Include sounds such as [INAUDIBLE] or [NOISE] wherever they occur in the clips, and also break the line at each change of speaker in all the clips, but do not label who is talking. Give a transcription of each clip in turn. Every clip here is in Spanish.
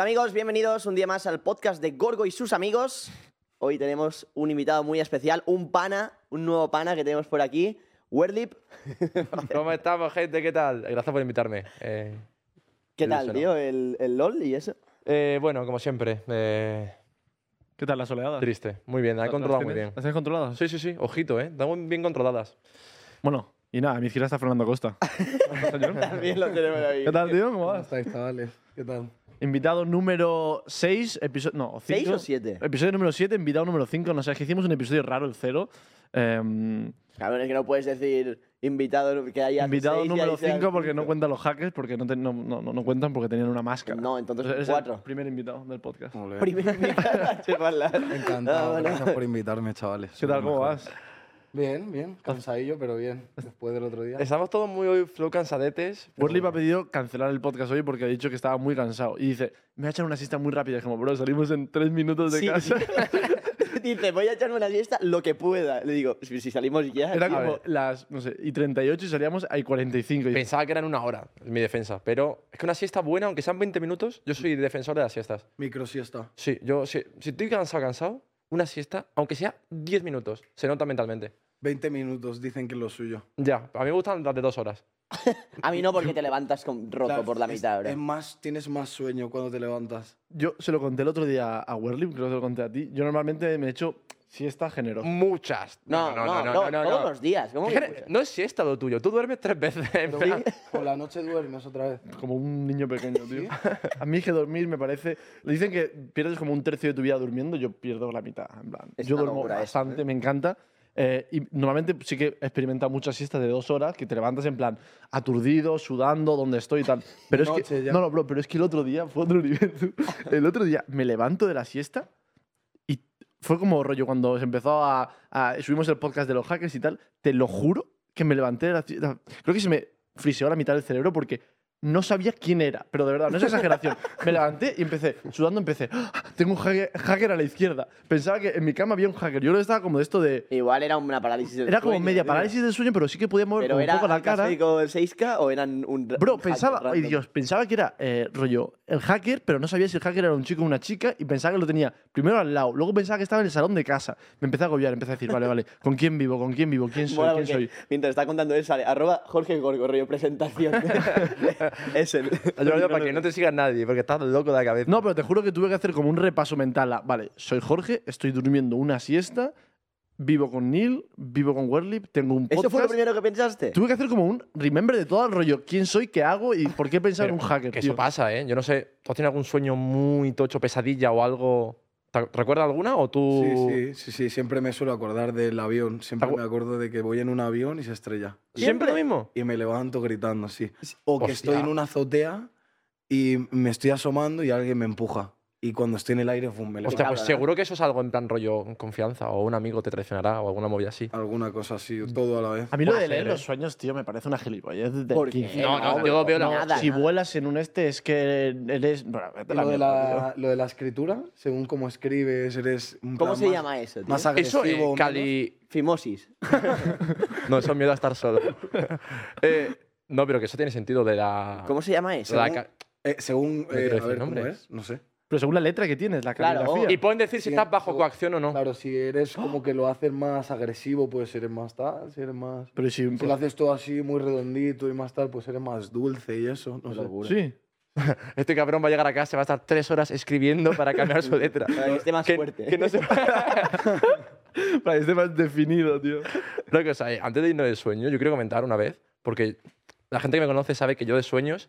amigos, bienvenidos un día más al podcast de Gorgo y sus amigos. Hoy tenemos un invitado muy especial, un pana, un nuevo pana que tenemos por aquí, Werlip.
¿Cómo estamos, gente? ¿Qué tal? Gracias por invitarme. Eh,
¿Qué
Qué
tal,
ilusión.
tío? El, el LOL y eso.
eh, bueno, como siempre, eh,
¿Qué tal las oleadas?
triste. Muy bien, la he
¿Las
controlado muy
tienes-
bien.
¿Las tienes controladas?
Sí, sí, sí. Ojito, ¿eh? Estamos bien controladas.
Bueno, y nada, a mi izquierda está Fernando
[LAUGHS]
Costa. Señor.
[LAUGHS] También lo tenemos ahí.
¿Qué tal, tío? ¿Cómo
¿Cómo
vas?
estáis, chavales? ¿Qué tal?
Invitado número 6, episodio... No,
¿Seis
5.
o siete?
Episodio número 7, invitado número 5. No sé, es que hicimos un episodio raro, el Em, 0.
Cabrón, es que no puedes decir invitado que haya.
invitado
seis y
número
ahí sea-
5 porque no cuentan los hackers, porque no, te- no, no, no- no cuentan porque tenían una máscara.
No, entonces
es
cuatro.
[LAUGHS] el primer invitado del podcast.
Primer [LAUGHS] invitado a chuparla.
Encantado,
Ah, bueno.
gracias por invitarme, chavales.
¿Qué tal? ¿Cómo
Mejor. Ah.
vas?
Bien, bien, cansadillo, pero bien. Después del otro día.
Estamos todos muy hoy flow cansadetes. pero
Burlip ha
bueno.
pedido cancelar el podcast hoy porque ha dicho que estaba muy cansado. Y dice, me voy a echar una siesta muy rápida. Es como, bro, salimos en 3 minutos de
Sí.
casa.
[LAUGHS]
[LAUGHS]
Dice, voy a echarme una siesta lo que pueda. Le digo, si, si salimos ya.
Era
tío.
como las, no sé, y 38 y salíamos a 45. Y dices,
Pensaba que eran una hora, en mi defensa. Pero es que una siesta buena, aunque sean 20 minutos, yo soy defensor de las siestas.
Micro siesta.
Sí, yo, si, si estoy cansado, cansado, una siesta, aunque sea 10 minutos, se nota mentalmente.
20 minutos dicen que es lo suyo.
Ya, a mí me gustan las de dos horas.
A mí no, porque te levantas con roto
Claro,
por la
es-
mitad, bro.
Es más, tienes más sueño cuando te [LAUGHS] levantas.
yo se lo conté el otro día a Werlip, creo que se lo conté a ti. Yo normalmente me echo siesta generosa.
Muchas.
No, no, no, todos los días. ¿Cómo que
Fíjate,
escuchas?
No es siesta lo tuyo, tú duermes tres veces. en
Pero
plan.
por la noche duermes otra vez.
Como un niño pequeño, tío. [LAUGHS] A mí es que dormir me parece... Le dicen que pierdes como un tercio de tu vida durmiendo, yo pierdo la mitad. En plan.
Es
yo
una
duermo
locura esto,
bastante, me encanta. Eh, y normalmente sí que he experimentado muchas siestas de dos horas que te levantas en plan aturdido, sudando, donde estoy y tal. Pero es que,
Noche ya.
no, no, bro, pero es que el otro día fue otro [LAUGHS] nivel. tú. El otro día me levanto de la siesta y fue como rollo cuando se empezó a, a- Subimos el podcast de los hackers y tal. Te lo juro que me levanté de la siesta. Creo que se me friseó la mitad del cerebro porque no sabía quién era. Pero de verdad, no es exageración.
[LAUGHS]
Me levanté y empecé, sudando, empecé. "Ah, Tengo un hacker, hacker a la izquierda. Pensaba que en mi cama había un hacker. Yo lo estaba como de esto de.
Igual era una parálisis del
Era como
sueño,
media
tío.
parálisis del sueño, pero sí que podía mover
Pero
como
era
un poco la cara.
casi como el 6K o eran un. ra-
Bro,
un hacker
pensaba, ay
random?
Dios, pensaba que era eh, rollo el hacker, pero no sabía si el hacker era un chico o una chica y pensaba que lo tenía primero al lado, luego pensaba que estaba en el salón de casa. Me empecé a agobiar, empecé a decir, vale, vale, ¿con quién vivo? ¿Con quién vivo?
[LAUGHS]
¿Quién soy?
Mola
¿Quién soy?
porque Mientras está contando él, sale arroba Jorge Gorgo, rollo presentación. es él.
Yo lo digo para que no te siga nadie, porque estás loco de la cabeza.
No, pero te juro que tuve que hacer como un repaso mental. a, vale, soy Jorge, estoy durmiendo una siesta, vivo con Neil, vivo con Werlip, tengo un podcast.
[LAUGHS] ¿Eso fue lo primero que pensaste?
Tuve que hacer como un remember de todo el rollo, quién soy, qué hago y por qué pensar en un
Pero
hacker.
Que
tío.
eso pasa, ¿eh? Yo no sé, ¿tú has tenido algún sueño muy tocho, pesadilla o algo? ¿Te ac- recuerdas alguna o
Uh.
tú...?
Sí, sí, sí, sí, siempre me suelo acordar del avión. Siempre
Agu-
me acuerdo de que voy en un avión y se estrella.
¿Siempre lo mismo?
Y me levanto gritando así. O que estoy
Hostia.
en una azotea y me estoy asomando y alguien me empuja. Y cuando estoy en el aire, fum, me levanto.
Hostia, pues
cabrón, ¿eh?
seguro que eso es algo en plan rollo confianza o un amigo te traicionará o alguna movida así.
Alguna cosa así, todo a la vez.
A mí lo
Puede
de leer
ser, ¿eh?
los sueños, tío, me parece una gilipollas. de
¿Por
King.
qué?
No, no, yo veo la-
nada,
si
nada.
vuelas en un este es que eres. Bueno, vete a la
lo, de
mierda,
la, lo de la escritura, según cómo escribes, eres. un
¿Cómo
plan
se
más-
llama eso? tío?
Más
Eso,
agresivo.
eh,
menos.
Cali...
Fimosis.
No, eso es miedo a estar [LAUGHS] solo. Eh, no, pero que eso tiene sentido de la...
¿Cómo se llama eso?
de la
según-
ca-
Eh, según.
quiero
eh, a
decir
ver, ¿cómo
nombres.
es? No sé.
tío. Pero según la letra que tienes, la
Claro,
caligrafía.
Y pueden decir si
Sí,
estás bajo
según-
coacción o no.
Claro, si eres como que lo haces más agresivo, pues eres más tal, si eres más.
Pero si.
Si lo haces todo así, muy redondito y más tal, pues eres más dulce y eso. No sé.
sí.
Este cabrón va a llegar a casa, va a estar tres horas escribiendo para cambiar [LAUGHS] su letra.
Para que esté más
Que-
fuerte.
que
[LAUGHS]
no se-
[LAUGHS] Para que esté más definido, tío.
Lo que os hay, antes de irnos de sueño, yo quiero comentar una vez, porque la gente que me conoce sabe que yo de sueños,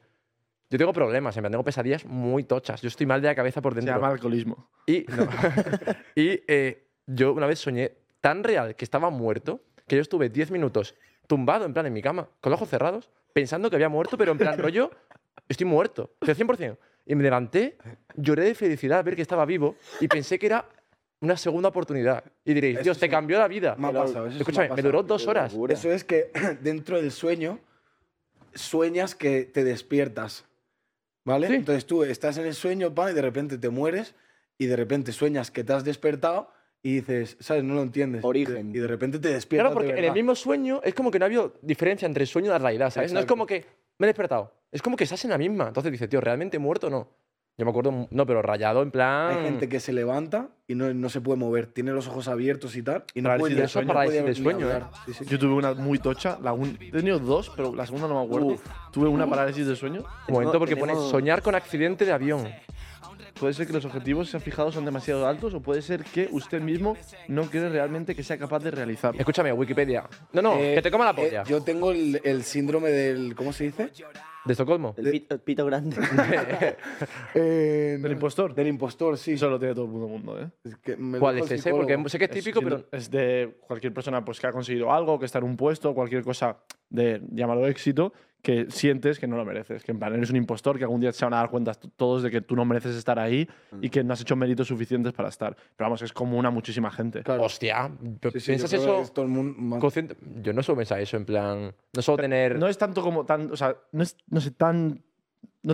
yo tengo problemas, en plan, tengo pesadillas muy tochas. Yo estoy mal de la cabeza por
Se
dentro.
llama alcoholismo.
Y, no. [LAUGHS] Y, eh, yo una vez soñé tan real que estaba muerto que yo estuve 10 minutos tumbado, en plan, en mi cama, con los ojos cerrados, pensando que había muerto, pero en plan, rollo, estoy muerto, pero 100%. Y me levanté, lloré de felicidad al ver que estaba vivo y pensé que era una segunda oportunidad. Y diréis,
Eso
Dios, te
sí.
cambió la vida.
Me ha pasado, eso sí
Escúchame,
me ha
me
pasado.
duró dos horas.
Locura.
Eso es que [CLEARS THROAT] dentro del sueño sueñas que te despiertas. ¿Vale?
Sí.
Entonces tú estás en el sueño, pa, y de repente te mueres y de repente sueñas que te has despertado y dices, ¿sabes? No lo entiendes.
Origen.
Y de, y de repente te despiertas.
Claro, porque
de
en el
verdad.
mismo sueño es como que no ha habido diferencia entre el sueño y la realidad, ¿sabes? No es
Exacto.
como que me he despertado. Es como que estás en la misma. Entonces dices, tío, ¿realmente muerto o no? Yo me acuerdo, no, pero rayado en plan.
Hay gente que se levanta y no, no se puede mover, tiene los ojos abiertos y tal, y no
Parálisis
puede
de
ni-
sueño,
no
parálisis
puede
de sueño,
ni
¿eh?
hablar. Sí, sí.
Yo tuve una muy tocha. La un... He tenido dos, pero la segunda no me acuerdo.
Uf.
Tuve una parálisis de sueño.
Un momento, porque pone
Tenemos-
soñar con accidente de avión.
Puede ser que los objetivos que se han fijado son demasiado altos o puede ser que usted mismo no cree realmente que sea capaz de realizar.
Escúchame, Wikipedia. No, no,
Eh,
que te coma la
eh,
polla.
yo tengo el, el síndrome del. ¿Cómo se dice?
De Estocolmo.
El pito, el pito grande.
¿Del impostor?
Eh, Del impostor, sí.
Eso lo tiene todo el puto mundo, ¿eh?
Es que me lo
¿Cuál
dijo
es
el
ese? Porque
psicólogo.
sé que es típico, pero.
Es de cualquier persona pues, que ha conseguido algo, que está en un puesto, cualquier cosa de llamarlo éxito, que sientes que no lo mereces. Que en plan, eres un impostor, que algún día se van a dar cuenta t- todos de que tú no mereces estar ahí y que no has hecho méritos suficientes para estar. Pero vamos, es común a muchísima gente.
Claro.
Hostia, pero
Sí, sí, yo
¿piensas
creo que
eso?
es todo el mundo-
consciente? Yo no suelo pensar eso, en plan. No suelo tener.
No es tanto como tan. O sea, no es, no sé, tan. No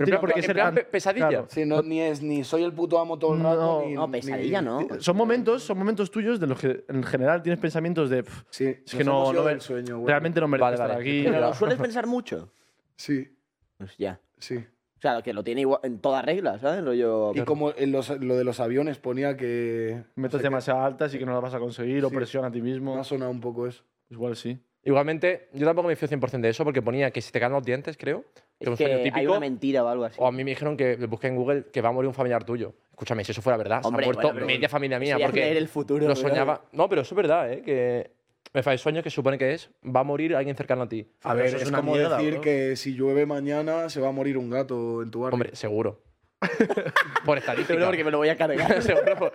Pero en
tiene
plan-
por qué
en
ser
plan
tan.
pe- pesadilla.
Sí, no, ni es ni soy el puto amo todo el rato.
No,
ni-
no,
ni-
pesadilla, ¿no?
Son momentos, son momentos tuyos de los que en general tienes pensamientos de. "Pff,
Sí,
Es que
nos hemos
no,
ido
no
del
me-
sueño, güey.
realmente no mereces
Vale,
estar
vale.
aquí.
Pero
Ya.
lo sueles pensar mucho.
Sí,
Pues ya.
sí.
O sea, que lo tiene igual- en todas reglas, ¿sabes? Rollo-
Y como en los- lo de los aviones ponía que.
Metas demasiado altas y que no las vas a conseguir, o
Sí.
presión a ti mismo.
Me ha sonado un poco eso.
Igual sí.
Igualmente, yo tampoco me fío 100% de eso porque ponía que si te caen los dientes, creo. Que es un
es que
sueño
hay
típico.
una mentira o algo así.
O a mí me dijeron que le busqué en Google que va a morir un familiar tuyo. Escúchame, si eso fuera verdad, se
Hombre,
ha muerto
bueno, pero-
media familia mía.
Eso ya es
Porque
leer el futuro,
Lo
bro.
soñaba. No, pero eso es verdad, ¿eh? Que me fa- el sueño que supone que es, va a morir alguien cercano a ti.
A
Pero
ver,
eso es
es,
una
como
mierda,
decir
bro.
que si llueve mañana se va a morir un gato en tu barrio.
Hombre, seguro.
[LAUGHS]
por estadística.
Seguro porque me lo voy a
[LAUGHS]
cargar.
Seguro por-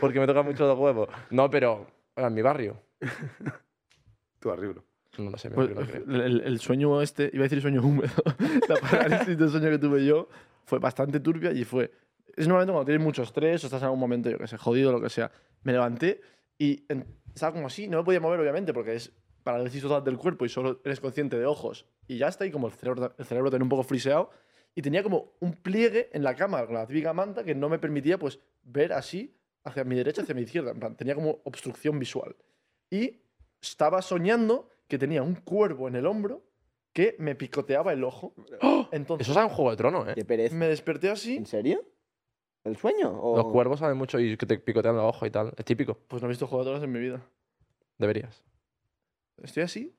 porque me toca mucho los huevos. No, pero en mi barrio.
tu barrio, bro.
No lo sé, mi
Pues,
barrio no creo.
el, el sueño este, iba a decir sueño húmedo, [LAUGHS] la parálisis de sueño que tuve yo fue bastante turbia y fue... Es normalmente cuando tienes mucho estrés o estás en algún momento, yo que sé, jodido, lo que sea. Me levanté y en- estaba como así, no me podía mover obviamente porque es parálisis total del cuerpo y solo eres consciente de ojos y ya está y como el cerebro, el cerebro tenía un poco friseado y tenía como un pliegue en la cama, con la típica manta que no me permitía pues ver así hacia mi derecha, hacia mi izquierda, en plan, tenía como obstrucción visual. Y estaba soñando que tenía un cuervo en el hombro que me picoteaba el ojo.
Eso
Entonces
sabe un juego de trono, ¿eh?
Qué pereza.
me desperté así,
¿En serio? ¿El sueño? O...
Los cuervos saben mucho y que te picotean los ojos y tal. Es típico.
pues no he visto jugadores en mi vida.
Deberías.
Estoy así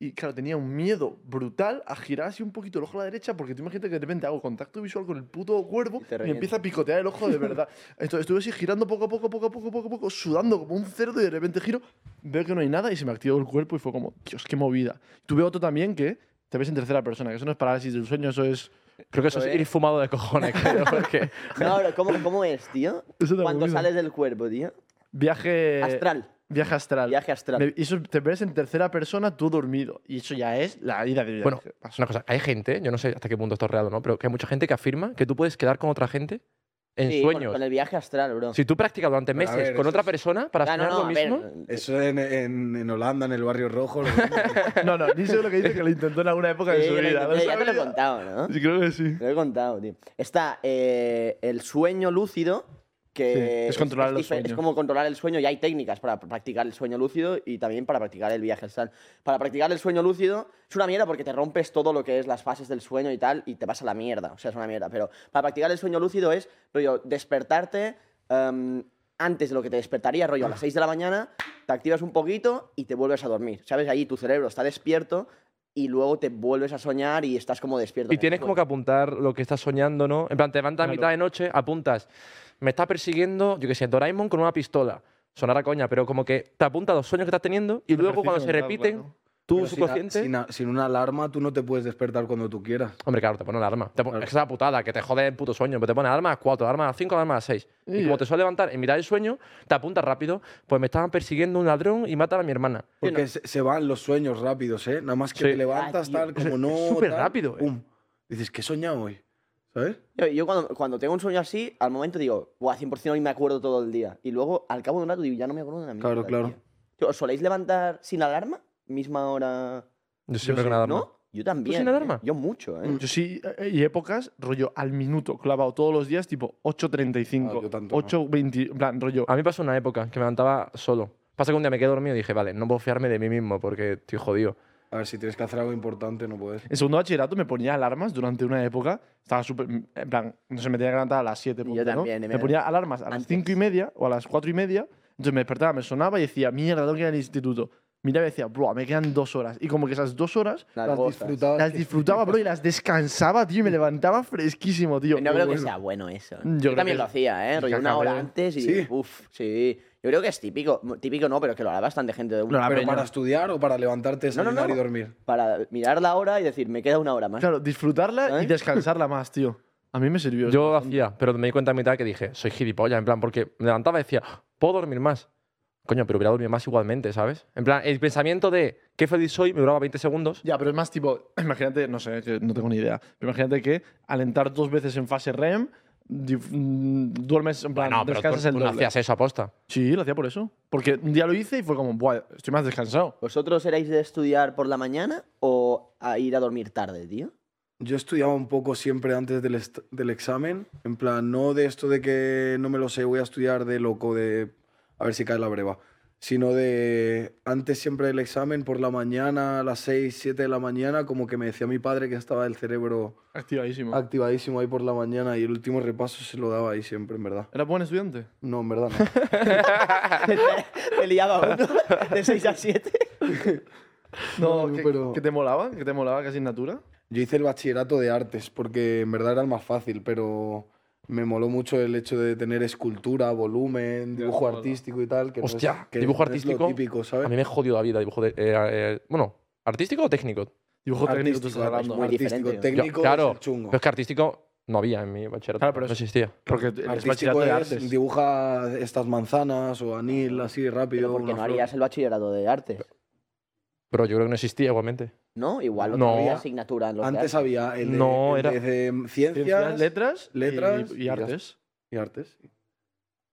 y claro, tenía un miedo brutal a girar así un poquito el ojo a la derecha porque tú imagínate que de repente hago contacto visual con el puto cuervo
Y te
y, me
revienta.
empieza a picotear el ojo de
[LAUGHS]
verdad. Entonces estuve así girando poco a poco, poco a poco, poco a poco, sudando como un cerdo y de repente giro, veo que no hay nada y se me activó el cuerpo y fue como, Dios, qué movida. Tuve otro también que te ves en tercera persona, que eso no es parálisis del sueño, eso es...
Creo que eso
Joder.
es ir fumado
[LAUGHS]
de cojones, creo, porque
[LAUGHS] No, pero ¿cómo, cómo es,
[LAUGHS]
tío?
Eso te
Cuando
movida.
sales del cuerpo, tío.
Eh,
Viaje
Astral.
Viaje astral.
Viaje astral.
Me- y eso te ves en tercera persona tú dormido. Y eso ya es la ida de viaje.
Bueno, es
Paso.
una cosa. Hay gente, yo no sé hasta qué punto esto es real o no, pero que hay mucha gente que afirma que tú puedes quedar con otra gente en
Sí, con-
sueños.
Con, el viaje astral, bro.
Si tú practicas durante
Pero a
meses
ver,
con
eso
otra
es-
persona para
Ah,
soñar lo
a ver,
mismo,
Eso en, en, en Holanda, en el barrio rojo. [LAUGHS] lo mismo.
No, no, ni sé lo que dice que lo intentó en alguna época
sí,
de
yo
su
lo
vida. ¿lo
intenté, ya te lo he
sabía?
contado, ¿no?
Sí, creo que sí.
Lo he contado, tío. Está eh, el sueño lúcido, que
Sí, es controlar los
dife- es
sueños.
como controlar el sueño y hay técnicas para practicar el sueño lúcido y también para practicar el viaje astral. Para practicar el sueño lúcido es una mierda porque te rompes todo lo que es las fases del sueño y tal y te vas a la mierda, o sea, es una mierda. Pero para practicar el sueño lúcido es, rollo, despertarte em, antes de lo que te despertaría, rollo, a las 6 de la mañana, te activas un poquito y te vuelves a dormir, ¿sabes? Ahí tu cerebro está despierto y luego te vuelves a soñar y estás como despierto. en
y
el
tienes como
sueño.
que apuntar lo que estás soñando, ¿no? En plan, te levantas a
Claro.
mitad de noche, apuntas, me está persiguiendo, yo qué sé, Doraemon con una pistola. Sonará coña, pero como que te apunta los sueños que estás teniendo y luego cuando se
Ejercicio mental,
repiten,
claro.
tú
Pero sin a-
subconsciente.
Sin, a- sin una alarma, tú no te puedes despertar cuando tú quieras.
Hombre, claro, te pone alarma. Te pone,
Claro.
Es esa putada que te jode el puto sueño. Pero te pone alarma a las 4, alarma a las 5, alarma a las 6. Y,
Y-
como te suele levantar en mitad del sueño, te apuntas rápido. Pues me estaban persiguiendo un ladrón y matan a mi hermana.
Porque se, se van los sueños rápidos, ¿eh? Nada más que
Sí.
te levantas,
Ah, tío,
tal,
es-
como
es
no.
súper
tal,
rápido, eh.
pum. Dices, ¿qué he soñado hoy? ¿Sabes?
Yo, yo cuando, cuando tengo un sueño así, al momento digo, Buah, 100% hoy me acuerdo todo el día. Y luego, al cabo de un rato, digo, ya no me acuerdo de la mierda.
Claro, claro.
tío. Tío, ¿Os soléis levantar sin alarma? Misma hora.
Yo siempre
sí,
con alarma.
¿No? Yo también.
sin
¿eh?
alarma?
Yo mucho, ¿eh?
Yo sí, eh, y épocas, rollo al minuto, clavado todos los días, tipo 8.35,
Ah, yo tanto no.
8.20, en plan, rollo.
A mí pasó una época que me levantaba solo. Pasa que un día me quedé dormido y dije, vale, no puedo fiarme de mí mismo porque estoy jodido.
A ver, si tienes que hacer algo importante, no puedes.
En segundo de bachillerato me ponía alarmas durante una época. Estaba súper. En plan, no sé, me tenía que levantar a las 7.
Y yo también, y
Me
me-
ponía alarmas a las
Antes.
5 y media o a las 4 y media. Entonces me despertaba, me sonaba y decía, mierda, tengo que ir al instituto. Miraba y decía, bro, me quedan dos horas. Y como que esas dos horas
Las
Las
gozas.
disfrutabas.
las disfrutaba, bro, y las descansaba, tío, y me levantaba fresquísimo, tío.
No creo que
Bueno.
sea bueno eso. eh.
Yo
Yo,
creo
también
que
lo
es-
hacía, ¿eh?
es
Rollo una hora
cacabreo.
antes y.
Sí.
Uf, sí. Yo creo que es típico. Mu- Típico no, pero que lo hará bastante gente de un.
Lo hará,
¿Pero
peña.
para estudiar o para levantarte,
No, no,
desayunar
no.
y dormir?
Para mirar la hora y decir, me queda una hora más.
Claro, disfrutarla y
¿Eh?
¿Sabes?
descansarla más, tío. A mí me sirvió.
Yo lo hacía, pero me di cuenta a mitad que dije, soy gilipollas, en plan, porque me levantaba y decía, puedo dormir más. Coño, pero hubiera dormido más igualmente, ¿sabes? En plan, el pensamiento de qué feliz soy me duraba 20 segundos.
Ya, pero es más tipo, [CLEARS THROAT] imagínate, no sé, que no tengo ni idea, pero imagínate que alentar dos veces en fase REM, dif- mm, duermes, en plan,
no, pero tú,
descansas el
tú no
doble.
hacías eso aposta.
Sí, lo hacía por eso. Porque un día lo hice y fue como, Buah, estoy más descansado.
¿Vosotros erais de estudiar por la mañana o a ir a dormir tarde, tío?
Yo estudiaba un poco siempre antes del, est- del examen, en plan, no de esto de que no me lo sé, voy a estudiar de loco, de a ver si cae la breva, sino de antes siempre del examen, por la mañana, a las 6, 7 de la mañana, como que me decía mi padre que estaba el cerebro
Activadísimo.
activadísimo ahí por la mañana y el último repaso se lo daba ahí siempre, en verdad.
¿Eras buen estudiante?
No, en verdad no.
Te liaba uno de 6 a 7.
No,
que,
pero-
que te molaba, que te molaba qué asignatura.
Yo hice el bachillerato de artes porque en verdad era el más fácil, pero me moló mucho el hecho de tener escultura, volumen,
Ya,
dibujo
mola.
artístico y tal. Que no es-
Hostia,
que
dibujo
no es lo
artístico,
típico, ¿sabes?
A mí me jodió la vida dibujo de- eh, eh, bueno, ¿artístico o técnico?
Dibujo técnico, tú
artístico,
estás hablando.
muy diferente,
artístico
¿no?
Yo-
técnico
claro,
es el chungo.
pero es que artístico no había en mi bachillerato.
Claro, pero
no
es-
existía.
Porque el
Artístico
bachillerato de
es,
artes.
dibuja estas manzanas o anil así rápido.
Pero porque
una
no
flor.
harías el bachillerato de artes,
Pero yo creo que no existía igualmente.
¿no? Igual
No.
no había asignatura en los de
Antes
artes.
había el de,
No,
el
era-
de- de
Ciencias,
ciencias,
letras, y-
letras
y,
y ya
artes.
y artes.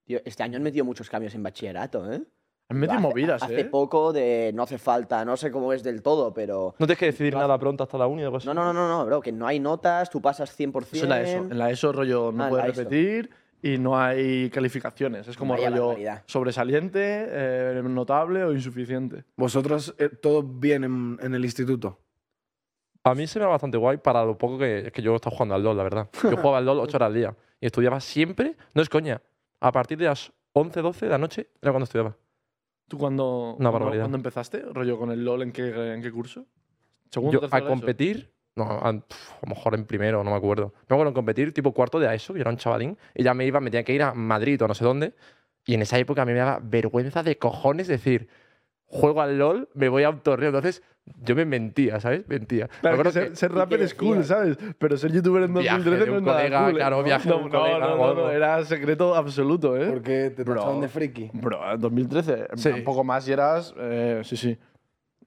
Tío, este año han metido muchos cambios en bachillerato, ¿eh?
Han metido
Hace-
movidas,
hace
¿eh?
poco de no hace falta, no sé cómo es del todo, pero...
No tienes que decidir nada pronto hasta la uni o algo así.
No, no, no, no, no, bro, que no hay notas, tú pasas 100%.
Eso en la ESO. En la ESO, rollo, no
Ah, en
puedes
la ESO.
repetir y no hay calificaciones. Es como
Vaya
rollo
barbaridad.
sobresaliente, eh, notable o insuficiente.
Vosotros eh, todo bien en, en el instituto.
A mí se me va bastante guay para lo poco que, es que yo he estado jugando al LOL, la verdad. Yo jugaba al LOL 8 horas al día y estudiaba siempre, no es coña, a partir de las 11, 12 de la noche era cuando estudiaba.
¿Tú cuándo,
Una
cuándo-
barbaridad.
cuándo empezaste? ¿Rollo con el LOL en qué, en qué curso? ¿Segundo,
Yo
tercero
a
de la ESO?
competir, no, a, pf, a lo mejor en primero, no me acuerdo. Me acuerdo en competir, tipo cuarto de AESO, que yo era un chavalín, y ya me iba, me tenía que ir a Madrid o no sé dónde. Y en esa época a mí me daba vergüenza de cojones decir, juego al LOL, me voy a un torneo. Entonces yo me mentía, ¿sabes? Mentía. Me
Claro, que
acuerdo que-
ser, ser
¿y
rapper
qué
es cool,
decías?
¿sabes? Pero ser youtuber en
Viaje
2013
de
no es
un
nada
colega,
cool, ¿eh?
claro, viaje de
no,
un
no,
colega,
no, no, no,
gordo.
era secreto absoluto, ¿eh?
Porque te
Bro.
tachaban de friki.
Bro, en 2013, en
Sí.
plan, poco más y eras, eh, sí, sí.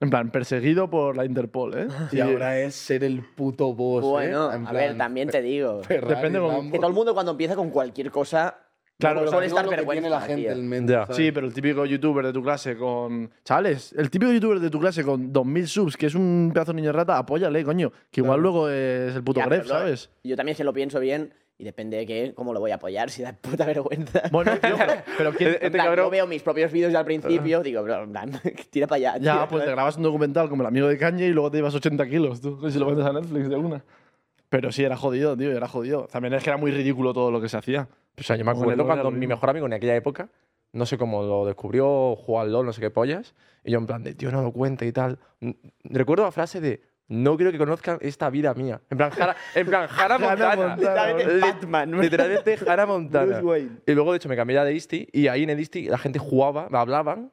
En plan, perseguido por la Interpol, ¿eh?
Ah, Y ahora es ser el puto boss. ¿eh?
Bueno,
En
a ver,
plan,
también te
[LAUGHS]
digo.
Ferrari,
Depende con-
Lambo.
Que todo el mundo cuando empieza con cualquier cosa,
Claro,
no
pero
suele
Digo
estar
lo que
vergüenza.
tiene la gente
tío.
en mente,
Ya.
¿sabes?
Sí, pero el típico youtuber de tu clase con. Chavales, el típico youtuber de tu clase con 2000 subs, que es un pedazo de niño rata, apóyale, coño. Que igual luego es el puto
Ya,
Gref,
pero no,
¿sabes?
Yo también se lo pienso bien y depende de qué, cómo lo voy a apoyar, si da puta [LAUGHS] vergüenza.
Bueno, tío, pero, pero ¿quién-
En plan, yo veo mis propios vídeos al principio, digo, bro, en plan, [LAUGHS] tira para allá.
Ya,
tío,
pues te
¿sabes?
grabas un documental como el amigo de Kanye y luego te llevas 80 kilos, tú. Y se lo mandas a Netflix de una. Pero sí, era jodido, tío, era jodido. También es que era muy ridículo todo lo que se hacía.
O sea, yo me
Con el
acuerdo
LOL
cuando
era lo
mi
mismo.
mejor amigo en aquella época, no sé cómo lo descubrió, jugó al LOL, no sé qué pollas, y yo en plan de, tío, no lo cuente y tal. N- Recuerdo la frase de, no quiero que conozcan esta vida mía. En plan, Jara, en plan, Hannah
[LAUGHS]
Montana.
Montana,
Literalmente
bro. [LAUGHS]
Batman. [LAUGHS] Literalmente Hannah Montana.
Bruce Wayne.
Y luego, de hecho, me cambié ya de Isti y ahí en el Isti la gente jugaba, hablaban,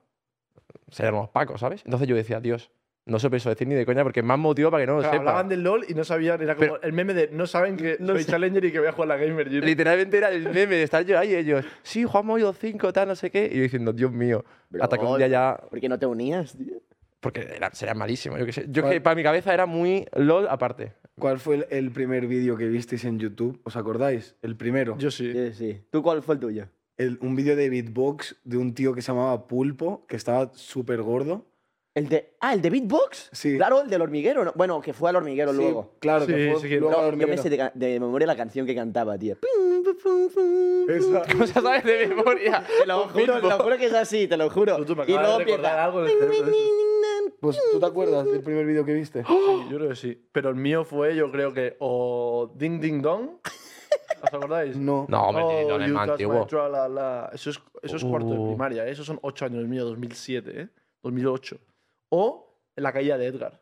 se eran unos pacos, ¿sabes? Entonces yo decía, Dios, no se pienso decir ni de coña porque más motivo para que no lo
Claro, hablaban
sepan.
del LOL y no sabían, era como
Pero-
el meme de no saben que
No
soy
sé.
Challenger y que voy a jugar a la Gamer Junior.
Literalmente era el meme de estar yo ahí y ellos, sí, jugamos yo cinco, tal, no sé qué. Y yo diciendo, Dios mío,
Bro,
hasta que un día ya
¿Por qué no te unías, tío?
Porque era, sería malísimo, yo qué sé. Yo
¿Cuál?
que para mi cabeza era muy LOL aparte. [LAUGHS]
¿Cuál fue el, el primer vídeo que visteis en YouTube? ¿Os acordáis? El primero.
Yo sí.
Sí, sí. ¿Tú cuál fue el tuyo?
El- un vídeo de beatbox de un tío que se llamaba Pulpo, que estaba súper gordo.
El de, ah, el de Beatbox.
Sí.
Claro, el del hormiguero. ¿no? Bueno, que fue al hormiguero
Sí,
luego.
Claro,
Sí,
que fue
sí que-
luego
No,
al
yo me
hormiguero.
sé de, ca- de memoria la canción que cantaba, tío. Pum, pum, pum, pum, pum.
Esa-
¿Cómo se sabes de memoria?
[LAUGHS]
Te lo juro, te lo juro que es así, te lo juro.
Tú, tú, me
y
acabas
luego
de recordar
empieza.
algo en el cerebro, eso.
Pues, ¿tú te acuerdas del primer vídeo que
[GASPS]
viste?
Sí, yo creo que sí. Pero el mío fue, yo creo que, o Ding Ding Dong. ¿Os acordáis?
No.
No, hombre,
Oh,
no, no, es
you
más
touch my
antiguo.
tra-la-la. Eso es, eso es cuarto de
Uh.
primaria, ¿eh? esos son ocho años, el mío 2007, ¿eh? 2008. O La caída de Edgar.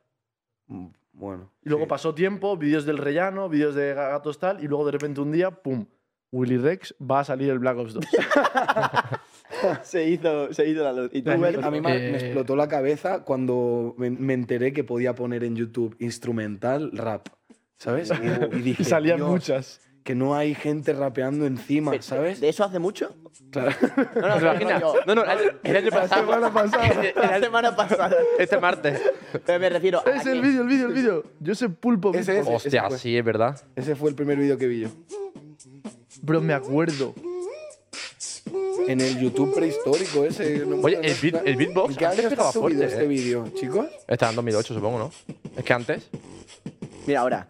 Mm, Bueno.
Y luego
sí.
pasó tiempo, vídeos del rellano, vídeos de gatos tal, y luego de repente un día, ¡pum! Willy Rex va a salir el Black Ops 2.
se, hizo, se hizo la luz. Y tú,
A mí,
Bel-
a mí me, me
Eh.
explotó la cabeza cuando me, me enteré que podía poner en YouTube instrumental rap, ¿sabes? y dije,
y salían
"Dios,
muchas.
Que no hay gente rapeando encima, ¿sabes?
¿De eso hace mucho?
Claro.
No, no,
¿Te imaginas?
rollo-
No, no, el, el año pasado.
[LAUGHS] La semana pasada.
Este
[LAUGHS]
martes.
Pero me refiero a.
Es
que-
el vídeo, el vídeo, el vídeo. Yo sé pulpo.
Ese
Bimbo.
es.
Hostia,
pues.
fue.
sí, es verdad.
Ese fue el primer vídeo que vi yo.
Bro, me acuerdo.
En el YouTube prehistórico ese. no me
Oye,
acuerdo
el beat-
nada.
el beatbox
¿En qué año
antes
está
pegaba
subido
fuerte,
este
eh.
vídeo, chicos?
Está en 2008, supongo, ¿no? Es que antes.
Mira, ahora.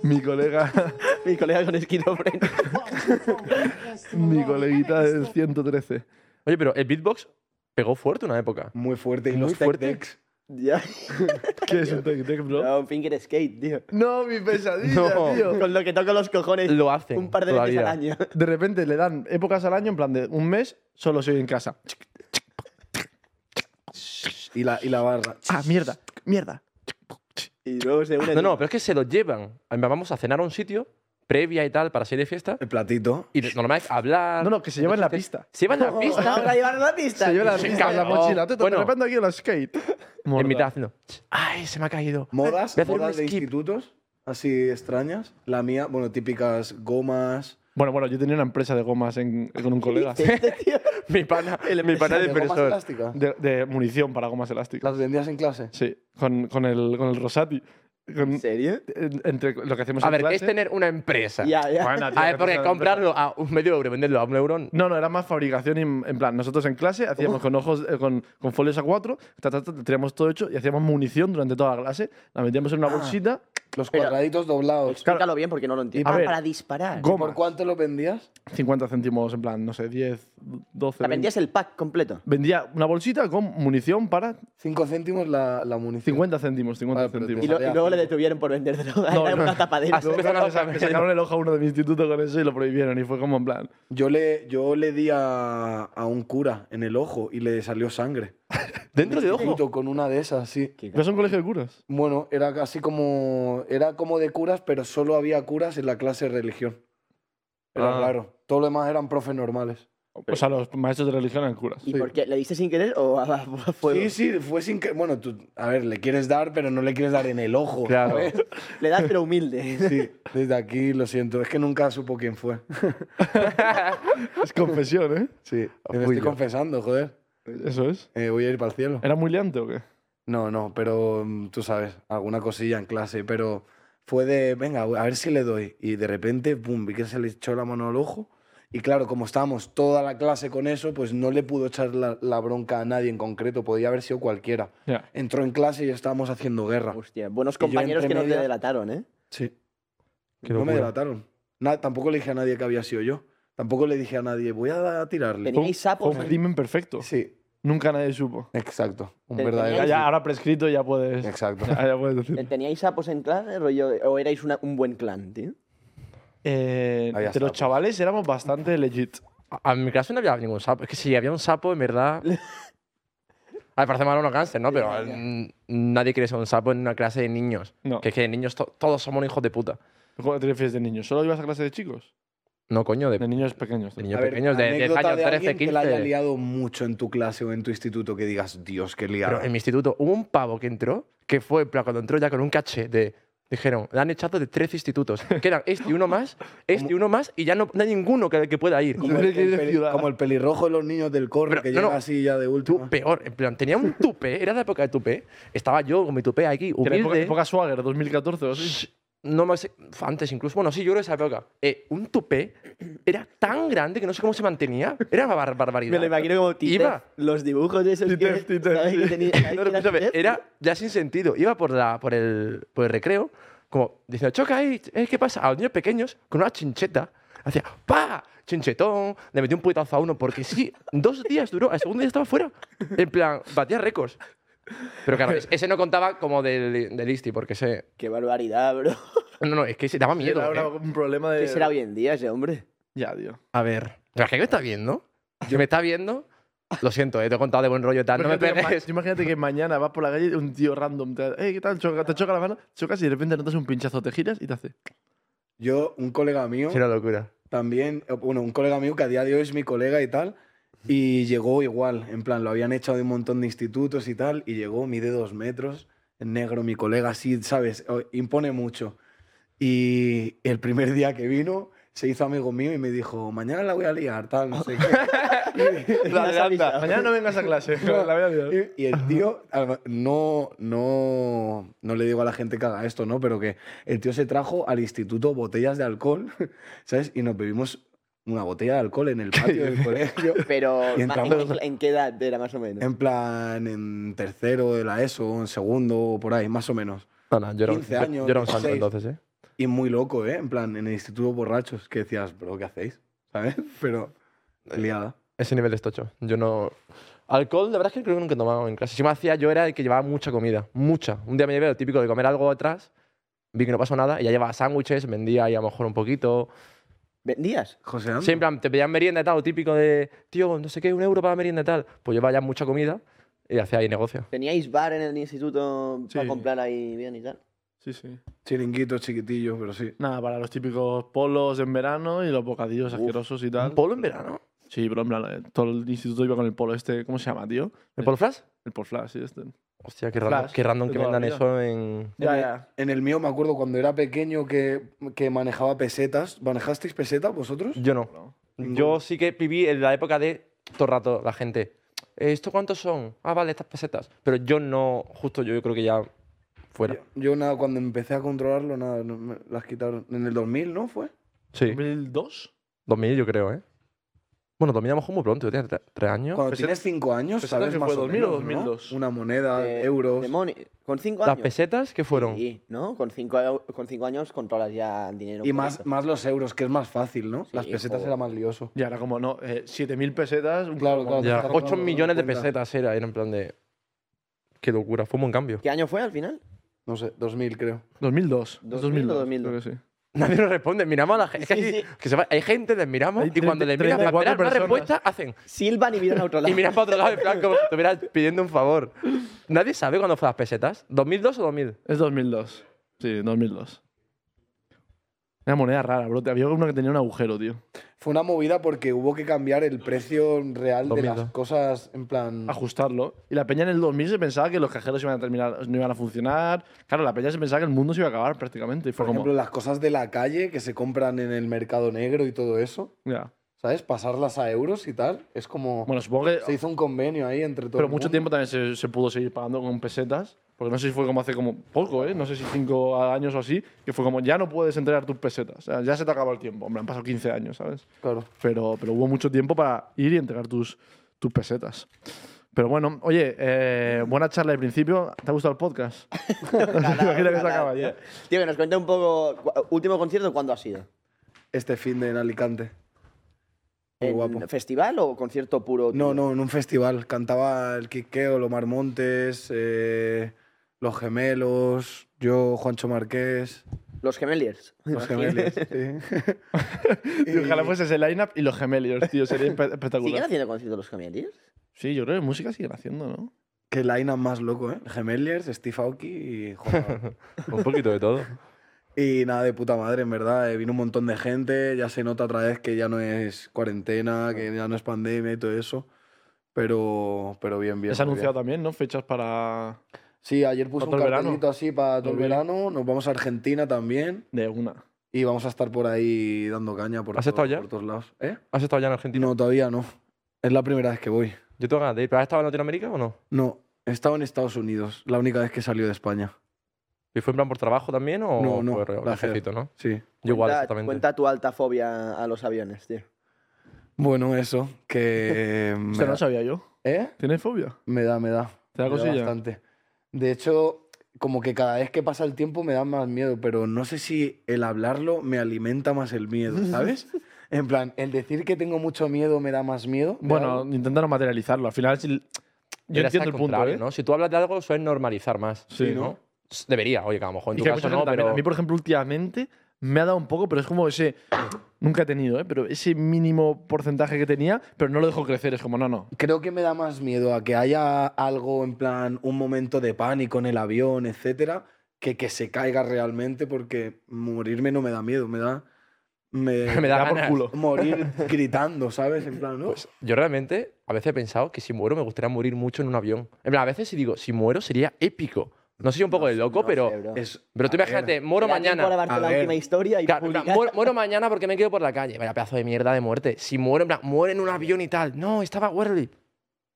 Mi colega, [LAUGHS]
Mi colega con esquizofrenia.
mi coleguita del 113.
Oye, pero el beatbox pegó fuerte una época.
Muy fuerte. Y
Muy
los tech
fuerte.
decks.
ya.
¿Qué es un tech deck, bro?
No, finger skate, tío.
No, mi pesadilla,
No.
tío.
Con lo que toco los cojones.
Lo hacen.
Un par de
todavía.
veces al año.
De repente le dan épocas al año, en plan de un mes, solo soy en casa.
Y la, y la barra.
Ah, mierda, mierda.
Y luego se une.
No, no, pero es que se lo llevan. En plan, Vamos a cenar a un sitio, previa y tal, para salir de fiesta.
El platito.
Y lo normal es hablar.
No, no, que se llevan la pista.
Se
[LAUGHS]
llevan la
Vamos
pista.
a llevar la pista. [LAUGHS]
Se lleva la,
Se
pista en la
cagó.
mochila. Te
Bueno.
de repente aquí en la skate. Morda.
En mitad haciendo. Ay, se me ha caído.
[LAUGHS]
Modas,
Voy a hacer un
modas de
skip.
institutos. Así extrañas. La mía, bueno, típicas gomas.
Bueno, bueno, yo tenía una empresa de gomas en- con un colega.
Este
[LAUGHS]
tío.
Mi pana, mi pana de
¿De gomas
impresor.
elásticas?
De, de munición para gomas elásticas.
¿Las vendías en clase?
Sí, con, con, el, con el Rosati. Con-
¿En serio?
en- entre lo que hacemos
A
en
ver, este ¿qué
clase-
es tener una empresa?
Ya, ya.
Bueno, tío,
A
que
ver, porque
empresa-
comprarlo a un medio euro, venderlo a un
[LAUGHS]
euro.
No, no, era más fabricación. En, en plan, nosotros en clase hacíamos con ojos, eh, con, con folios A4, ta, ta, ta, teníamos todo hecho y hacíamos munición durante toda la clase. La metíamos en una bolsita.
Los cuadraditos doblados.
Explícalo bien porque no lo entiendo.
A
Ah,
ver.
para disparar.
Go-
¿Por
gomas.
cuánto los vendías?
50 céntimos, en plan, no sé, 10, 12.
La vendías el pack completo.
Vendía una bolsita con munición para
5 céntimos la, la munición.
50 céntimos, 50
Vale, pero te
céntimos.
Y, lo- y
sabía.
luego le detuvieron por vender droga. [LAUGHS]
No,
Era
no.
una tapadera.
Así-
Luego me saca- me sacaron el ojo a uno de mi instituto con eso y lo prohibieron. Y fue como en plan.
Yo le, yo le di a, a un cura en el ojo y le salió sangre.
Dentro de ojo.
Junto Con una de esas, sí.
¿No son colegio de curas?
Bueno, era casi como. Era como de curas, pero solo había curas en la clase de religión. Era
Ah.
raro. Todo lo demás eran profes normales.
O sea, los maestros de religión eran curas.
¿Y por qué? ¿Le diste sin querer o a, a fuego?
Sí, sí, fue sin que. Bueno, tú, a ver, le quieres dar, pero no le quieres dar en el ojo.
Claro.
¿sabes?
Le das pero
[LAUGHS]
humilde.
[LAUGHS] Sí, desde aquí lo siento. Es que nunca supo quién fue.
Es confesión, ¿eh?
Sí, me
Fui
estoy
yo.
confesando, joder.
Eso es.
Eh, voy a ir para el cielo.
¿Era muy liante o qué?
No, no, pero mm, tú sabes, alguna cosilla en clase, pero fue de, venga, a ver si le doy. Y de repente, pum, vi que se le echó la mano al ojo. Y claro, como estábamos toda la clase con eso, pues no le pudo echar la, la bronca a nadie en concreto, podía haber sido cualquiera.
Ya.
Entró en clase y estábamos haciendo guerra.
Hostia, buenos
Y yo
compañeros
entre
que nos
medias-
delataron, ¿eh?
Sí.
Qué
no me
locura.
delataron. Na- tampoco le dije a nadie que había sido yo. Tampoco le dije a nadie, voy a tirarle.
Tenía- Teníais sapos,
Fue un
¿eh?
crimen perfecto.
Sí,
Nunca nadie supo.
exacto. Un
Te-
verdadero.
Ya, ya, ahora prescrito ya puedes.
Exacto.
[LAUGHS] Ya, ya puedes decir.
Eh, ¿Teníais sapos en clase, rollo? ¿O erais una- un buen clan, tío?
Eh,
Había
entre los
sapos.
chavales éramos bastante legit.
A, a mi clase no había ningún sapo. Es que si había un sapo, en
[LAUGHS]
verdad. A ver, parece malo no cáncer, ¿no? Pero mm, nadie quiere ser un sapo en una clase de niños.
No.
Que es que de niños to- todos somos hijos de puta.
¿Cómo te refieres de niños? ¿Solo ibas a clase de chicos?
No, coño, de,
De niños pequeños.
de niños
A ver,
pequeños, de 10
anécdota
años,
de
13,
alguien que la haya
15.
liado mucho en tu clase o en tu instituto que digas, Dios, qué liado.
Pero en mi instituto hubo un pavo que entró, que fue, en plan, cuando entró ya con un caché de. Dijeron, le han echado de 13 institutos. Que eran este y uno más, este y uno más, y ya no, no hay ninguno que, que pueda ir.
Yo
Como
creo
el,
que
el
es de
peli-
ciudad.
como el pelirrojo de los niños del corre
Pero,
que
no,
llega
no.
así ya de
Tú,
última.
peor, en plan, tenía un tupé, era la época de tupé. Estaba yo con mi tupé aquí,
Que era época,
humilde.
época Swagger, 2014 o así.
No me sé, antes incluso. Bueno, sí, yo creo que esa época. Eh, un tupé era tan grande que no sé cómo se mantenía. Era una bar- barbaridad.
Me lo imagino como Titef,
Iba.
los dibujos de esos
Titef,
que,
Titef,
¿sabes? que
sí.
tenía- ¿sabes
No,
quién
no,
era
escúchame,
Titef?
era ya sin sentido. Iba por, la, por, el, por el recreo, como diciendo, choca ahí, eh, ¿qué pasa? A los niños pequeños, con una chincheta, Hacía ¡pa! Chinchetón, le metí un puñetazo a uno porque sí, dos días duró, al segundo día estaba fuera. En plan, batía récords. Pero claro, es- ese no contaba como del, del Isti, porque ese.
Qué barbaridad, bro.
No, no, es que se daba miedo.
Era
¿eh?
una- un problema de.
¿Qué será hoy en día ese hombre?
Ya, tío.
A ver. ¿La gente me está viendo? ¿Que me está viendo? Lo siento, eh, te he contado de buen rollo y tal. No me
Imagínate que ma-
pegues.
tú Imagínate que mañana vas por la calle y un tío random te "Ey, ¿qué tal? Choca- te choca la mano, chocas y de repente notas un pinchazo, te giras y te hace.
Yo, un colega mío,
Es una locura.
también, eh, bueno, un colega mío que a día de hoy es mi colega y tal, y llegó igual, en plan, lo habían echado de un montón de institutos y tal, y llegó, mide dos metros, negro, mi colega, así, ¿sabes? O- Impone mucho. Y el primer día que vino, se hizo amigo mío y me dijo, mañana la voy a liar, tal, no sé qué.
[LAUGHS]
Y-
La adelanta.
Mañana no vengas a clase. la voy a liar".
Y, y el tío, al- no, no, no le digo a la gente que haga esto, ¿no? Pero que el tío se trajo al instituto botellas de alcohol, [LAUGHS] ¿sabes? Y nos bebimos una botella de
[LAUGHS]
alcohol en el patio del colegio.
Pero,
Y
ma- ¿en,
entramos- Em-
qué- en qué edad era más o menos?
En plan, en tercero de la ESO, en segundo, o por ahí, más o menos.
No, no, yo era un,
15
yo-
años,
yo era un santo
16.
entonces, ¿eh?
Y muy loco, ¿eh? En plan, en el instituto borrachos, que decías, bro, ¿qué hacéis? ¿Sabes? [LAUGHS] Pero liada.
Ese nivel de estocho. Yo no. Alcohol, la verdad es que creo que nunca he tomado en clase. Si me hacía, yo era el que llevaba mucha comida. Mucha. Un día me llevé lo típico de comer algo atrás, vi que no pasó nada, y ya llevaba sándwiches, vendía ahí a lo mejor un poquito.
¿Vendías?
José Ando.
Sí, en plan, te pedían merienda y tal, lo típico de, tío, no sé qué, un euro para la merienda y tal. Pues llevaba ya mucha comida y hacía ahí negocio.
¿Teníais bar en el instituto
Sí.
para comprar ahí bien y tal?
Sí, sí.
Chiringuitos chiquitillos, pero sí.
Nada, para los típicos polos en verano y los bocadillos
Uf,
asquerosos y tal.
¿Un polo en verano?
Sí, pero en plan, eh, todo el instituto iba con el polo este. ¿Cómo se llama, tío?
¿El polo flash?
El polo flash, sí, este.
Hostia, qué random,
Flash,
qué random
de
que
toda la
vendan
vida.
eso en.
Ya,
en,
ya.
El, en el mío me acuerdo cuando era pequeño que, que manejaba pesetas. ¿Manejasteis pesetas vosotros?
Yo no. Yo
Ninguno.
sí que viví en la época de todo el rato la gente. "Eh, ¿Esto cuántos son? Ah, vale, estas pesetas. Pero yo no, justo yo, yo creo que ya fuera.
Yo nada, cuando empecé a controlarlo, nada, no, me las quitaron. En el 2000, ¿no fue?
Sí,
¿2002?
2000 yo creo, ¿eh? Bueno, 2000 a lo mejor muy pronto, yo tenía tre- tres años.
Cuando
Peset-
tienes 5 años,
pesetas
¿sabes
que
más
fue
o
2000 o
menos, ¿no?
2002.
Una moneda,
Eh,
Ah, euros.
de money. ¿Con cinco
¿Las
años?
pesetas qué fueron?
Sí, ¿no? Con cinco, eu- con cinco años controlas ya el dinero.
Y
correcto.
más, más los euros, que es más fácil, ¿no?
Sí,
las pesetas
joder.
era más lioso.
Y ahora como no, eh, 7.000 pesetas. un-
Claro, claro.
Ya,
Estás
8
calculando
millones de
cuenta.
pesetas era, era en plan de... Qué locura, fue un buen cambio. [LAUGHS]
¿Qué año fue al final?
No sé, 2000 creo.
2002.
2000 o 2002.
creo que sí.
Nadie nos responde, miramos a la gente.
Sí, sí.
Que se va- hay gente, les miramos
Hay
y cuando les
30,
miras para
34
esperar una
personas.
respuesta, hacen...
Silvan y miran a otro lado.
Y miras para otro lado en plan como
[LAUGHS]
si estuvieras pidiendo un favor. Nadie sabe cuándo fue las pesetas. ¿2002 o 2000?
Es 2002. Sí, 2002. Una moneda rara, bro. Había una que tenía un agujero, tío.
Fue una movida porque hubo que cambiar el precio real de
2002.
las cosas en
Ah,
plan.
Ajustarlo. Y la peña en el 2000 se pensaba que los cajeros iban a terminar, no iban a funcionar. Claro, la peña se pensaba que el mundo se iba a acabar prácticamente. Y fue
Por
como.
ejemplo, las cosas de la calle que se compran en el mercado negro y todo eso,
ya.
¿sabes? Pasarlas a euros y tal. Es como.
Bueno, supongo que.
se hizo un convenio ahí entre todos.
pero mucho tiempo también se, se pudo seguir pagando con pesetas. Porque no sé si fue como hace como poco, ¿eh? No sé si cinco años o así. Que fue como, ya no puedes entregar tus pesetas. O sea, ya se te acabó el tiempo. Hombre, han pasado 15 años, ¿sabes?
Claro.
pero, pero hubo mucho tiempo para ir y entregar tus, tus pesetas. Pero bueno, oye, eh, buena charla de principio. ¿Te ha gustado el podcast? Imagina que se acaba ya.
Tío, que nos cuente un poco. cu- ¿Último concierto cuándo ha sido?
Este fin de en Alicante. Muy
¿En
guapo.
festival o concierto puro?
No,
tuyo?
no, en un festival. Cantaba el Quiqueo, Lomar Montes, eh, Los Gemelos, yo, Juancho Marqués,
Los Gemeliers.
Los Gemelos. sí.
[LAUGHS] Y Ojalá fuese ese lineup y los gemelios, tío. Sería espe-
¿Siguen
espectacular.
haciendo conciertos los Gemeliers?
Sí, yo creo que música siguen haciendo, ¿no?
Qué line más loco, ¿eh? Gemeliers, Steve Aoki
[LAUGHS]
y... joder.
Un poquito de todo.
y nada, de puta madre, en verdad. eh, vino un montón de gente, ya se nota otra vez que ya no es cuarentena, que ya no es pandemia y todo eso. Pero, pero bien, bien.
Les ha
muy bien.
anunciado también, ¿no? Fechas para.
Sí, ayer puse
¿Para
un
todo el verano?
cartelito así para todo el
Lo vi.
verano. Nos vamos a Argentina también.
de una.
Y vamos a estar por ahí dando caña por,
¿Has
todo-
estado ya?
por todos lados. ¿Eh?
¿Has estado ya en Argentina?
No, todavía no. Es la primera vez que voy.
Yo tengo ganas de ir. ¿Pero has estado en Latinoamérica o no?
No, he estado en Estados Unidos. La única vez que salió de España.
¿Y fue en plan por trabajo también o
No, no,
por
placer.
viajecito, no?
Sí.
Yo igual,
Cuenta-
exactamente.
Cuenta tu alta fobia a los aviones, tío.
Bueno, eso.
[LAUGHS]
Que. me
Esto no
da-
lo sabía yo.
¿Eh?
¿Tienes fobia?
Me da, me da.
¿Te da
Me
cosilla?
bastante. De hecho, como que cada vez que pasa el tiempo me da más miedo, pero no sé si el hablarlo me alimenta más el miedo, ¿sabes? En plan, el decir que tengo mucho miedo me da más miedo. de
Bueno,
algo.
intenta no materializarlo. Al final, si- yo
Debería estar
entiendo el
al
punto,
contrario,
¿eh?
¿no? Si tú hablas de algo, suele normalizar más.
Sí,
¿no?
Debería, oye, que a lo mejor en
Y
tu
que hay
caso
mucha
no,
gente también.
pero...
A mí, por ejemplo, últimamente me ha dado un poco, pero es como ese. Nunca he tenido, ¿eh? Pero ese mínimo porcentaje que tenía, pero no lo dejo crecer. Es como, no, no.
Creo que me da más miedo a que haya algo en plan un momento de pánico en el avión, etcétera, que que se caiga realmente porque morirme no me da miedo, me da me,
Me da
por
ganas. Pues,
culo morir gritando, ¿sabes? En plan, ¿no?
Yo realmente a veces he pensado que si muero me gustaría morir mucho en un avión. En plan, a veces si digo, si muero sería épico. No sé si un poco de loco, pero...
es
Pero tú
a ver,
imagínate, muero
Para
mañana.
A
la
ver.
última historia y
Claro, en plan,
publicar.
muero, muero mañana porque me quedo por la calle. Vaya pedazo de mierda de muerte. Si muero, en plan, muero en un avión y tal. No, estaba Werly.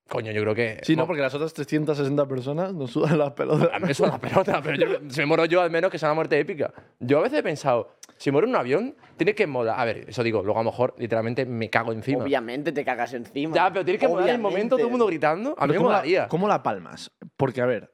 Coño, yo creo que.
Sí, no,
mo-
porque las otras 360 personas nos sudan las pelotas.
A mí me suena la pelota, pero yo, si me muero yo, al menos que sea una muerte épica. Yo a veces he pensado, si muero en un avión, tiene que molar. A ver, eso digo, luego a lo mejor literalmente me cago encima.
Obviamente te cagas encima.
Ya, pero tiene que molar en el
Obviamente.
momento, todo el mundo gritando. A mí
Pero
me
¿cómo la-
molaría.
¿Cómo la palmas? Porque, a ver,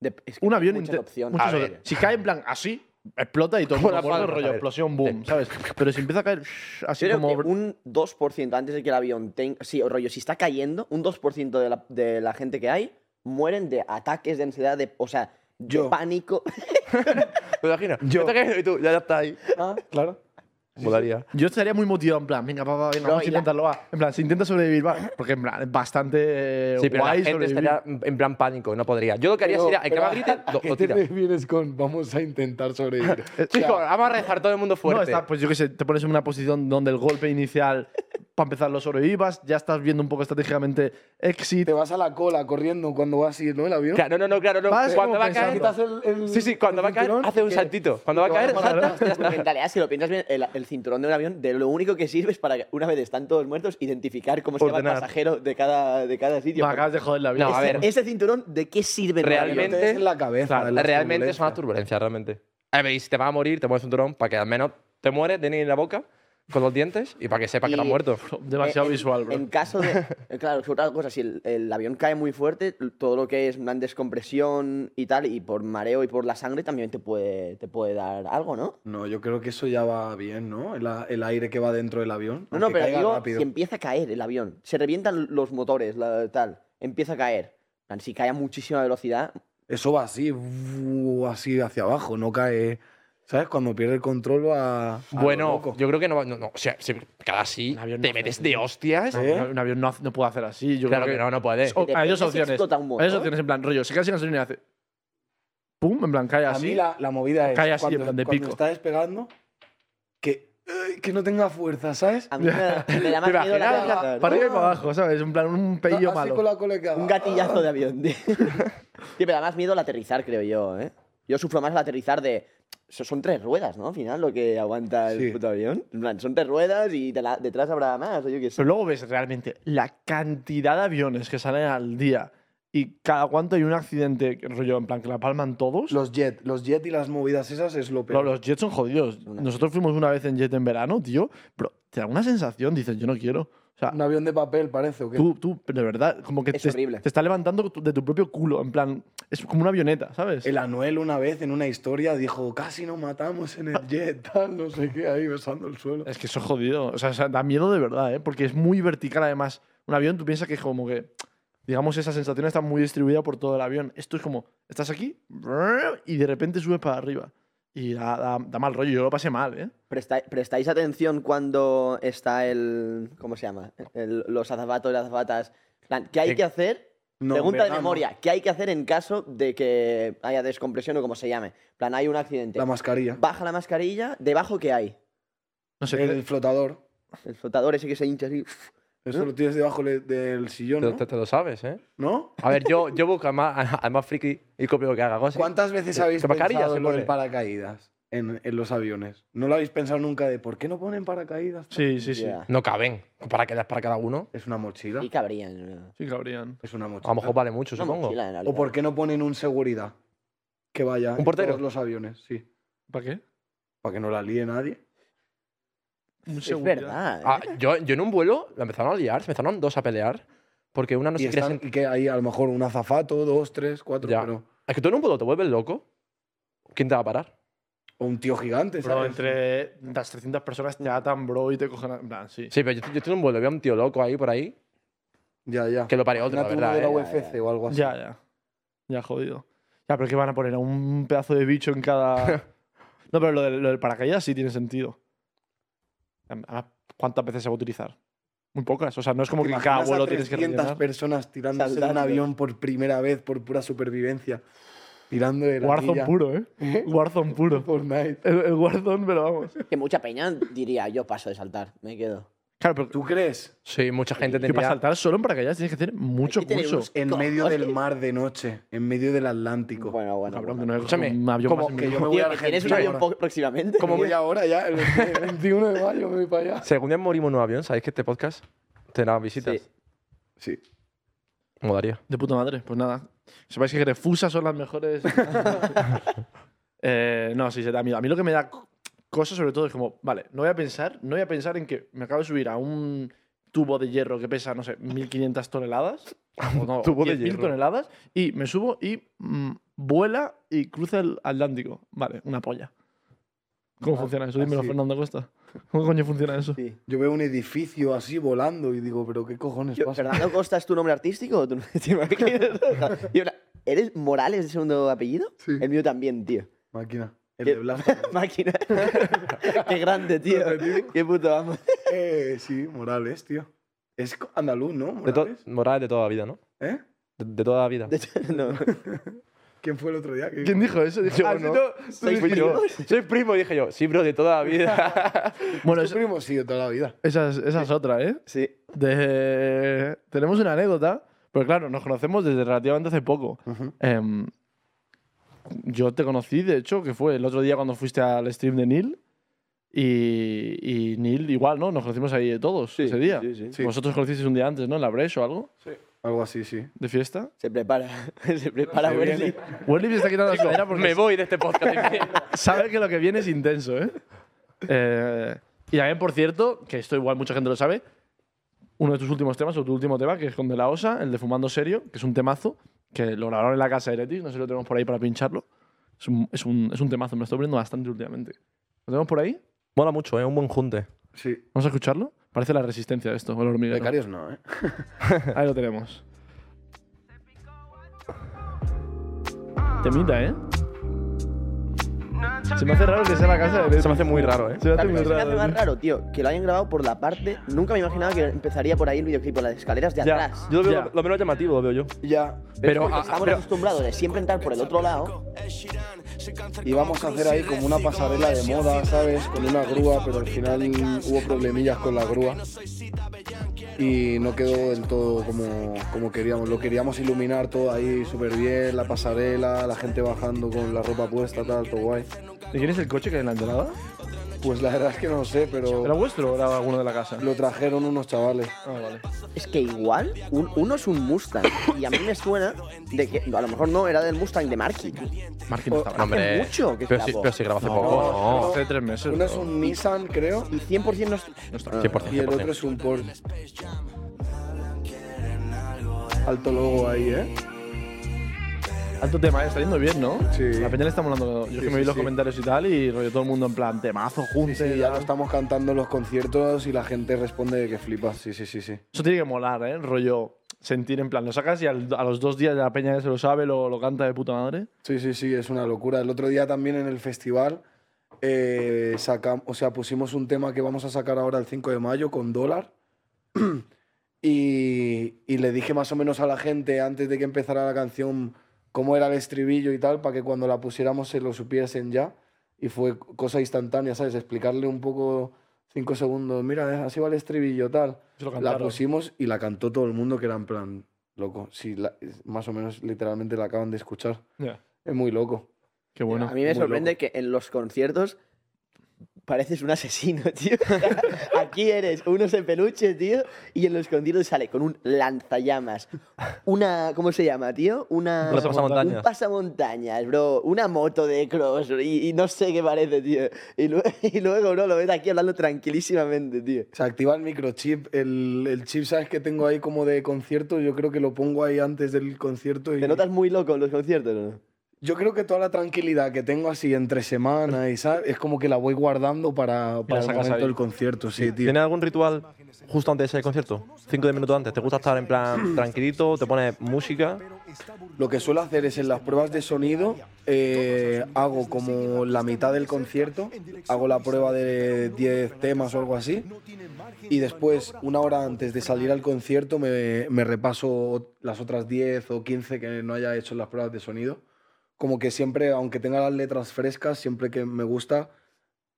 De- es que
un avión...
muchas
inte-
opciones.
muchas
A ver.
opciones. Si cae en plan así, explota y todo el
¿Cómo la
mundo muerto,
palmas? A
rollo
ver.
explosión, boom,
Sí.
¿sabes? Pero si empieza a caer shh, así
Yo creo
como...
que un 2% antes de que el avión tenga. Sí, o rollo, si está cayendo, un 2% de la, de la gente que hay mueren de ataques de ansiedad, de, o sea, de
Yo.
pánico.
[LAUGHS]
¿Te imaginas?
Yo-
Está cayendo y tú, ya, ya está ahí.
Ah,
Claro.
Molaría.
Yo estaría muy motivado, en plan, venga, papá, venga,
No,
vamos a
y la-
intentarlo, va. En plan, si intenta sobrevivir, va. Porque, en plan, es bastante eh,
Sí, pero la
guay
gente
sobrevivir.
estaría en plan pánico, no podría. Yo lo que haría sería, el que más grite, lo, lo tira.
vienes con vamos a
[LAUGHS]
intentar sobrevivir?
Chicos, vamos a rezar todo el mundo
No,
fuerte.
está- pues yo qué sé, te pones en una posición donde el golpe inicial, para empezar, lo sobrevivas, ya estás viendo un poco estratégicamente exit.
Te vas a la cola corriendo cuando vas a ir, ¿no? El avión.
Claro, no, no, claro, no.
Vas
Cuando
como
va a caer.
pensando.
Quitas el- el-
Sí, sí, cuando
el
va a caer,
cinturón,
hace un
que-
saltito. Cuando va a
que
caer,
vas para
salta.
atrás.
en realidad, si lo piensas bien, el, el cinturón de un avión de lo único que sirve es para, una vez están todos muertos, identificar cómo se llama el
Ordenar.
pasajero de cada, de cada sitio.
Me acabas de joder la vida.
No, a ver.
Ese cinturón, ¿de qué sirve
Que no te
Realmente-
des en la cabeza.
Claro,
las
realmente son las turbulencias,
turbulencias.
realmente. A ver, y si te vas a morir, te mueres un turón para que al menos te mueres, de en la boca, con los dientes y para que sepas que
Y-
estás muerto.
[LAUGHS] Demasiado
eh, en-
visual, bro.
En caso de. eh, claro, es otra cosa, si el, el avión cae muy fuerte, l- todo lo que es una descompresión y tal, y por mareo y por la sangre también te puede, te puede dar algo, ¿no?
No, yo creo que eso ya va bien, ¿no? El, a- el aire que va dentro del avión.
No, no,
aunque
pero
caiga
digo,
rápido.
si empieza a caer el avión, se revientan los motores, la- tal, empieza a caer. En plan, Si cae a muchísima velocidad,
Eso va así, uu, así hacia abajo, no cae. ¿Sabes? Cuando pierde el control va. a lo
Bueno,
loco.
yo creo que no va. No, no, o sea, si cada así
Un avión
te
no
metes
hace
de hostias.
¿Eh?
Un avión no, hace- no puede hacer así. Yo
Claro
creo
que no, no puede.
O- hay
Depende
dos
si
opciones.
explota un motor.
Hay dos opciones en plan rollo. Se queda sin gasolina y hace. Pum, en plan, cae
a
así.
mí la, la movida es.
Cae así, en
cuando,
plan de
cuando
pico.
está despegando, que, ¡ay! que no tenga fuerza, ¿sabes?
a mí me
[LAUGHS]
da, me da
¿Te
más miedo la
imaginas?
cabeza.
Para arriba y para abajo, ¿sabes? En plan, un pelillo
así
malo.
con la cola que haga.
Un gatillazo de avión. tío. Tío, me da más miedo el aterrizar, creo yo, ¿eh? Yo sufro más el aterrizar de... so- Son tres ruedas, ¿no? Al final, lo que aguanta el
Sí.
puto avión. En plan, son tres ruedas y de la- detrás habrá más, o yo qué sé.
Pero luego ves realmente la cantidad de aviones que salen al día y cada cuánto hay un accidente, rollo, en plan, que la palman todos.
Los jet, los jet y las movidas esas es lo
Pero
peor.
los jets son jodidos.
Una-
Nosotros fuimos una vez en jet en verano, tío, pero te da una sensación, dices, yo no quiero. O sea,
Un avión de papel parece, ¿o qué?
tú, tú, de verdad, como que
Es
te,
horrible.
te está levantando tu- de tu propio culo, en plan, es como una avioneta, ¿sabes?
El Anuel una vez en una historia dijo, casi nos matamos en el jet, [LAUGHS] tal, no sé qué, ahí besando el suelo.
Es que eso es jodido, o sea, o sea, da miedo de verdad, ¿eh? Porque es muy vertical además. Un avión, tú piensas que es como que, digamos, esa sensación está muy distribuida por todo el avión. Esto es como, estás aquí brrr, y de repente subes para arriba. Y da, da- da mal rollo, yo lo pasé mal, ¿eh?
Presta- ¿Prestáis atención cuando está el... ¿Cómo se llama? El- los azafatos y las azafatas. En plan, ¿Qué hay
Eh,
que hacer?
no,
Pregunta de
¿verdad? No.
memoria. ¿Qué hay que hacer en caso de que haya descompresión o como se llame? En plan, hay un accidente.
La mascarilla.
Baja la mascarilla. ¿Debajo qué hay?
No sé,
El flotador.
El flotador ese que se hincha así.
Eso lo tienes debajo le- del sillón,
¿Eh? Te,
¿no?
te- te lo sabes, ¿eh?
¿No?
A ver, yo, yo busco al más, al más friki y copio lo que haga. cosas.
¿Cuántas veces
¿Qué
habéis
mascarilla
pensado
se
en lo del
pone?
paracaídas en, en los aviones? ¿No lo habéis pensado nunca de por qué no ponen paracaídas?
sí, sí, sí.
Ya.
No caben. ¿Para qué das para cada uno?
Es una mochila.
Y cabrían. ¿no?
Sí, cabrían.
Es una
A
mochila.
lo mejor vale mucho,
Una
supongo.
mochila, en realidad.
¿O por qué no ponen un seguridad? Que vaya en
portero?
todos los aviones, sí.
¿Para qué?
Para que no la líe nadie.
Un
Es
seguridad.
verdad. ¿eh?
Ah, yo, yo en un vuelo la empezaron a liar, se empezaron dos a pelear. Porque una no
y
se quería
están-
sentar.
y que hay a lo mejor un azafato, dos, tres, cuatro,
Ya.
pero...
Es que tú en un vuelo te vuelves loco. ¿Quién te va a parar?
O un tío gigante,
Bro,
¿sabes?
entre las 300 personas te atan, bro, y te cogen. a- En plan, sí.
Sí, pero yo, yo estoy en un vuelo, veo a un tío loco ahí por ahí
Ya, ya.
que lo pare otro, la
Imagínate uno
verdad.
de la
¿eh?
UFC o algo así.
Ya, ya. Ya, jodido. Ya, pero ¿qué van a poner? ¿A un pedazo de bicho en cada.? no, pero lo del, lo del paracaídas sí tiene sentido. Además, ¿Cuántas veces se va a utilizar? Muy pocas. O sea, no es como que en
Imaginas
cada
a
vuelo tienes que
300
rellenar.
personas tirándose de un
Saltando.
avión por primera vez por pura supervivencia. Tirando de la
Warzone
milla.
puro, ¿eh? Warzone puro.
Fortnite.
El, el Warzone, pero vamos.
Que mucha peña diría, yo paso de saltar, me quedo.
Claro, pero tú.
¿Tú crees?
¿eh? Sí, mucha gente
Que para
tendría...
saltar solo en paracaídas tienes que hacer mucho
Hay que tener
curso.
unos-
En
Co-
medio del
oye.
mar de noche, en medio del Atlántico.
Bueno, bueno.
Cabrón, que
bueno.
no he cogido
Escúchame,
un avión
como
más en mi
que yo
vida.
me voy
Tío,
a
que
Argentina.
tienes un avión
ahora. [LAUGHS]
po- próximamente.
Me voy ahora ya, el [LAUGHS] 21 de mayo me voy para allá.
Si algún día morimos en un avión, ¿sabéis que este podcast tendrá visitas?
Sí.
Sí.
Molaría.
De puta madre, pues nada. Sepáis que Grefusa son las mejores. [LAUGHS] Eh, no, sí, a mí, a mí lo que me da co- cosa sobre todo es como, vale, no voy a pensar, no voy a pensar en que me acabo de subir a un tubo de hierro que pesa, no sé, 1500 toneladas. o no,
tubo de
10.000
hierro.
toneladas. Y me subo y mm, vuela y cruza el Atlántico. Vale, una polla. ¿Cómo
Ah,
funciona eso? Dímelo,
así.
Fernando Costa. ¿Cómo coño funciona eso?
Sí.
Yo veo un edificio así volando y digo, pero ¿qué cojones
Yo,
pasa?
¿Fernando Costa es tu nombre artístico? o tu [LAUGHS] nombre- ¿Te imaginas? Y una- ¿Eres Morales de segundo apellido?
Sí.
El mío también, tío.
Máquina. El
¿Qué? ah.
de Blas.
Máquina. Qué grande, tío. Qué puto amo.
eh, sí, Morales, tío. Es co- andaluz, ¿no?
De to-
Morales.
Morales de toda la vida, ¿no?
¿Eh?
De, de toda la vida.
De hecho, no.
¿Quién fue el otro día? que-
¿Quién dijo [LAUGHS] eso? Dije,
Ah,
ah,
sí,
no.
no, soy,
¿Sois
yo.
primos?
soy primo, dije yo. Sí, bro, de toda la vida.
Bueno,
Tu
es-
primo sí, de toda la vida.
esa es- esa es otra, ¿eh?
Sí.
De- Tenemos una anécdota, pero claro, nos conocemos desde relativamente hace poco. Em, yo te conocí, de hecho, que fue el otro día cuando fuiste al stream de Neil. Y, y Neil, igual, ¿no? Nos conocimos ahí todos ese día.
Sí, sí.
Sí.
Vosotros conocisteis un día antes, ¿no? En la Bresh o algo,
Algo así, sí.
de fiesta.
Se prepara. [LAUGHS] Se prepara,
Se
Wesley.
viene.
Werly se está quitando la sudadera porque
Me voy de este podcast.
[LAUGHS] sabe que lo que viene es intenso, ¿eh? Eh, Y también, por cierto, que esto igual mucha gente lo sabe, uno de tus últimos temas, o tu último tema, que es con De La Osa, el de Fumando Serio, que es un temazo, que lo grabaron en la casa de Eretis, no sé si lo tenemos por ahí para pincharlo. Es un, es un, es un temazo, me lo estoy poniendo bastante últimamente. ¿Lo tenemos por ahí?
[LAUGHS] Mola mucho, ¿eh? Un buen junte.
Sí.
¿Vamos a escucharlo? Parece la resistencia esto, el hormiguero.
Becarios no, ¿eh?
Ahí lo tenemos. Temita, ¿eh? Se me hace raro que sea la casa de Eretis.
Se me hace muy raro, ¿eh?
Se me hace
Claro,
muy
se me hace
raro.
más raro, tío, que lo hayan grabado por la parte. Nunca me imaginaba que empezaría por ahí el videoclip, por las escaleras de
Ya,
atrás.
yo lo, veo
Ya.
lo, lo menos llamativo, lo veo yo.
Ya.
Pero,
Porque
ah,
estamos
pero-
acostumbrados de siempre entrar por el otro lado.
Y vamos a hacer ahí como una pasarela de moda, ¿sabes? Con una grúa, pero al final hubo problemillas con la grúa. Y no quedó del todo como, como queríamos. Lo queríamos iluminar todo ahí súper bien, la pasarela, la gente bajando con la ropa puesta, tal, todo guay.
¿De quién es el coche que hay en la entrada?
Pues la verdad es que no lo sé,
¿Era
pero
vuestro o era alguno de la casa?
lo trajeron unos chavales.
Ah, vale.
Es que igual, un- uno es un Mustang. Y a mí me suena de que a lo mejor no era del Mustang de Marky.
Marquín no estaba.
Hace mucho que se
Eh, pero, sí,
grabó.
pero sí grabó hace
No,
poco. No.
no.
Hace tres meses.
Uno es
bro.
un Nissan, creo,
Y 100% no es-
100%.
y el
100%.
otro es un Porsche. Alto logo ahí, ¿eh?
Alto tema, eh, está yendo bien, ¿no?
Sí.
La peña le está molando. Yo es que me vi
sí,
los
sí.
comentarios y tal y rollo todo el mundo en plan, temazo, junte.
Sí, ya lo
tal.
estamos cantando en los conciertos y la gente responde de que flipas. Sí, sí, sí, sí.
Eso tiene que molar, ¿eh? Rollo sentir en plan, lo sacas y al- a los dos días la peña ya se lo sabe, lo, lo canta de puta madre.
Sí, sí, sí, es una locura. El otro día también en el festival eh, sacam- o sea, pusimos un tema que vamos a sacar ahora el 5 de mayo con dólar. [CLEARS THROAT] y, y le dije más o menos a la gente antes de que empezara la canción cómo era el estribillo y tal, para que cuando la pusiéramos se lo supiesen ya. Y fue cosa instantánea, ¿sabes? Explicarle un poco, cinco segundos, mira, eh, así va el estribillo, tal.
Se lo
La
cantaron.
pusimos y la cantó todo el mundo, que era en plan, loco. Sí, la- más o menos literalmente la acaban de escuchar.
Ya.
Es muy loco.
Qué bueno.
A mí me
muy
sorprende que en los conciertos pareces un asesino, [LAUGHS] tío. O sea, Aquí eres uno de peluche, tío, y en los conciertos sale con un lanzallamas, una ¿cómo se llama, tío? Una
Un pasamontañas.
un pasamontañas, bro, una moto de cross y, y no sé qué parece, tío. Y, lue- [LAUGHS] y luego, bro, lo ves aquí hablando tranquilísimamente, tío.
Se activa el microchip. El, el chip, ¿sabes? Que tengo ahí como de concierto. Yo creo que lo pongo ahí antes del concierto. Y
¿Te notas muy loco en los conciertos o no?
Yo creo que toda la tranquilidad que tengo así entre semana y ¿sabes? es como que la voy guardando para, para el
sacas
momento
ahí.
del concierto, sí, tío.
¿Tienes algún ritual justo antes de ese concierto? Cinco de minutos antes. ¿Te gusta estar en plan tranquilito? ¿Te pones música?
Lo que suelo hacer es en las pruebas de sonido, eh, hago como la mitad del concierto, hago la prueba de 10 temas o algo así, y después, una hora antes de salir al concierto, me, me repaso las otras 10 o 15 que no haya hecho en las pruebas de sonido. Como que siempre, aunque tenga las letras frescas, siempre que me gusta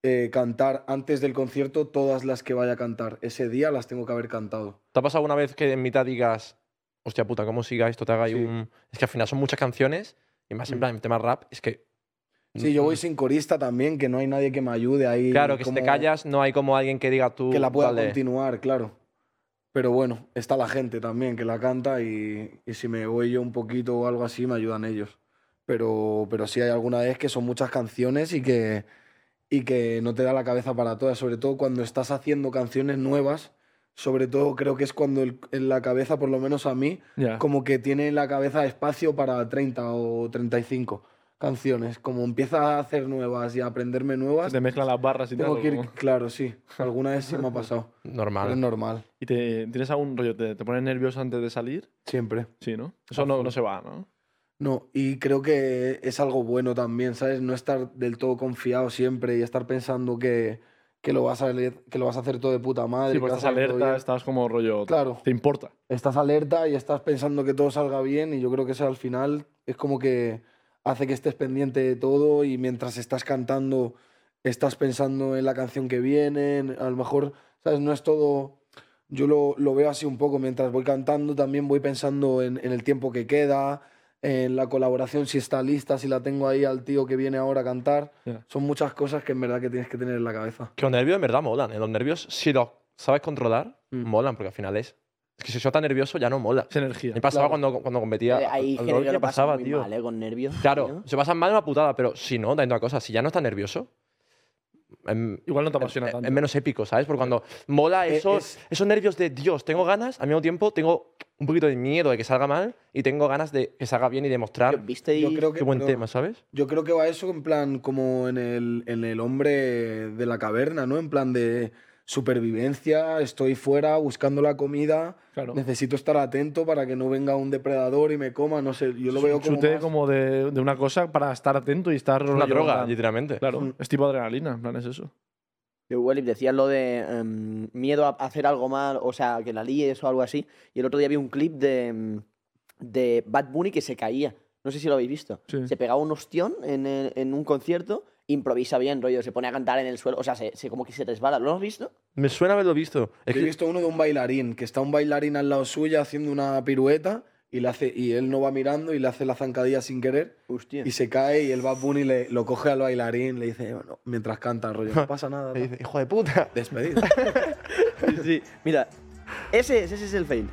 eh, cantar antes del concierto todas las que vaya a cantar. Ese día las tengo que haber cantado.
¿Te ha pasado alguna vez que en mitad digas, hostia puta, cómo siga esto? Te haga ahí
Sí.
un. Es que al final son muchas canciones y más en plan en tema rap, es que. Mm,
Sí, yo voy sin corista también, que no hay nadie que me ayude ahí.
Claro, que si te
como-
callas no hay como alguien que diga tú.
que la pueda
dale.
continuar, claro. Pero bueno, está la gente también que la canta y, y si me voy yo un poquito o algo así, me ayudan ellos. Pero, pero sí hay alguna vez que son muchas canciones y que, y que no te da la cabeza para todas, sobre todo cuando estás haciendo canciones nuevas. Sobre todo creo que es cuando el- en la cabeza, por lo menos a mí,
Ya.
como que tiene en la cabeza espacio para 30 o 35 canciones. Como empieza a hacer nuevas y a aprenderme
Se
nuevas,
te mezclan las barras y
tengo
tal,
que ir,
como-
claro, sí. Alguna vez sí me ha pasado. Pero es
Normal.
normal,
¿Y te, tienes algún rollo? ¿Te, te pones nervioso antes de salir?
siempre.
Sí, ¿no? Eso no, no se va, ¿no?
No, y creo que es algo bueno también, ¿sabes? No estar del todo confiado siempre y estar pensando que, que, lo, vas a, le- que lo vas a hacer todo de puta madre.
Sí,
que
pues
vas
estás
a hacer todo
alerta,
bien.
estás como rollo.
Claro.
Te importa.
Estás alerta y estás pensando que todo salga bien y yo creo que eso al final es como que hace que estés pendiente de todo y mientras estás cantando estás pensando en la canción que viene, en- a lo mejor, ¿sabes? No es todo... Yo lo, lo veo así un poco, mientras voy cantando también voy pensando en, en el tiempo que queda, en la colaboración, si está lista, si la tengo ahí al tío que viene ahora a cantar.
Ya.
Son muchas cosas que en verdad que tienes que tener en la cabeza.
Que los nervios en verdad molan. ¿eh? Los nervios, si los sabes controlar,
Mm.
molan, porque al final es. Es que si yo tan nervioso ya no mola.
Es energía.
Me pasaba
Claro.
cuando, cuando competía.
Eh, Ahí
al- al
gente
rol
que
que
lo pasa
pasaba,
muy
tío.
mal, ¿eh? Con nervios.
Claro,
tío.
se pasan mal una putada, pero si no, también una cosa, si ya no estás nervioso, em,
Igual no te
es,
apasiona
es-
tanto.
es menos épico, ¿sabes? Porque cuando mola
Eh,
eso,
es-
esos nervios de Dios, tengo ganas, al mismo tiempo tengo un poquito de miedo de que salga mal y tengo ganas de que salga bien y demostrar
¿Viste?
Yo
y-
creo que,
qué buen
perdona.
tema, ¿sabes?
Yo creo que va eso en plan como en el, en el hombre de la caverna, ¿no? En plan de supervivencia, estoy fuera buscando la comida,
Claro.
necesito estar atento para que no venga un depredador y me coma, no sé, yo lo veo como...
chute
más-
como de, de una cosa para estar atento y estar.
Es una droga, literalmente.
Claro, es tipo adrenalina, en plan, es eso.
Yo, Welly, decías lo de em, miedo a hacer algo mal, o sea, que la líes o algo así. Y el otro día vi un clip de, em, de Bad Bunny que se caía. No sé si lo habéis visto.
Sí.
Se pegaba un ostión en, el- en un concierto, improvisa bien, rollo, se pone a cantar en el suelo, o sea, se, se- como que se resbala. ¿Lo has visto?
Me suena haberlo visto. Es
Yo
que
He visto uno de un bailarín, que está un bailarín al lado suya haciendo una pirueta y, le hace, y él no va mirando y le hace la zancadilla sin querer
Hostia.
y se cae y el Bad Bunny le, lo coge al bailarín, le dice, bueno, mientras canta, rollo, no
[LAUGHS]
pasa nada.
me
tal".
dice, hijo de puta.
Despedido.
[LAUGHS] Sí, mira, ese, es- ese es el fail.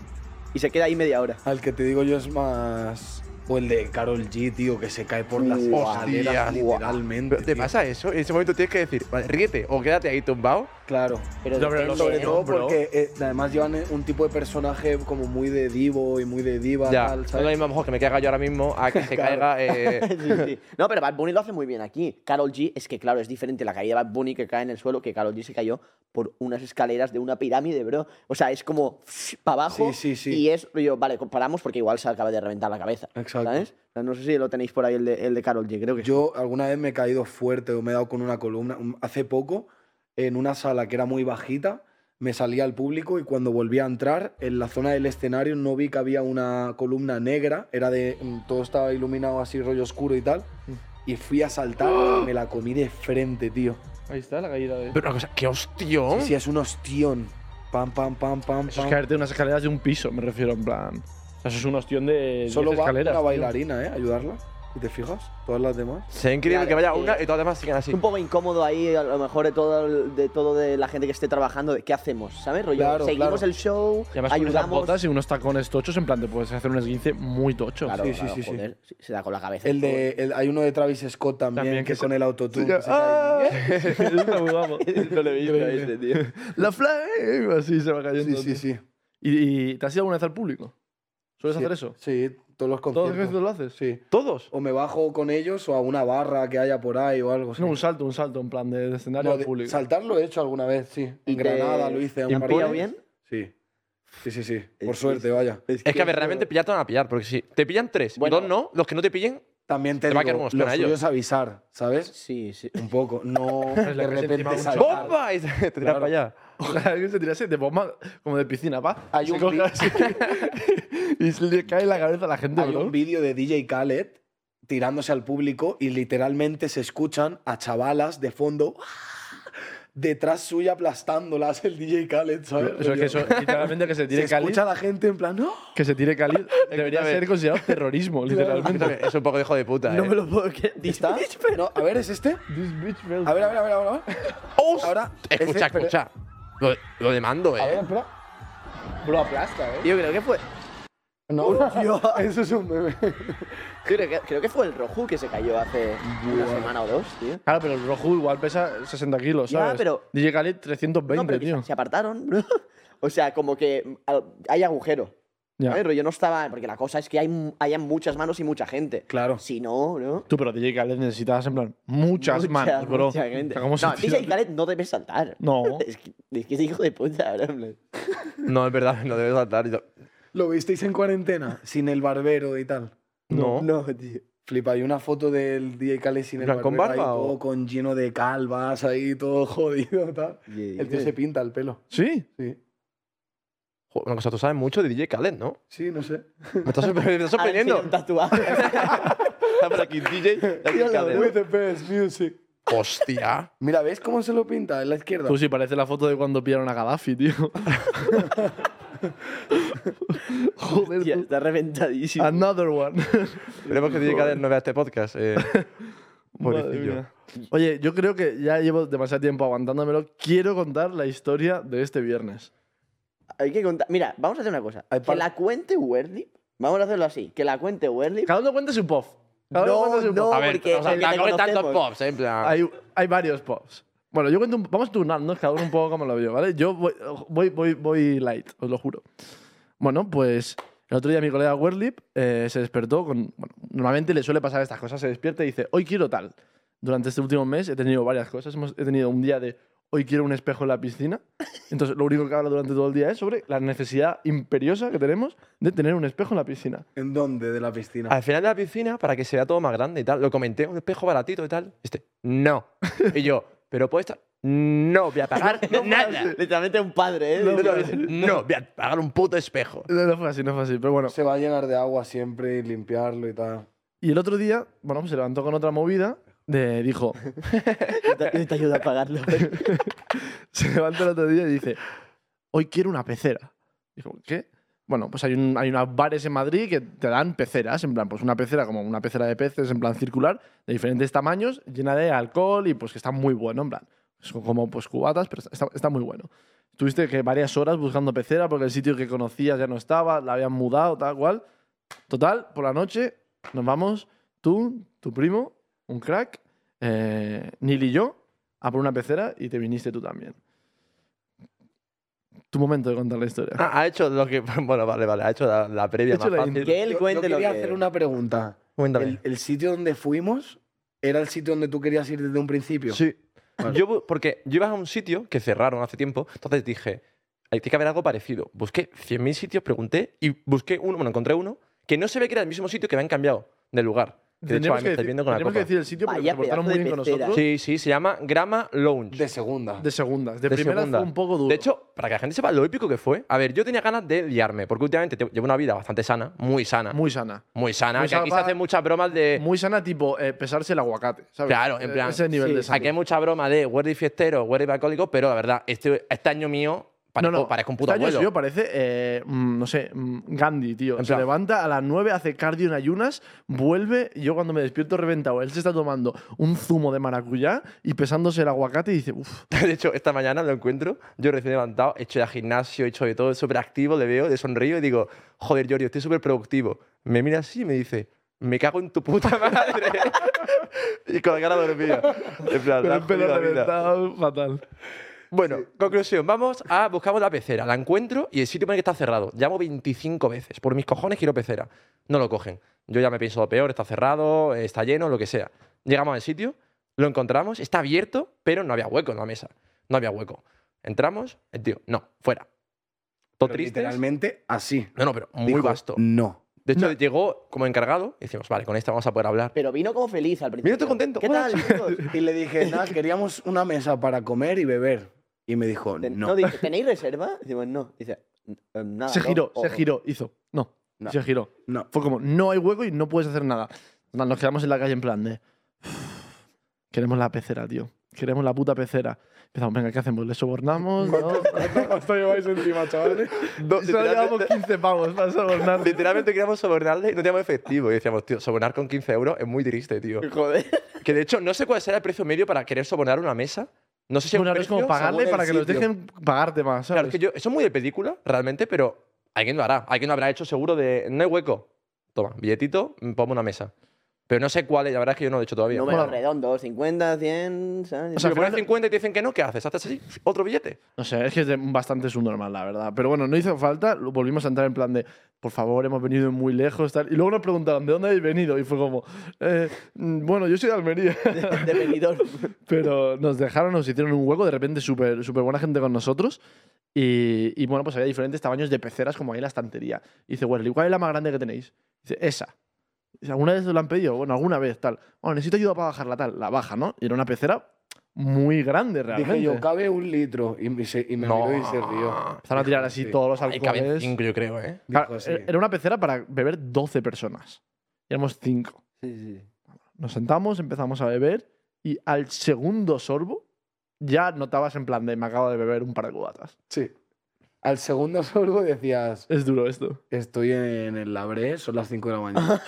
Y se queda ahí media hora.
Al que te digo yo es más. O el de Carol G, tío, que se cae por las
Hostias,
escaleras,
guau.
literalmente.
Pero ¿Te
tío.
pasa eso? En ese momento tienes que decir, vale, ríete o quédate ahí tumbado.
Claro.
Pero
Ya, pero
depende,
sobre
¿eh?
No,
Todo
bro.
porque eh, además llevan eh, un tipo de personaje como muy de divo y muy de diva.
ya,
tal,
no es lo
¿sabes?
mismo a lo mejor que me caiga yo ahora mismo a que se
[LAUGHS] Claro.
caiga.
[LAUGHS]
eh,
Sí, sí. No, pero Bad Bunny lo hace muy bien aquí. Carol G es que, claro, es diferente la caída de Bad Bunny que cae en el suelo que Carol G se cayó por unas escaleras de una pirámide, bro. O sea, es como para abajo.
Sí, sí, sí.
Y es, yo, vale, comparamos porque igual se acaba de reventar la cabeza.
Exacto.
¿Sabes? O sea, no sé si lo tenéis por ahí el de, el de Carol G,
Pues
creo que sí.
Yo alguna vez me he caído fuerte o me he dado con una columna. Un- Hace poco, en una sala que era muy bajita, me salía al público y cuando volví a entrar, en la zona del escenario no vi que había una columna negra. Era de. mm, Todo estaba iluminado así, rollo oscuro y tal.
Mm.
Y fui a saltar y me la comí de frente, tío.
Ahí está la caída de.
Pero una cosa, qué hostión.
Sí, sí, es un hostión. Pam, pam, pam, pam,
Eso es
pam.
caerte unas escaleras de un piso, me refiero, en plan. o sea, eso es una opción de.
Solo
10
va
escaleras.
una
tío.
bailarina, ¿eh? Ayudarla. ¿Y te fijas? Todas las demás.
Sería increíble
Claro,
que vaya
es que-
una y todas las demás sigan así.
Es un poco incómodo ahí, a lo mejor de todo, el- de todo de la gente que esté trabajando, de qué hacemos, ¿sabes? Rollo,
Claro,
seguimos
claro.
el show,
Y además, con esas
ayudamos.
botas y unos tacones tochos, en plan, te puedes hacer un esguince muy tocho.
Claro,
Sí, sí,
claro,
sí, sí.
joder, se da con la cabeza.
El de, el- hay uno de Travis Scott también,
También
que,
que se-
con el autotune. se cae.
[LAUGHS]
¡Ah!
Eso está muy guapo.
no le he visto a este, tío.
La flame, así se va cayendo.
Sí, sí,
tío.
sí.
¿Y, y te has ido alguna vez al público? ¿Sueles
Sí,
hacer eso?
Sí, todos los
¿Todos los
conciertos.
conciertos lo haces?
Sí.
Todos.
O me bajo con ellos o a una barra que haya por ahí o algo. sí.
No, un salto, un salto en plan de, de escenario
No,
al
de-
público.
Saltar lo he hecho alguna vez, sí. En
¿Y te-
Granada lo hice.
¿te
a una
han
parte.
pillado bien?
Sí. Sí, sí, sí.
que
Por
es-
suerte, vaya.
Es que, a ver, realmente pillar te van a pillar, porque si te pillan tres
Bueno.
y dos no, los que no te pillen,
También te,
Te va a
digo,
quedar unos
lo
con
suyo
ellos.
es avisar, ¿sabes?
Sí,
[LAUGHS]
sí.
Un poco.
[LAUGHS]
No de repente saltar.
¡bomba! Y te tiras
Claro.
para allá.
[LAUGHS] Ojalá alguien se tirase de bomba como de piscina, va.
Hay
se
un
coge
vi-
así [LAUGHS] y se le cae en la cabeza a la gente,
Hay
bro.
un vídeo de DJ Khaled tirándose al público y literalmente se escuchan a chavalas de fondo ¡ah! detrás suya aplastándolas el DJ Khaled, ¿sabes?
Eso es que
[LAUGHS]
eso, literalmente que se
se
tire Cali,
escucha a la gente en plan, ¡no!
que se tire Cali debería
Escúchame.
ser considerado terrorismo, literalmente.
Eso es un poco de hijo de puta,
No
eh.
me lo puedo creer.
¿Y está? [LAUGHS] No, a ver, ¿es este?
This bitch fell.
A ver, a ver, a ver, a ver, a ver. Ahora,
Escucha,
ese-
escucha. Lo, lo demando,
A ver,
eh.
espera. Bro, aplasta, ¿eh?
Yo creo que fue,
No, [LAUGHS] eso es un meme.
yo creo que, creo que fue el Roju que se cayó hace una semana o dos, tío.
Claro, pero el rojo igual pesa 60 kilos,
Ya,
¿sabes?
pero-
DJ Khaled 320,
No, pero que
tío.
se- se apartaron, bro. [LAUGHS] O sea, como que al- hay agujero.
Ya.
¿no? El rollo no estaba. Porque la cosa es que hay, mu- hayan muchas manos y mucha gente.
Claro.
Si no, ¿no?
Tú, pero DJ Khaled necesitas, en plan, muchas manos, bro.
mucha gente.
¿Cómo
No,
se tira?
DJ Khaled no debe saltar. [LAUGHS]
No.
Es que, es que es hijo de puta, bro. en plan.
No, es verdad, no debes saltar. y to-
¿Lo visteis en cuarentena? Sin el barbero y tal.
No.
No, tío.
Flipa, hay una foto del DJ Khaled sin el
¿En plan,
barbero.
con
ahí,
barba o-
todo con lleno de calvas, ahí todo [LAUGHS] jodido, tal. El tío se pinta el pelo.
¿Sí?
Sí,
Jo, Una cosa, tú sabes mucho de DJ Khaled, ¿no?
sí, no [LAUGHS] sé.
Me estás sorpre- me estás
Ahora enseña
sorprendiendo.
un tatuaje.
Está por aquí DJ
[LAUGHS]
DJ Khaled.
With the best music.
Hostia.
Mira, ¿ves cómo se lo pinta en la izquierda?
Tú sí, parece la foto de cuando pillaron a Gaddafi, tío. [LAUGHS] Joder,
Tío,
tú.
está reventadísimo.
Another one. [LAUGHS]
Esperemos que DJ Khaled no vea este podcast. Eh.
Madre
Pobrecillo.
mía. Oye, yo creo que ya llevo demasiado tiempo aguantándomelo. Quiero contar la historia de este viernes.
Hay que contar. Mira, vamos a hacer una cosa.
Hay
Que
par-
la cuente Werly. Vamos a hacerlo así. Que la cuente Werly.
Cada uno cuenta su pop. Cada uno cuenta
No,
su
no,
pop.
a ver,
porque
o sea,
porque te
tampoco hay tantos
conocemos.
pops, eh, en plan.
Hay, hay varios pops. Bueno, yo cuento un, Vamos a turnarnos cada uno un poco como lo veo, ¿vale? Yo voy, voy, voy, voy light, os lo juro. Bueno, pues el otro día mi colega Werlip eh, se despertó con... Bueno, normalmente le suele pasar estas cosas. Se despierta y dice, hoy quiero tal. Durante este último mes he tenido varias cosas. Hemos- he tenido un día de, hoy quiero un espejo en la piscina. Entonces, lo único que habla durante todo el día es sobre la necesidad imperiosa que tenemos de tener un espejo en la piscina.
¿En dónde? De la piscina.
Al final de la piscina, para que se vea todo más grande y tal, lo comenté, un espejo baratito y tal. Este, no. Y yo, pero puede estar. No, voy a
[LAUGHS]
pagar nada.
Literalmente un padre, ¿eh?
No, no, voy a pagar un puto espejo.
No, no fue así, no fue así, pero bueno.
Se va a llenar de agua siempre y limpiarlo y tal.
Y el otro día, bueno, pues se levantó con otra movida. De, dijo,
Te, te ayuda a pagarlo.
[LAUGHS] se levanta el otro día y dice, hoy quiero una pecera. Dijo, ¿qué? Bueno, pues hay, un, hay unos bares en Madrid que te dan peceras, en plan, pues una pecera como una pecera de peces, en plan circular, de diferentes tamaños, llena de alcohol y pues que está muy bueno, en plan. Son como pues cubatas, pero está, está muy bueno. Tuviste que varias horas buscando pecera porque el sitio que conocías ya no estaba, la habían mudado, tal cual. Total, por la noche nos vamos, tú, tu primo, un crack, eh, Neil y yo, a por una pecera y te viniste tú también. Tu momento de contar la historia.
Ah, ha hecho lo que. [LAUGHS] Bueno, vale, vale. Ha hecho la, la previa
Ha hecho
más
la
fácil.
que él
Yo-
cuente
yo
lo que.
quería hacer una pregunta.
Cuéntame.
El, el sitio donde fuimos era el sitio donde tú querías ir desde un principio?
Sí.
Vale.
Yo, bu- porque yo iba a un sitio que cerraron hace tiempo, entonces dije, hay que haber algo parecido. Busqué 100.000 sitios, pregunté y busqué uno, bueno, encontré uno que no se ve que era el mismo sitio que habían cambiado de lugar. Que de hecho,
Tendríamos
ahí me estoy viendo con la
tendríamos
copa.
que decir el sitio porque
Vaya
se portaron muy
pedazo de
bien con
pecera.
nosotros.
Sí, sí, se llama Grama Lounge.
De segunda.
De segundas. De,
De
primera
segunda.
fue un poco duro.
De hecho, para que la gente sepa lo épico que fue, a ver, yo tenía ganas de liarme, porque últimamente te- llevo una vida bastante sana, muy sana, muy,
muy sana.
sana,
muy
que aquí
sana,
se hacen muchas bromas de...
Muy sana, tipo eh, pesarse el aguacate. ¿sabes?
Claro, en
Eh,
plan,
Ese nivel
sí,
de
sí,
sana.
Aquí hay mucha broma de Werdy fiestero, Werdy alcohólico, pero la verdad, este, este año mío parezco, parezco un puto
este año
abuelo.
sí, yo parece, eh, mm, no sé, mm, Gandhi, tío.
En
se
plan-
levanta a las 9, hace cardio en ayunas, vuelve. y Yo cuando me despierto reventado, él se está tomando un zumo de maracuyá y pesándose el aguacate y dice, uff,
[LAUGHS] De hecho, esta mañana lo encuentro, yo recién levantado, he hecho ya gimnasio, he hecho de todo, súper activo, le veo, le sonrío y digo, joder, Giorgio, estoy súper productivo. Me mira así y me dice, me cago en tu puta [LAUGHS] madre. y con la cara dormida. En plan,
pero
"La
el pelo
jodida vida".
reventado, fatal.
Bueno, conclusión. Vamos a buscamos la pecera. La encuentro y el sitio pone que está cerrado. Llamo 25 veces. Por mis cojones quiero pecera. No lo cogen. Yo ya me pienso lo peor. Está cerrado, está lleno, lo que sea. Llegamos al sitio, lo encontramos. Está abierto, pero no había hueco en la mesa. No había hueco. Entramos, el tío, no, fuera. Todo
Pero
triste.
Literalmente así.
No, no, pero muy
Dijo,
vasto.
No.
De hecho, llegó como encargado y decimos, vale, con esta vamos a poder hablar.
Pero vino como feliz al principio.
estoy contento,
¿Qué
hola,
tal, chicos?
Y le dije, nada, queríamos una mesa para comer y beber. Y me dijo,
Ten-
no.
no, dice, ¿tenéis reserva? Digo, no. Dice, "Eh, nada.
se
no".
giró,
O-
se giró, hizo. No,
No.
se giró.
No.
Fue como, no hay hueco y no puedes hacer nada. Nos nos quedamos en la calle en plan de. Queremos la pecera, tío. Queremos la puta pecera. Empezamos, venga, ¿qué hacemos?
[LAUGHS]
¿Le sobornamos? ¿No?
¿Cuánto lleváis encima, [LAUGHS] chavales?
Do-
[LAUGHS] Solo
literalmente,
llevamos 15 pavos para sobornar.
literalmente queríamos sobornarle y no teníamos efectivo. Y decíamos, tío, sobornar con 15 euros es muy triste,
[LAUGHS]
tío.
[LAUGHS] Joder.
Que de hecho, no sé cuál será el precio medio para querer sobornar una mesa. No sé si
Bueno,
el
ahora es como
precio-
pagarle
según el
para que nos
sitio.
dejen pagarte más, ¿sabes?
Claro, es que yo, eso es muy de película, realmente, pero alguien lo hará. Alguien lo habrá hecho seguro de, no hay hueco. Toma, billetito, mm, pongo una mesa. Pero no sé cuál es, la verdad es que yo no lo he hecho todavía.
Números
Bueno,
redondos, 50, 100, ¿sabes?
si
O sea,
me
al
pones
final-
50 y te dicen que no, ¿qué haces? ¿Haces así? ¿Otro billete?
No sé, es que es de- bastante subnormal, la verdad. Pero bueno, no hizo falta, lo- volvimos a entrar en plan de, por favor, hemos venido de muy lejos, tal. Y luego nos preguntaron, ¿de dónde habéis venido? Y fue como, "Eh, mm, bueno, yo soy de Almería.
de venidor.
Pero nos dejaron, nos hicieron un hueco, de repente súper súper buena gente con nosotros. Y, y bueno, pues había diferentes tamaños de peceras como ahí en la estantería. Y dice, Wesley, ¿cuál es la más grande que tenéis? Dice, esa. Dice, ¿alguna vez os la han pedido? Bueno, alguna vez, tal. Bueno, necesito ayuda para bajarla, tal. La baja, ¿no? Y era una pecera muy grande, realmente.
Dije yo, cabe un litro. Y me, se- y me
No.
miró y se rió.
Empezaron a tirar así
Sí.
todos los
Ahí caben
alcoholes.
5, yo creo, ¿eh?
Dijo
Claro,
así.
era era una pecera para beber 12 personas. Y éramos 5.
Sí, sí.
Nos sentamos, empezamos a beber y al segundo sorbo ya notabas en plan de me acabo de beber un par de cubatas.
Sí. Al segundo [LAUGHS] sorbo decías,
Es duro esto.
estoy en el labré, son las 5 de la mañana.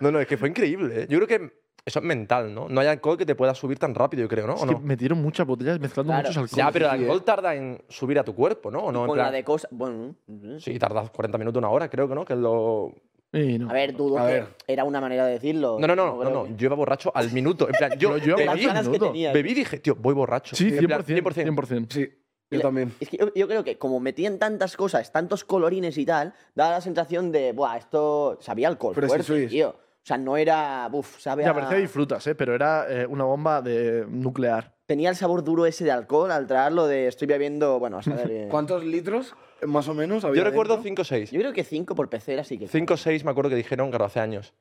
No, no, es que fue increíble, ¿eh? Yo creo que eso es mental, ¿no? No hay alcohol que te pueda subir tan rápido, yo creo, ¿no?
Es
¿O
que
no?
metieron muchas botellas mezclando
Claro,
muchos alcoholes.
Ya, pero el
sí,
alcohol tarda en subir a tu cuerpo, [LAUGHS] ¿no? ¿O no? En
Con
plan-
la de cosas. Bueno, no sé.
Sí, tarda 40 minutos, una hora, creo que no, que es lo...
Y no.
a ver, dudo
A
que
ver.
era una manera de decirlo.
No, no, no, no,
creo
no,
que-
yo iba borracho al minuto. En plan, yo
Pero
Las
yo
bebí,
borracho-
ganas que
minuto.
tenía.
bebí y dije, tío, voy borracho.
sí,
En plan,
100%, 100%.
Sí,
Y
yo
la-
también.
Es que yo, yo creo que como metían tantas cosas, tantos colorines y tal, da la sensación de, buah, esto sabía alcohol
Pero es
fuerte,
que sois-
tío. O sea, no era, buf, sabe
Ya
a-
parecía disfrutas, ¿eh? pero era eh, una bomba de nuclear.
Tenía el sabor duro ese de alcohol al traerlo de estoy bebiendo, bueno, a saber...
[LAUGHS]
eh.
¿Cuántos litros eh, más o menos había
Yo recuerdo
dentro?
5 o 6.
Yo creo que cinco por pecera sí que...
5 o 6 me acuerdo que dijeron, claro, hace años.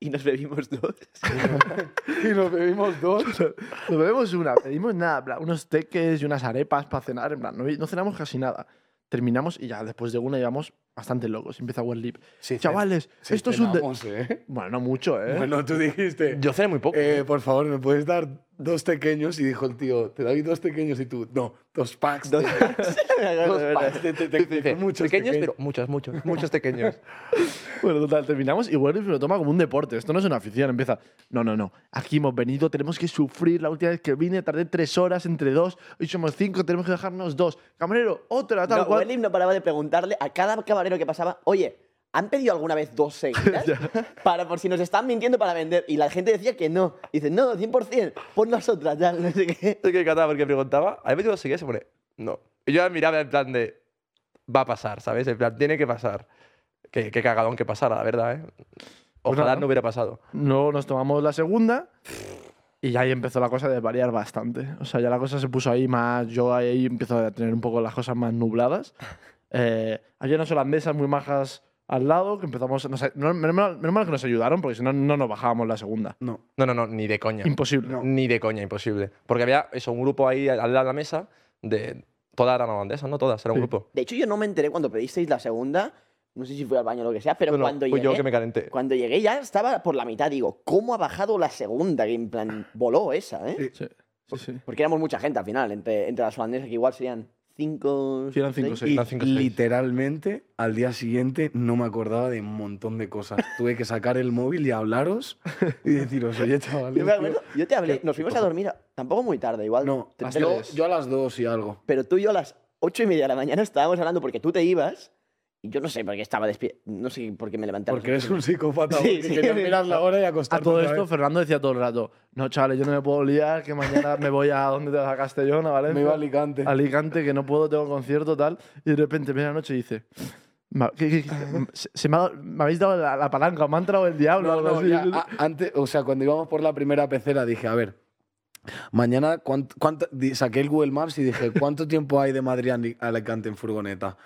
Y nos bebimos dos.
[LAUGHS] y nos bebimos dos.
Nos bebemos una, pedimos nada, en plan, unos teques y unas arepas para cenar, en plan, no, no cenamos casi nada. Terminamos y ya después de una íbamos bastante locos. Empieza Wesley.
Sí,
Chavales,
sí,
esto es un... de-".
cenamos, ¿eh?
Bueno, no mucho, ¿eh?
Bueno, tú dijiste.
Yo cené muy poco.
Eh, por favor, ¿me puedes dar dos pequeños? Y dijo el tío, te doy dos pequeños y tú, no, dos packs. [LAUGHS] Dos packs. dos
[LAUGHS]
packs. Te, te- te-
Dice,
muchos
pequeños, pero muchos, muchos, muchos pequeños.
[LAUGHS] Bueno, total, terminamos y Werner lo toma como un deporte. Esto no es una afición, empieza. No, no, no. Aquí hemos venido, tenemos que sufrir. La última vez que vine tardé tres horas entre dos. Hoy somos cinco, tenemos que dejarnos dos. Camarero, otra, tal
No,
cual.
Welim no paraba de preguntarle a cada camarero que pasaba, oye, ¿han pedido alguna vez dos seguidas? para, por si nos están mintiendo para vender. Y la gente decía que no. Y dice, no, 100%, pon nosotras, ya, no sé qué.
Es que encantaba porque preguntaba, ¿habéis metido seguida? Se pone, no. Y yo la miraba en plan de, va a pasar, ¿sabes? En plan, tiene que pasar. Qué, qué cagadón que pasara, la verdad, ¿eh? Ojalá
nada.
no hubiera pasado.
Luego nos tomamos la segunda y ya ahí empezó la cosa de variar bastante. O sea, ya la cosa se puso ahí más. Yo ahí empiezo a tener un poco las cosas más
[LAUGHS]
nubladas. Eh, había unas holandesas muy majas al lado que empezamos. Nos, no, menos mal- menos mal que nos ayudaron porque si no, no nos bajábamos la segunda.
No,
No, no, no, ni de coña.
Imposible.
No.
Ni de coña, imposible. Porque había eso, un grupo ahí al lado de la mesa de. Todas eran holandesas, ¿no? Todas, era un
Sí.
grupo.
De hecho, yo no me enteré cuando pedisteis la segunda. No sé si fui al baño o lo que sea, pero
No, no,
cuando
fui
llegué.
yo que me calenté.
Cuando llegué ya estaba por la mitad. Digo, ¿cómo ha bajado la segunda? Que en plan, voló esa, ¿eh?
Sí.
Sí, sí,
Pues
sí.
Porque éramos mucha gente al final, entre, entre las holandesas, que igual serían cinco.
Sí, eran cinco,
seis.
seis.
y
las cinco, seis.
literalmente al día siguiente no me acordaba de un montón de cosas. Tuve que sacar el móvil y hablaros y deciros, oye,
[LAUGHS] Yo, me
chavales.
acuerdo, yo te hablé, nos fuimos a dormir a- tampoco muy tarde, igual.
No,
te-
las
pero-
yo, yo a las dos y algo.
pero tú y yo a las ocho y media de la mañana estábamos hablando porque tú te ibas y Y yo no sé por qué estaba despierto. No sé por qué me levanté. a las
Porque eres
ocho.
un
[LAUGHS]
psicópata
Sí,
güey, que
sí.
querías mirar la hora y
A
acostarte.
todo
otra
esto,
vez.
Fernando decía todo el rato, no, chavales, yo no me puedo liar, que mañana me voy a donde te vas a Castellón, a Valencia.
me iba a Alicante.
Alicante, que no puedo, tengo concierto, tal. Y de repente, viene la noche y dice. "Ma- ¿qué- qué- qué- se- se me, ha- me habéis dado la, la palanca, me ha entrado el diablo.
No,
algo
no,
así.
ya, ah, a- antes, o sea, cuando íbamos por la primera pecera dije, a ver, mañana cuánt- cuánto- di- saqué el Google Maps y dije, ¿cuánto tiempo hay de Madrid a Ni- a Alicante en furgoneta?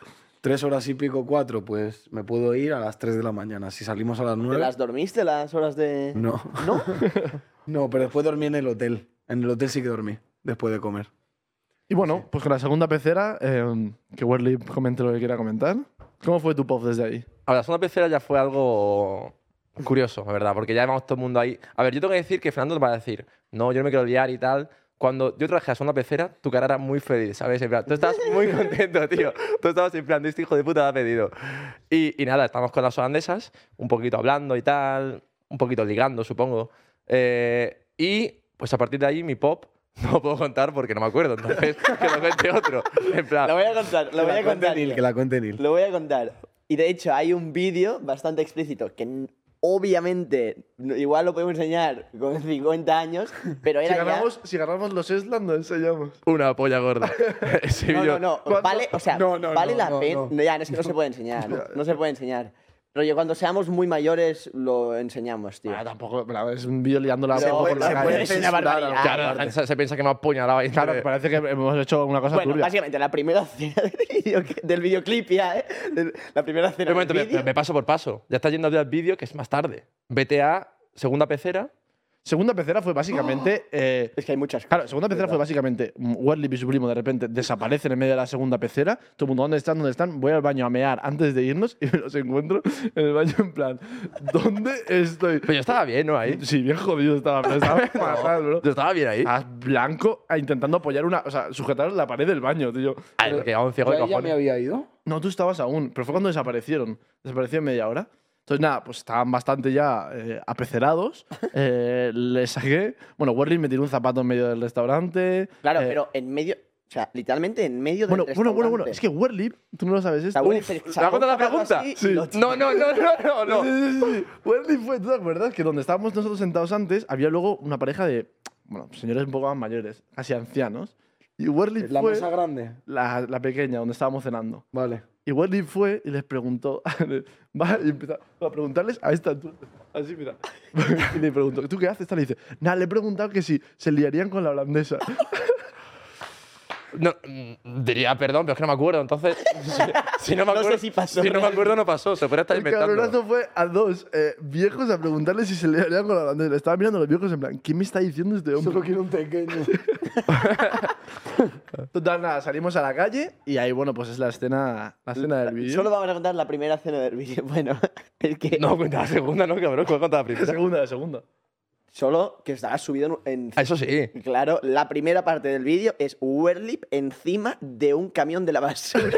¿Tres horas y pico, cuatro? Pues me puedo ir a las tres de la mañana. Si salimos a las
¿Te
nueve...
las dormiste las horas de.?
No.
¿No?
[LAUGHS] No, pero después dormí en el hotel. En el hotel sí que dormí, después de comer.
Y bueno, pues con la segunda pecera, eh, que Werly comente lo que quiera comentar. ¿Cómo fue tu pop desde ahí?
Ahora, la segunda pecera ya fue algo curioso, la verdad, porque ya llevamos todo el mundo ahí. A ver, yo tengo que decir que Fernando va a decir, no, yo no me quiero liar y tal. Cuando yo traje a la segunda pecera, tu cara era muy feliz, ¿sabes? En plan, tú estás
[LAUGHS]
muy contento, tío. Tú estabas en plan, este hijo de puta lo ha pedido. Y, y nada, estamos con las holandesas, un poquito hablando y tal, un poquito ligando, supongo. Eh, y pues a partir de ahí, mi pop [LAUGHS] no lo puedo contar porque no me acuerdo, entonces [LAUGHS] que lo cuente otro. En plan,
Lo voy a contar, lo
Que
voy
la
a
cuente
contar.
Neil,
yo.
que la cuente Neil.
Lo voy a contar. Y de hecho hay un vídeo bastante explícito que n- obviamente no- igual lo podemos enseñar con [LAUGHS] 50 años, pero
Si
era ya-
ganamos, si ganamos los Esland, lo enseñamos.
una polla gorda. [LAUGHS] Ese
No,
vídeo-
no, no. Vale, o sea,
No, no,
vale
no,
la
no,
pena.
no.
No, ya, es que no se puede enseñar. No, se puede enseñar. Pero yo cuando seamos muy mayores lo enseñamos, tío.
Ah, tampoco, pero es un vídeo liándola
Se
un poco
puede-
por la
se puede
calle.
decir una barbaridad.
Claro, la gente se, se piensa que me ha apuñalado ahí.
Claro, que parece que hemos hecho una cosa
Bueno,
turbia.
básicamente la primera [LAUGHS] escena del, vídeo que- del videoclip ya, ¿eh? Del- La primera escena
Un momento,
del
me,
vídeo.
me paso por paso. Ya está yendo al vídeo, que es más tarde. BTA, segunda pecera.
Segunda pecera
[GASPS]
fue básicamente. eh,
Es que hay muchas
Claro, segunda pecera fue básicamente mm, Werlip y su primo de repente desaparecen en medio de la segunda pecera. Todo el mundo, ¿dónde están? ¿Dónde están? Voy al baño a mear antes de irnos y me los encuentro en el baño en plan, ¿dónde estoy?
Pero yo estaba bien, ¿no? Ahí.
Sí, bien jodido estaba, pero estaba fatal, bro.
Yo estaba bien ahí.
A blanco a intentando apoyar una, o sea, sujetar la pared del baño, tío.
Ay, Ah, que era un ciego de
Yo ahí ya me
cojones.
había ido.
No, tú estabas aún, pero fue cuando desaparecieron. Desapareció en media hora. Entonces, nada, pues estaban bastante ya eh, apecerados. Eh, les saqué. Bueno, Werlin me tiró un zapato en medio del restaurante.
Claro,
eh,
pero en medio. O sea, literalmente en medio
Bueno,
del
bueno, bueno, bueno.
restaurante.
Es que Werlip, tú no lo sabes
La
esto.
abuela
Uf,
se-
¿Me
se
ha contado la
agarra
pregunta?
así y
Sí.
lo-
No, no, no, no, no. no.
Sí, sí, sí. Werlip fue, ¿tú te acuerdas? Que donde estábamos nosotros sentados antes, había luego una pareja de, bueno, señores un poco más mayores, casi ancianos. Y Werlip
La
fue
mesa grande.
la, la pequeña, donde estábamos cenando.
Vale.
Y Wendy fue y les preguntó, [LAUGHS] va y empieza a preguntarles a esta altura, así mira, [LAUGHS] y le preguntó, ¿tú qué haces? Tal, y dice, nada, le he preguntado que si se liarían con la holandesa.
No, mm, Diría perdón, pero es que no me acuerdo. Entonces, [LAUGHS] si, si no me
No sé
acuerdo.
si pasó
no me acuerdo, no pasó. Se podría estar
El cabronazo
inventando.
fue a dos eh, viejos a preguntarle si se liarían con la holandesa. Le estaba mirando a los viejos en plan, ¿qué me está diciendo este hombre?
Solo quiero
[LAUGHS]
un pequeño.
Total, nada, salimos a la calle y ahí, bueno, pues es la escena, la escena del vídeo.
Solo vamos a contar la primera escena del vídeo. [LAUGHS] Bueno, es que.
No, cuenta la segunda, no, cabrón. ¿Cuál cuenta la
la [LAUGHS]
primera?
segunda, la segunda.
Solo que estará subido en. en-
Ah, Eso sí.
Claro, la primera parte del vídeo es Werlip encima de un camión de la
[LAUGHS]
basura.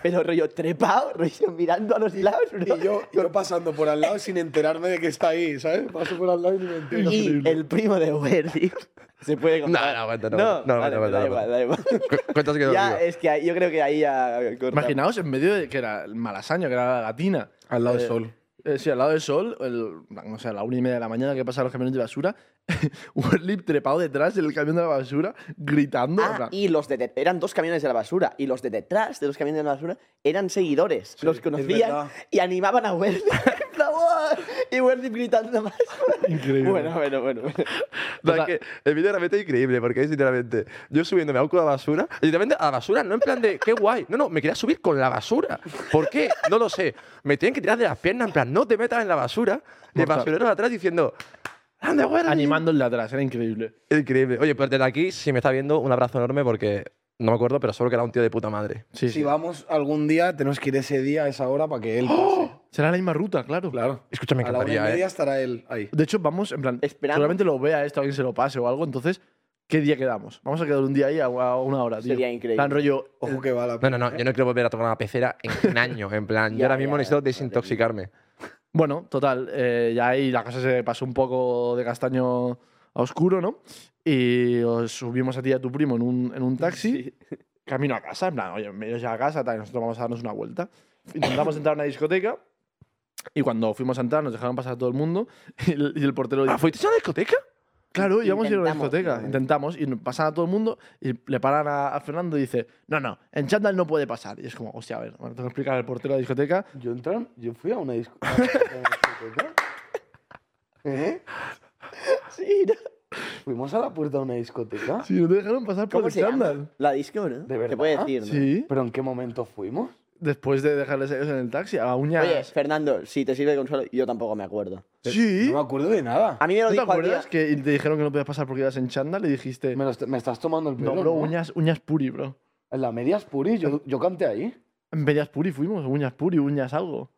pero rollo trepado, rollo mirando a los lados. bro.
Y yo, yo pasando por al lado sin enterarme de que está ahí, ¿sabes? Paso por al lado y ni me entero.
Y el primo de Werlip. [LAUGHS] Se puede contar.
No, no, aguanta, no, no,
vale,
aguanta,
da
aguanta,
igual,
aguanta.
da igual.
[LAUGHS] Cu- Cuentas que no
ya,
digo.
es que ahí- yo creo que ahí ya. cortamos.
Imaginaos en medio de que era el malasaño, que era la latina.
Al lado
Eh,
del sol.
Eh, sí, al lado del sol, el, no sé, a la una y media de la mañana que pasan los camiones de basura, [LAUGHS] Werlip trepado detrás del camión de la basura, gritando. en
Ah,
plan,
y los de, de- eran dos camiones de la basura y los de detrás de los camiones de la basura eran seguidores. los
verdad.
conocían y animaban a Werther. [LAUGHS] ¡Bravo! y Werther gritando más.
[LAUGHS] Increíble.
Bueno, bueno, bueno. bueno.
No, es
Total.
que el vídeo realmente es increíble porque es literalmente yo subiéndome a un cubo de basura, literalmente a la basura, no en plan de qué guay, no, no, me quería subir con la basura. ¿Por qué? No lo sé. Me tienen que tirar de las piernas en plan, no te metas en la basura. Y el
Mortal.
basurero de atrás diciendo, anda, güey.
animando el de atrás, era increíble.
Increíble. Oye, pues desde aquí, si me está viendo, un abrazo enorme porque no me acuerdo, pero solo que era un tío de puta madre.
Sí,
Si
sí.
vamos algún día, tenemos que ir ese día, a esa hora, para que él pase.
Será la misma ruta, claro.
Claro.
Escúchame,
A la una y
encantaría,
media
¿eh?
estará él ahí.
De hecho, vamos, en plan,
Esperamos.
seguramente lo vea esto, alguien se lo pase o algo, entonces, ¿qué día quedamos? Vamos a quedar un día ahí a a una hora, tío.
Sería increíble.
Plan rollo,
Ojo que va la
No, no, no, yo no quiero volver a tomar una pecera en un año, en plan, yo
Ya,
ahora mismo
ya,
necesito
madre mía.
desintoxicarme.
Bueno, total, eh, ya ahí la cosa se pasó un poco de castaño a oscuro, ¿no? Y os subimos a ti y a tu primo en un, en un taxi. camino a casa, en plan, oye, me he ido ya a casa, tal, y nosotros vamos a darnos una vuelta. Intentamos entrar a una discoteca y cuando fuimos a entrar nos dejaron pasar a todo el mundo [LAUGHS] y el, y el portero dijo,
Ah, ¿Fuisteis a una discoteca?
Claro, íbamos a ir a una
Intentamos,
discoteca.
¿no?
Intentamos y pasan a todo el mundo y le paran a, a Fernando y dice, no, no, en chándal no puede pasar. Y es como, hostia, a ver, bueno, tengo que explicar al portero de la discoteca.
Yo entrar, yo fui a una disco- a una discoteca. ¿Eh? Sí, no. Fuimos a la puerta de una discoteca.
Sí, no te dejaron pasar por
¿Cómo
el
se llama?
chándal.
La disco, ¿no?
¿De
Se puede
verdad?
decir, ¿no?
Sí,
¿Pero en qué momento fuimos?
después de dejarles a ellos en el taxi, a uñas.
Oye, Fernando, si te sirve de consuelo, yo tampoco me acuerdo.
sí.
No me acuerdo de nada.
A mí me lo
¿No te
dijo al día.
acuerdas que te dijeron que no podías pasar porque ibas en chándal y dijiste,
Me, lo est- me estás tomando el pelo.
no, bro, uñas, uñas puri, bro.
En la media Spuri, yo, yo canté ahí.
En medias puri fuimos, uñas puri, uñas algo.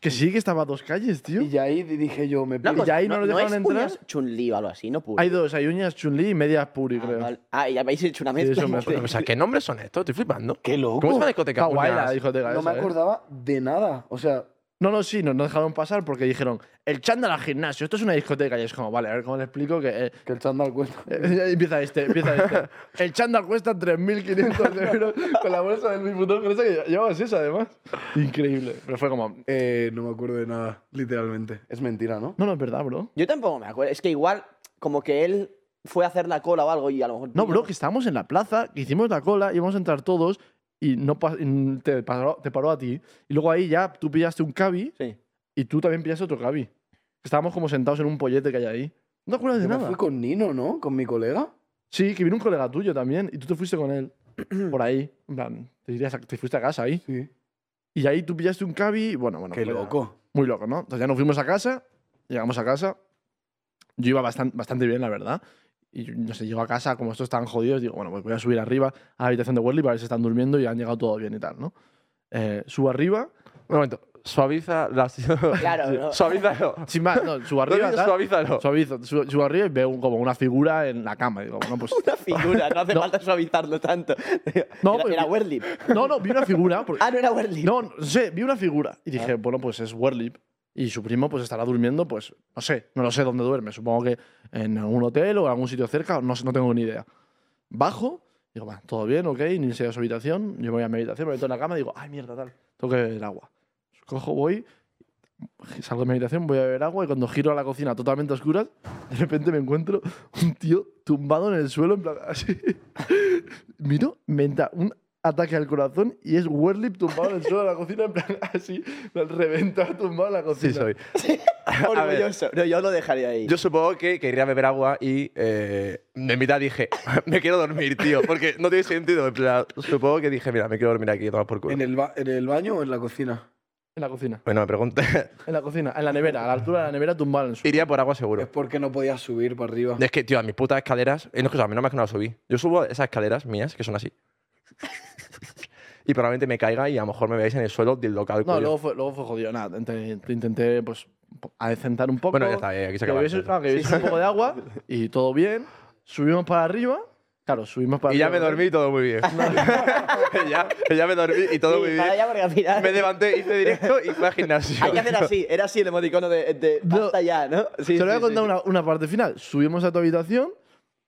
Que sí, que estaba a dos calles, tío.
Y ya ahí di- dije yo, me
No,
piro.
pues,
ya ahí no lo dejaron
es
entrar.
uñas Chun-Li o algo así, no pude.
Hay dos, hay uñas chunli y medias puri, creo.
Ah, vale. Ah, y habéis hecho una
Sí,
mezcla.
eso me
Sí.
suena.
O sea, ¿qué nombres son estos? Estoy flipando.
¡Qué loco!
¿Cómo se llama la discoteca?
Está guay la
Unas-
discoteca
No me
esa, ¿eh?
acordaba de nada. O sea,
No, no, sí, nos no dejaron pasar porque dijeron, el chándal al gimnasio, esto es una discoteca. Y es como, vale, a ver cómo le explico que... eh,
que el chándal cuesta. [LAUGHS]
eh, empieza este, empieza este. [LAUGHS] El chándal cuesta 3.500 euros con la bolsa del Luis Butón, con esa que lle- llevabas eso, además. Increíble. Pero fue como,
Eh, no me acuerdo de nada, literalmente. Es mentira, ¿no?
no, no es verdad, bro.
Yo tampoco me acuerdo. Es que igual, como que él fue a hacer la cola o algo y a lo mejor.
No, bro, que estábamos en la plaza, que hicimos la cola, íbamos a entrar todos y no pas- y te, paró, te paró a ti. Y luego ahí ya tú pillaste un cabi
Sí.
y tú también pillaste otro cabi. Estábamos como sentados en un pollete que hay ahí. No te acuerdas de
Yo me
nada.
fui con Nino, ¿no? Con mi colega.
Sí, que vino un colega tuyo también y tú te fuiste con él [CLEARS THROAT] por ahí. En plan, te, dirías a- te fuiste a casa ahí.
Sí.
Y ahí tú pillaste un cabi, y bueno, bueno.
Qué
fue ya
loco.
Muy loco, ¿no? Entonces ya nos fuimos a casa, llegamos a casa. Yo iba bastante, bastante bien, la verdad. Y yo, no sé, llego a casa, como estos están jodidos, digo, bueno, pues voy a subir arriba a la habitación de Worley para ver si están durmiendo y han llegado todo bien y tal, ¿no? Eh, subo arriba,
Un momento. Suaviza la... [LAUGHS]
Claro, no.
Suavízalo.
sin más, no, [LAUGHS] subo arriba, tal,
Suavízalo.
suavizo, subo, subo arriba y veo un- como una figura en la cama. Digo, bueno, [LAUGHS] pues
Una figura, no hace
No.
falta suavizarlo tanto.
No,
era,
pero-
era Werlip.
No, no, vi una figura. porque-
Ah, no era Werlip. [LAUGHS]
no, no sé, vi una figura. Y dije, bueno, pues es Werlip. Y su primo pues estará durmiendo, pues no sé, no lo sé dónde duerme. Supongo que en algún hotel o en algún sitio cerca, no, sé, no tengo ni idea. Bajo, digo, va, todo bien, ok, ni sé a su habitación. Yo me voy a mi habitación, me meto en la cama y digo, ay, mierda, tal, tengo que beber el agua. Cojo, voy, salgo de mi habitación, voy a beber agua y cuando giro a la cocina totalmente a oscuras, de repente me encuentro un tío tumbado en el suelo, en plan así. [LAUGHS] Miro, me entra un ataque al corazón y es Werlip tumbado en el suelo de la cocina, en plan así, en plan, reventado, tumbado en la cocina.
Sí, soy.
Orgulloso. No, yo lo dejaría ahí.
Yo supongo que quería beber agua y eh, de mitad dije, [LAUGHS] me quiero dormir, tío, porque no tiene sentido. En plan, supongo que dije, mira, me quiero dormir aquí, a tomar por culo.
¿En el, ba- ¿En el baño o en la cocina?
En la cocina,
Bueno, me pregunté. [LAUGHS]
en la cocina, en la nevera, a la altura de la nevera, tumbado en el suelo.
Iría por agua
Es
seguro.
porque no podía subir para arriba.
Es que, tío, a mis putas escaleras, eh, no es que, o sea, menos mal que no las subí. Yo subo esas escaleras mías, que son
[LAUGHS]
así. y probablemente me caiga y a lo mejor me veáis en el suelo del local.
No, luego fue, luego fue jodido, nada, int- intenté, pues, adecentar un poco.
Bueno, ya está, eh, aquí se
que
acaba.
bebiese- claro, que bebiese un poco
[LAUGHS]
de agua y todo bien. Subimos para arriba, claro, subimos para
Y ya me
arriba.
dormí y todo muy bien. Y [LAUGHS] ya, y ya me dormí y todo
Sí,
muy bien.
para allá porque al final-
Me levanté, hice directo y fui al gimnasio.
Hay que hacer así, era así el emoticono de, de
No.
basta ya, ¿no? Sí,
Te lo voy
sí,
a
sí.
contar una, una parte final. Subimos a tu habitación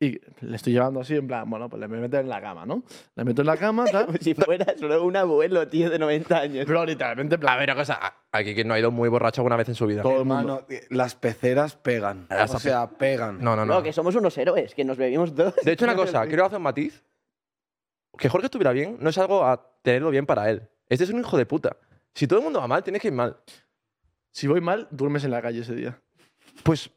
y le estoy llevando así, en plan, bueno, pues le voy a meter en la cama, ¿no? Le meto en
[LAUGHS]
la cama,
Como
tal.
[LAUGHS] si fueras solo un abuelo, tío, de 90 años.
pero literalmente, en
A
plan,
ver, una cosa. a- Aquí que no ha ido muy borracho alguna vez en su vida.
todo el mundo.
Mano, las peceras pegan.
Las
o sea, pegan.
No, no, no.
No, que somos unos héroes, que nos bebimos dos.
De hecho, una cosa, quiero hacer un matiz. Que Jorge estuviera bien no es algo a tenerlo bien para él. Este es un hijo de puta. Si todo el mundo va mal, tienes que ir mal.
Si voy mal, duermes en la calle ese día.
Pues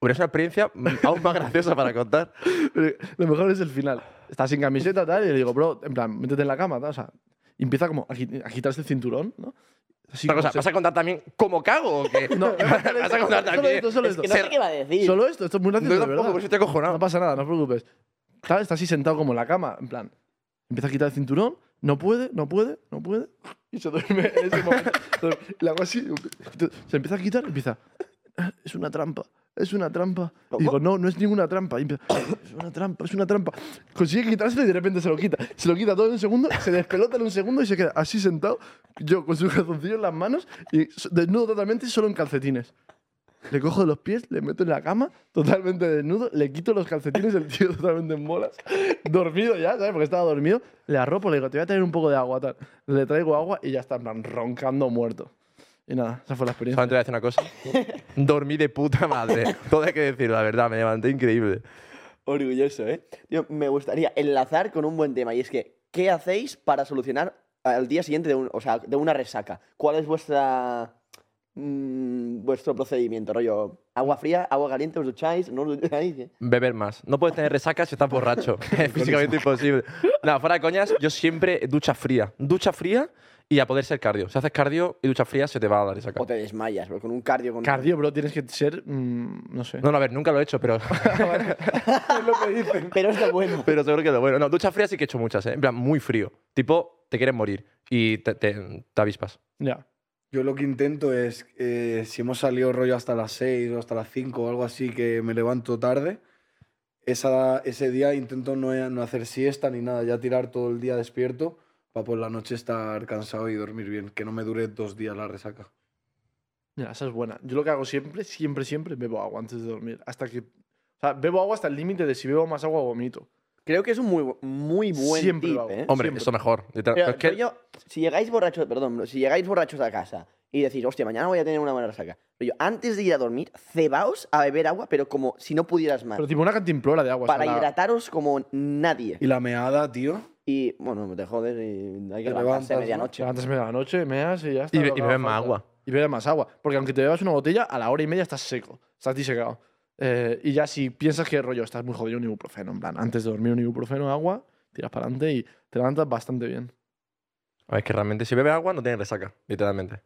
hubiera sido una experiencia aún más graciosa para contar.
Pero lo mejor es el final. Está sin camiseta, tal, y le digo, bro, en plan, métete en la cama, tal. O sea, y empieza como a qui- a quitarse el cinturón, ¿no? Así
Otra
como
cosa,
se-
¿vas a contar también cómo cago o qué?
eh. [LAUGHS] No,
[LAUGHS] vas a contar
solo
también.
esto, solo
Es
esto.
que no sé qué va a decir.
Solo esto, esto es muy
No,
gracioso, de
tampoco,
verdad.
por eso estoy acojonado.
No pasa nada, no os preocupes. Tal, está así sentado como en la cama, en plan. Empieza a quitar el cinturón, no puede, no puede, no puede. Y se duerme en ese momento. Le hago así. Se empieza a quitar, empieza. "Ah, Es una trampa, es una trampa. Y digo, no, no es ninguna trampa. Y empieza, es una trampa, es una trampa. Consigue quitárselo y de repente se lo quita. Se lo quita todo en un segundo, se despelota en un segundo y se queda así sentado, yo con su calzoncillo en las manos y desnudo totalmente y solo en calcetines. le cojo de los pies, le meto en la cama, totalmente desnudo, le quito los calcetines, el tío [LAUGHS] totalmente en bolas, dormido ya, ¿sabes? Porque estaba dormido, le arropo, le digo, te voy a traer un poco de agua, tal. Le traigo agua y ya está, en plan, roncando muerto. Y nada, esa fue la experiencia.
Solamente voy a decir una cosa. Dormí de puta madre. Todo hay que decirlo, la verdad. Me levanté increíble.
Orgulloso, ¿eh? Tío, me gustaría enlazar con un buen tema y es que, ¿qué hacéis para solucionar al día siguiente de, un- o sea, de una resaca? ¿Cuál es vuestra, mm, vuestro procedimiento, rollo? ¿Agua fría, agua caliente, os ducháis? ¿No os ducháis? eh?
Beber más. No puedes tener resaca si estás
[LAUGHS]
borracho. es físicamente imposible. No, fuera de coñas, yo siempre ducha fría. Ducha fría y a poder ser cardio. Si haces cardio y ducha fría, se te va a dar resaca.
¿O te desmayas, bro, con un cardio? Con...
Cardio, bro, tienes que ser, mm, no sé.
No, no, a ver, nunca lo he
[LAUGHS]
hecho, pero,
[LAUGHS] Pero es lo bueno.
pero seguro que lo bueno. No, ducha fría sí que he hecho muchas, ¿eh? En plan, muy frío. Tipo, te quieres morir y te, te- te avispas.
Ya.
Yo lo que intento es, eh, si hemos salido rollo hasta las 6 o hasta las 5 o algo así, que me levanto tarde, esa, ese día intento no, no hacer siesta ni nada, ya tirar todo el día despierto para por la noche estar cansado y dormir bien, que no me dure dos días la resaca.
Ya, esa es buena. Yo lo que hago siempre, siempre, siempre, bebo agua antes de dormir. Hasta que. O sea, bebo agua hasta el límite de si bebo más agua vomito.
Creo que es un muy, bu- muy buen
Siempre
tip,
lo hago.
¿eh?
Hombre,
Siempre.
eso mejor. Literal-
Pero,
es que-
rollo, si llegáis borrachos, perdón, bro, si llegáis borrachos a casa y decís, hostia, mañana voy a tener una buena resaca. Rollo, antes de ir a dormir, cebaos a beber agua, pero como si no pudieras más.
Pero tipo una cantimplora de agua. o
pues
sea,
para
la-
hidrataros como nadie.
Y la meada, tío.
Y bueno, te jodes y hay que
Te levantas,
levantarse a
¿no?
medianoche.
Te levantas a medianoche, meas y ya está.
Y
lo
be-
que
y
haga
bebes más
falta.
agua.
Y bebes más agua. Porque aunque te bebas una botella, a la hora y media estás seco. Estás disecado. Eh, y ya si piensas que rollo, estás muy jodido, un ibuprofeno. En plan, antes de dormir, un ibuprofeno, agua, tiras para adelante y te levantas bastante bien.
A ver, es que realmente si bebe agua no tiene resaca, literalmente.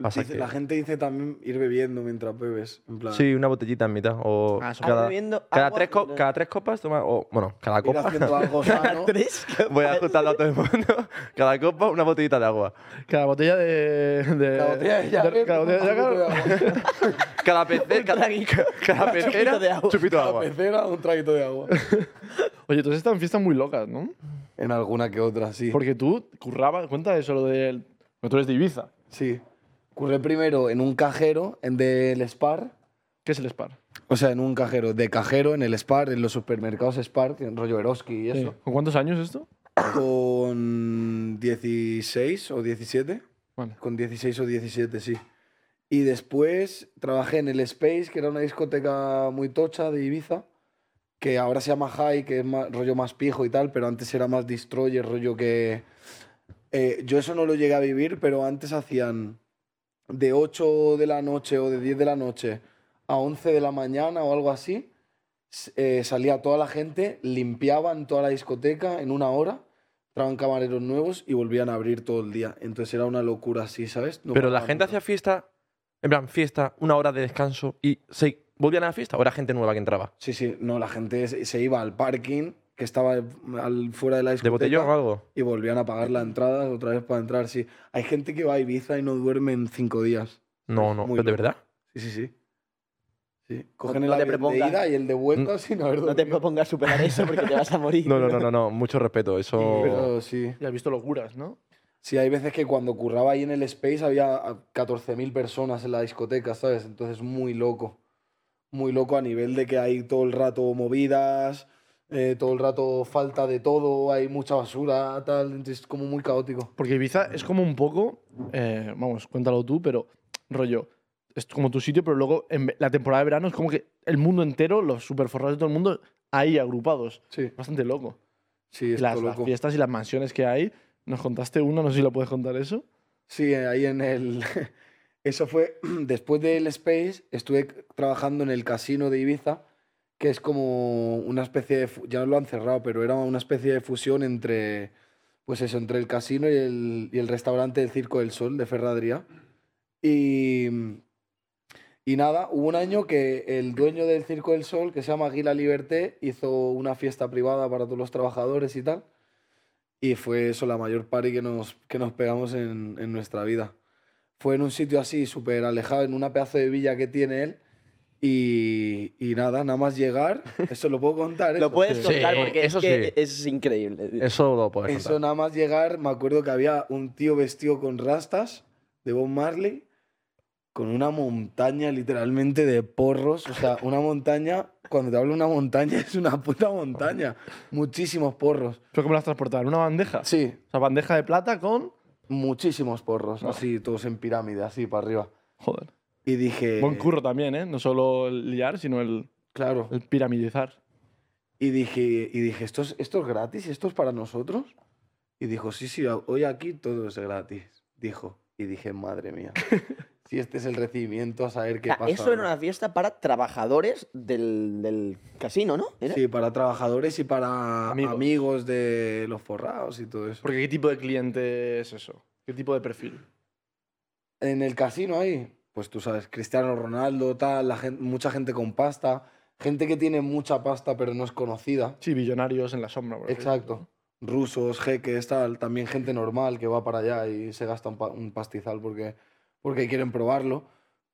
Pasa
Dice-
que-
La gente dice también ir bebiendo mientras bebes. En plan,
Sí, una botellita en mitad. O
Ah, eso-
Ah,
cada,
bebiendo
cada
agua
tres co-
mientras-
cada tres copas toma. O, bueno, cada
ir
copa.
haciendo
[LAUGHS]
algo sano.
¿Tres?
Voy a ajustarlo a todo el mundo. [LAUGHS] Cada copa, una botellita de agua.
Cada botella de. de
La botella de Jagger,
cada botella de
un [LAUGHS] poquito
Jagger,
de
Cada
agua. [LAUGHS]
pecera. [LAUGHS] Cada, cada pecera.
chupito de agua.
Chupito de
La
agua.
pecera, un traguito de agua.
Oye, todas están fiestas muy locas, ¿no?
En alguna que otra, sí.
Porque tú currabas, cuenta eso, lo del. Porque tú eres de Ibiza.
Sí. Curré primero en un cajero en del Spar.
¿Qué es el SPAR?
O sea, en un cajero, de cajero en el Spar, en los supermercados Spar, que en rollo Eroski y eso.
¿Con cuántos años esto?
Con 16 o 17.
Vale.
Con 16 o 17, sí. Y después trabajé en el Space, que era una discoteca muy tocha de Ibiza, que ahora se llama High, que es más- rollo más pijo y tal, pero antes era más Destroyer, rollo que... Eh, yo eso no lo llegué a vivir, pero antes hacían de 8 de la noche o de 10 de la noche a 11 de la mañana o algo así, s- eh, salía toda la gente, limpiaban toda la discoteca en una hora, traban camareros nuevos y volvían a abrir todo el día. Entonces era una locura así, ¿sabes? No
Pero la
paraban
gente
nunca.
hacía fiesta. En plan, fiesta, una hora de descanso y se volvían a la fiesta. O era gente nueva que entraba.
Sí, sí, no, la gente se se iba al parking que estaba al, fuera de la
¿De
discoteca.
botellón o algo?
Y volvían a pagar la entrada otra vez para entrar, sí. Hay gente que va a Ibiza y no duerme en cinco días.
No, no.
Muy
¿pero ¿De
loco.
verdad?
Sí, sí, sí. Sí, Cogen el
no te
avión de
propongas.
ida y el de
Mm.
vuelta sin haber
No te
dormido.
propongas superar eso porque te vas a morir.
No, no, no, no, no. Mucho respeto. Eso.
Pero sí.
Ya has visto locuras, ¿no?
Sí, hay veces que cuando curraba ahí en el Space había a 14.000 personas en la discoteca, ¿sabes? Entonces muy loco. Muy loco a nivel de que hay todo el rato movidas, eh, todo el rato falta de todo, hay mucha basura, tal. Entonces es como muy caótico.
Porque Ibiza es como un poco. eh, vamos, cuéntalo tú, pero rollo. Es como tu sitio, pero luego en ve- la temporada de verano es como que el mundo entero, los superforrados de todo el mundo, ahí agrupados.
Sí,
Bastante loco.
sí,
Y
es
las,
todo
las
loco.
fiestas y las mansiones que hay. Nos contaste una, no sé si lo puedes contar eso.
Sí, eh, ahí en el... [LAUGHS] Eso fue, [CLEARS THROAT] después del Space, estuve c- trabajando en el casino de Ibiza, que es como una especie de... fu- Ya lo han cerrado, pero era una especie de fusión entre... Pues eso, entre el casino y el, y el restaurante del Circo del Sol de Ferradría. Y, y nada, hubo un año que el dueño del Circo del Sol, que se llama Gila Liberté, hizo una fiesta privada para todos los trabajadores y tal. Y fue eso la mayor party que nos, que nos pegamos en, en nuestra vida. Fue en un sitio así, súper alejado, en una pedazo de villa que tiene él. Y, y nada, nada más llegar, [LAUGHS] eso lo puedo contar. ¿eh?
Lo
eso.
puedes
Sí,
contar porque
eso
es, que
sí.
es increíble.
Eso lo puedes
Eso
contar.
nada más llegar, me acuerdo que había un tío vestido con rastas de Bob Marley con una montaña literalmente de porros. O sea, una montaña, cuando te hablo de una montaña, [LAUGHS] es una puta montaña. Muchísimos porros.
¿Pero cómo las transportaban? ¿Una bandeja?
Sí,
O sea, bandeja de plata con.
muchísimos porros. Así, todos en pirámide, así para arriba.
Joder.
Y dije...
Buen curro también, ¿eh? No solo el liar, sino el,
Claro.
el piramidizar.
Y dije, y dije ¿Esto, es, ¿esto es gratis? ¿Esto es para nosotros? Y dijo, sí, sí, a- hoy aquí todo es gratis. Dijo. Y dije,
[LAUGHS]
madre mía, si este es el recibimiento, a saber qué
O sea,
pasa.
eso era
ahora".
una fiesta para trabajadores del, del casino, ¿no? ¿Era?
Sí, para trabajadores y para
Amigos.
amigos. de los forrados y todo eso.
Porque ¿qué tipo de cliente es eso? ¿Qué tipo de perfil?
En el casino ahí, pues tú sabes, Cristiano Ronaldo, tal, la gen- mucha gente con pasta, gente que tiene mucha pasta pero no es conocida.
Sí, billonarios en la sombra, por así
Exacto. Rusos, jeques, tal. También gente normal que va para allá y se gasta un, pa- un pastizal porque, porque quieren probarlo.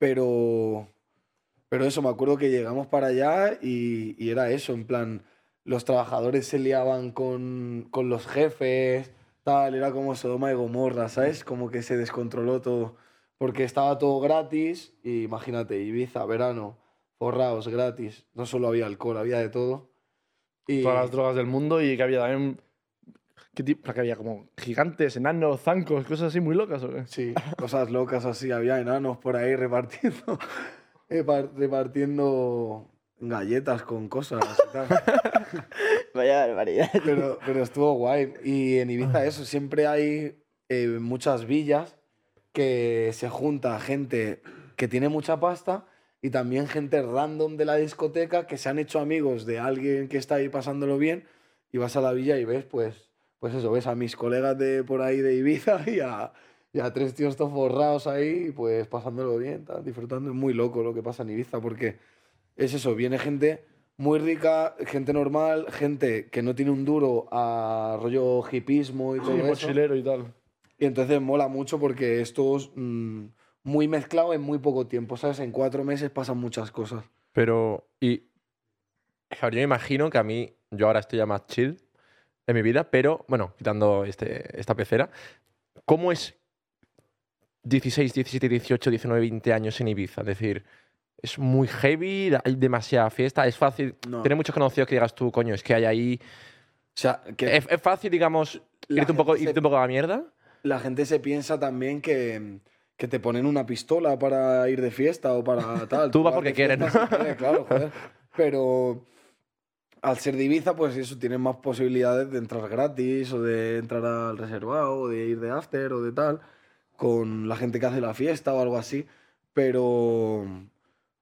Pero, pero eso, me acuerdo que llegamos para allá y, y era eso, en plan, los trabajadores se liaban con, con los jefes, tal. Era como Sodoma y Gomorra, ¿sabes? Como que se descontroló todo. Porque estaba todo gratis y imagínate, Ibiza, verano, forrados, gratis. No solo había alcohol, había de todo. Y...
todas las drogas del mundo y que había también. ¿Qué tipo? Que había como gigantes, enanos, zancos, cosas así muy locas. ¿o qué?
Sí, [LAUGHS] cosas locas así. Había enanos por ahí repartiendo, [LAUGHS] repar- repartiendo galletas con cosas. y tal.
Vaya barbaridad.
Pero, pero estuvo guay. Y en Ibiza eso, siempre hay eh, muchas villas que se junta gente que tiene mucha pasta y también gente random de la discoteca que se han hecho amigos de alguien que está ahí pasándolo bien y vas a la villa y ves pues, pues eso, ves a mis colegas de por ahí de Ibiza [LAUGHS] y a, y a tres tíos todos forrados ahí pues pasándolo bien, tal, disfrutando. Es muy loco lo que pasa en Ibiza porque es eso, viene gente muy rica, gente normal, gente que no tiene un duro a rollo hipismo y todo
Sí,
eso.
mochilero y tal.
Y entonces mola mucho porque esto es mm, muy mezclado en muy poco tiempo, ¿sabes? En cuatro meses pasan muchas cosas.
Pero, y. Claro, yo me imagino que a mí, yo ahora estoy ya más chill en mi vida, pero, bueno, quitando este, esta pecera, ¿cómo es 16, 17, 18, 19, 20 años en Ibiza? Es decir, es muy heavy, hay demasiada fiesta, es fácil.
No.
Tienes muchos conocidos que digas tú, coño, es que hay ahí.
O sea, que
Es, es fácil, digamos,
La
irte un, poco,
gente se- Pues
irte un poco a la mierda.
la gente se piensa también que, que te ponen una pistola para ir de fiesta o para
[LAUGHS]
tal.
Tú vas
de
porque quieres,
fiesta si quieres, claro, joder. Pero al ser de Ibiza, pues eso, tienes más posibilidades de entrar gratis o de entrar al reservado o de ir de after o de tal con la gente que hace la fiesta o algo así. Pero,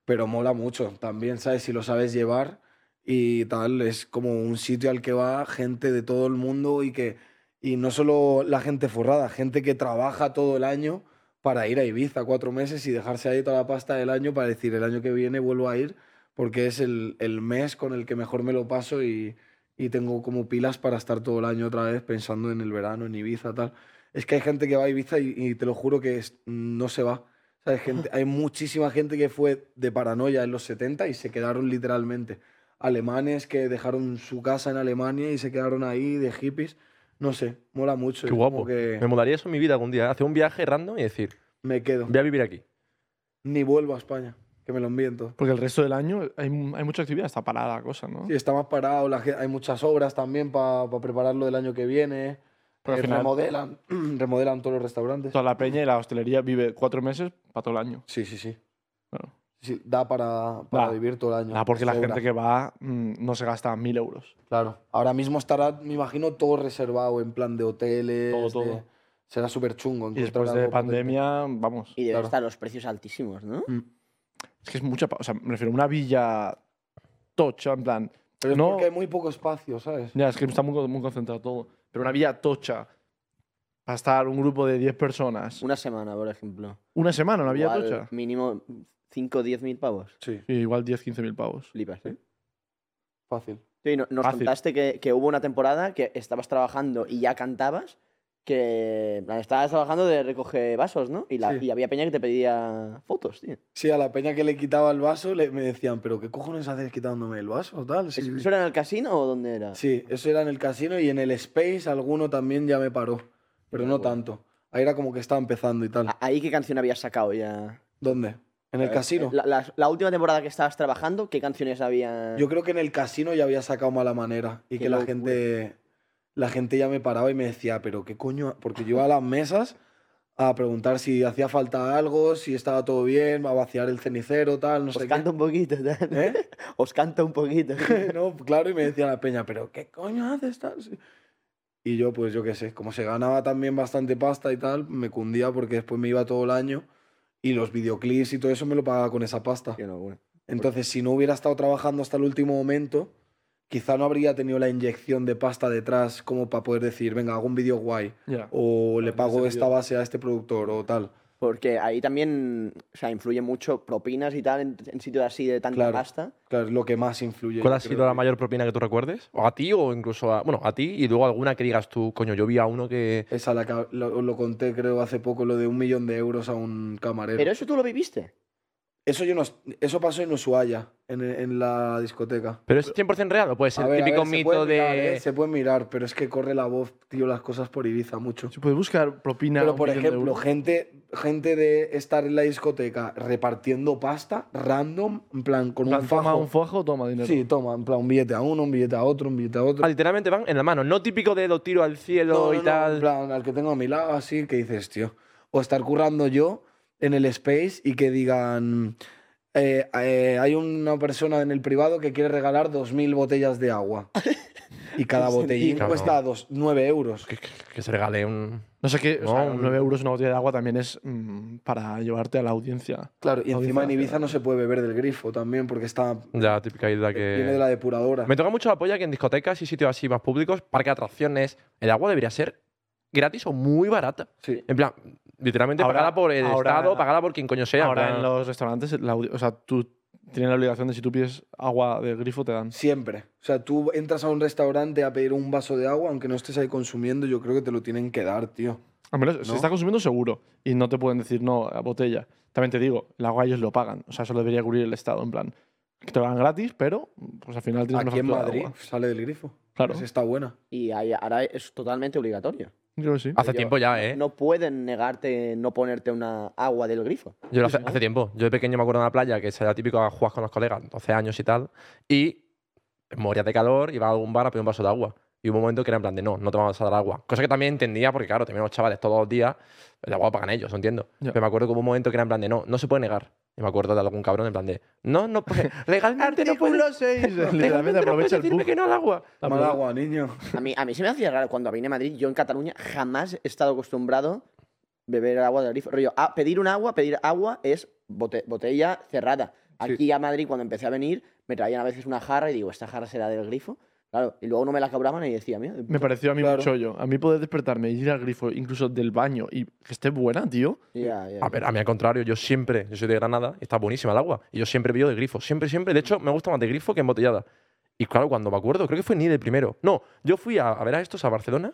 pero mola mucho también, ¿sabes? Si lo sabes llevar y tal, es como un sitio al que va gente de todo el mundo y que y no solo la gente forrada, gente que trabaja todo el año para ir a Ibiza cuatro meses y dejarse ahí toda la pasta del año para decir el año que viene vuelvo a ir porque es el, el mes con el que mejor me lo paso y, y tengo como pilas para estar todo el año otra vez pensando en el verano, en Ibiza, tal. Es que hay gente que va a Ibiza y, y te lo juro que es- no se va. O sea, hay, gente, hay muchísima gente que fue de paranoia en los 70 y se quedaron literalmente. Alemanes que dejaron su casa en Alemania y se quedaron ahí de hippies. No sé, mola mucho.
Qué
es como
guapo.
que
Me mudaría eso en mi vida algún día. Hacer un viaje random y decir,
me quedo.
voy a vivir aquí.
Ni vuelvo a España, que me lo envíen todo.
Porque el resto del año hay, hay mucha actividad, está parada la cosa, ¿no?
Sí, está más parado, la gen- hay muchas obras también para prepararlo del año que viene.
Porque al
eh,
final-
remodelan, [CLEARS THROAT] remodelan todos los restaurantes.
Toda la peña y la hostelería vive cuatro meses para todo el año.
Sí, sí, sí.
Claro.
Sí, da para, para
Da.
vivir todo el año.
Ah, porque la
sobra.
gente que va mm, no se gasta mil euros.
Claro. Ahora mismo estará, me imagino, todo reservado en plan de hoteles.
Todo, todo.
de- Será súper chungo.
Y después de pandemia, vamos.
Y deben
Claro.
estar los precios altísimos, ¿no?
Es que es mucha. pa- O sea, me refiero a una villa tocha, en plan.
Pero es
no-
porque hay muy poco espacio, ¿sabes?
Ya, es que está muy, co- muy concentrado todo. Pero una villa tocha. Para estar un grupo de 10 personas.
Una semana, por ejemplo.
Una semana, una villa
Igual,
tocha.
Mínimo 5 o 10 mil pavos.
Sí,
Sí, igual 10, 15 mil pavos.
Flipas, ¿eh?
fácil.
Sí, no- nos
Fácil.
contaste que, que hubo una temporada que estabas trabajando y ya cantabas, que en plan, estabas trabajando de recoger vasos, ¿no? Y, la,
Sí.
y había peña que te pedía fotos, tío.
Sí, a la peña que le quitaba el vaso le, me decían, pero ¿qué cojones haces quitándome el vaso? Tal, sí, sí.
¿Eso era en el casino o dónde era?
Sí, eso era en el casino y en el Space alguno también ya me paró, pero no tanto. Ahí era como que estaba empezando y tal.
Ah. A- Ahí qué canción habías sacado ya.
¿Dónde? ¿En
Eh,
el casino?
La, la- la última temporada que estabas trabajando, ¿qué canciones había?
Yo creo que en el casino ya había sacado mala manera y
Qué
que la
locura.
gente, la gente ya me paraba y me decía, pero qué coño, ha-?" porque yo iba a las mesas a preguntar si hacía falta algo, si estaba todo bien, a vaciar el cenicero, tal, no
Os
sé
canto un poquito, [LAUGHS] tal.
qué. ¿Eh?
Os canto un poquito.
[LAUGHS] no, claro, y me decía la peña, pero ¿qué coño haces tal? Sí. Y yo, pues yo qué sé, como se ganaba también bastante pasta y tal, me cundía porque después me iba todo el año y los videoclips y todo eso me lo pagaba con esa pasta.
Qué locura.
Entonces, si no hubiera estado trabajando hasta el último momento, quizá no habría tenido la inyección de pasta detrás como para poder decir, venga, hago un vídeo guay,
Ya.
o le
tiene
pago esta
sentido.
base a este productor o tal.
Porque ahí también, o sea, influye mucho propinas y tal en, en sitios así de tanta
Claro.
pasta.
Claro, es lo que más influye.
¿Cuál
yo
ha
creo
sido la
que-
mayor propina que tú recuerdes? O a ti o incluso a... Bueno, a ti y luego alguna que digas tú, coño, yo vi a uno que...
Esa la que lo, lo conté, creo, hace poco, lo de un millón de euros a un camarero.
Pero eso tú lo viviste.
Eso, yo no, eso pasó en Ushuaia, en, en la discoteca.
¿Pero es 100% real o puede ser
A
el
ver, a
típico
ver, se puede
mito
mirar,
de...
¿eh? Se puede mirar, pero es que corre la voz, tío, las cosas por Ibiza mucho.
Se puede buscar propina. a
Pero,
un
por
millón de
ejemplo,
euros.
gente, gente de estar en la discoteca repartiendo pasta random, en plan, con
Plan,
un
toma
fajo.
un fajo, toma dinero.
sí, toma, en plan, un billete a uno, un billete a otro, un billete a otro.
Ah, literalmente van en la mano, no típico de lo tiro al cielo
No, no,
y
no,
tal.
en plan, al que tengo a mi lado, así, que dices, tío. O estar currando yo en el space y que digan, eh, eh, hay una persona en el privado que quiere regalar 2.000 botellas de agua.
[LAUGHS]
y cada botellín
Cabrón.
cuesta dos, 9 euros.
que, que- que se regale un...
No sé qué. O sea,
No, un-
9 euros una botella de agua también es mm, para llevarte a la audiencia.
Claro, y encima en
Audiencia
Ibiza no se puede beber del grifo también porque está...
La típica idea que...
Viene de la depuradora.
Me toca mucho la polla que en discotecas y sitios así más públicos, parque de atracciones, el agua debería ser gratis o muy barata.
Sí.
En plan, literalmente
Ahora-
pagada por el
ahora-
Estado, pagada por quien coño sea. en
Ahora
plan-
en los restaurantes, la audi- o sea, tú tienes la obligación de si tú pides agua del grifo, te dan.
Siempre. O sea, tú entras a un restaurante a pedir un vaso de agua, aunque no estés ahí consumiendo, yo creo que te lo tienen que dar, tío.
Al menos se
¿No?
está consumiendo seguro y no te pueden decir no a botella. También te digo, el agua ellos lo pagan. O sea, eso lo debería cubrir el Estado, en plan. Que te lo dan gratis, pero pues al final tienes una
Aquí en
factura de
Madrid
agua.
sale del grifo.
Claro.
Esa está buena.
Y ahí- ahora es totalmente obligatorio.
Yo creo que sí.
Hace
Yo-
tiempo ya, ¿eh?
No pueden negarte no ponerte una agua del grifo.
Yo lo hace, hace tiempo. Yo de pequeño me acuerdo en la playa que era típico a jugar con los colegas, 12 años y tal, y moría de calor, iba a algún bar a pedir un vaso de agua. Y hubo un momento que era en plan de no, no te vamos a dar agua. Cosa que también entendía porque, claro, teníamos chavales todos los días, el agua lo pagan ellos, no entiendo.
Ya.
Pero me acuerdo que hubo un momento que era en plan de no, no se puede negar. Y me acuerdo de algún cabrón en plan de no, no,
[LAUGHS]
puede- legalmente no puedes. [LAUGHS]
Literalmente aprovecha el
decirme
bug.
que no al agua.
Mal agua, niño.
A mí, a mí se me hacía raro cuando vine a Madrid. Yo en Cataluña jamás he estado acostumbrado a beber agua del grifo. Rollo, a pedir un agua, pedir agua es bote- botella cerrada. Aquí a Madrid, cuando empecé a venir, me traían a veces una jarra y digo, ¿esta jarra será del grifo? Claro, y luego no me la cobraban y decía, mira,
Me pareció a mí
Claro.
un chollo. A mí poder despertarme y ir al grifo, incluso del baño, y que esté buena, tío.
ya, ya".
A ver, a mí al contrario, yo siempre, yo soy de Granada, y está buenísima el agua, y yo siempre pillo de grifo, siempre, siempre. De hecho, me gusta más de grifo que embotellada. Y claro, cuando me acuerdo, creo que fue ni de primero. No, yo fui a, a ver a estos a Barcelona,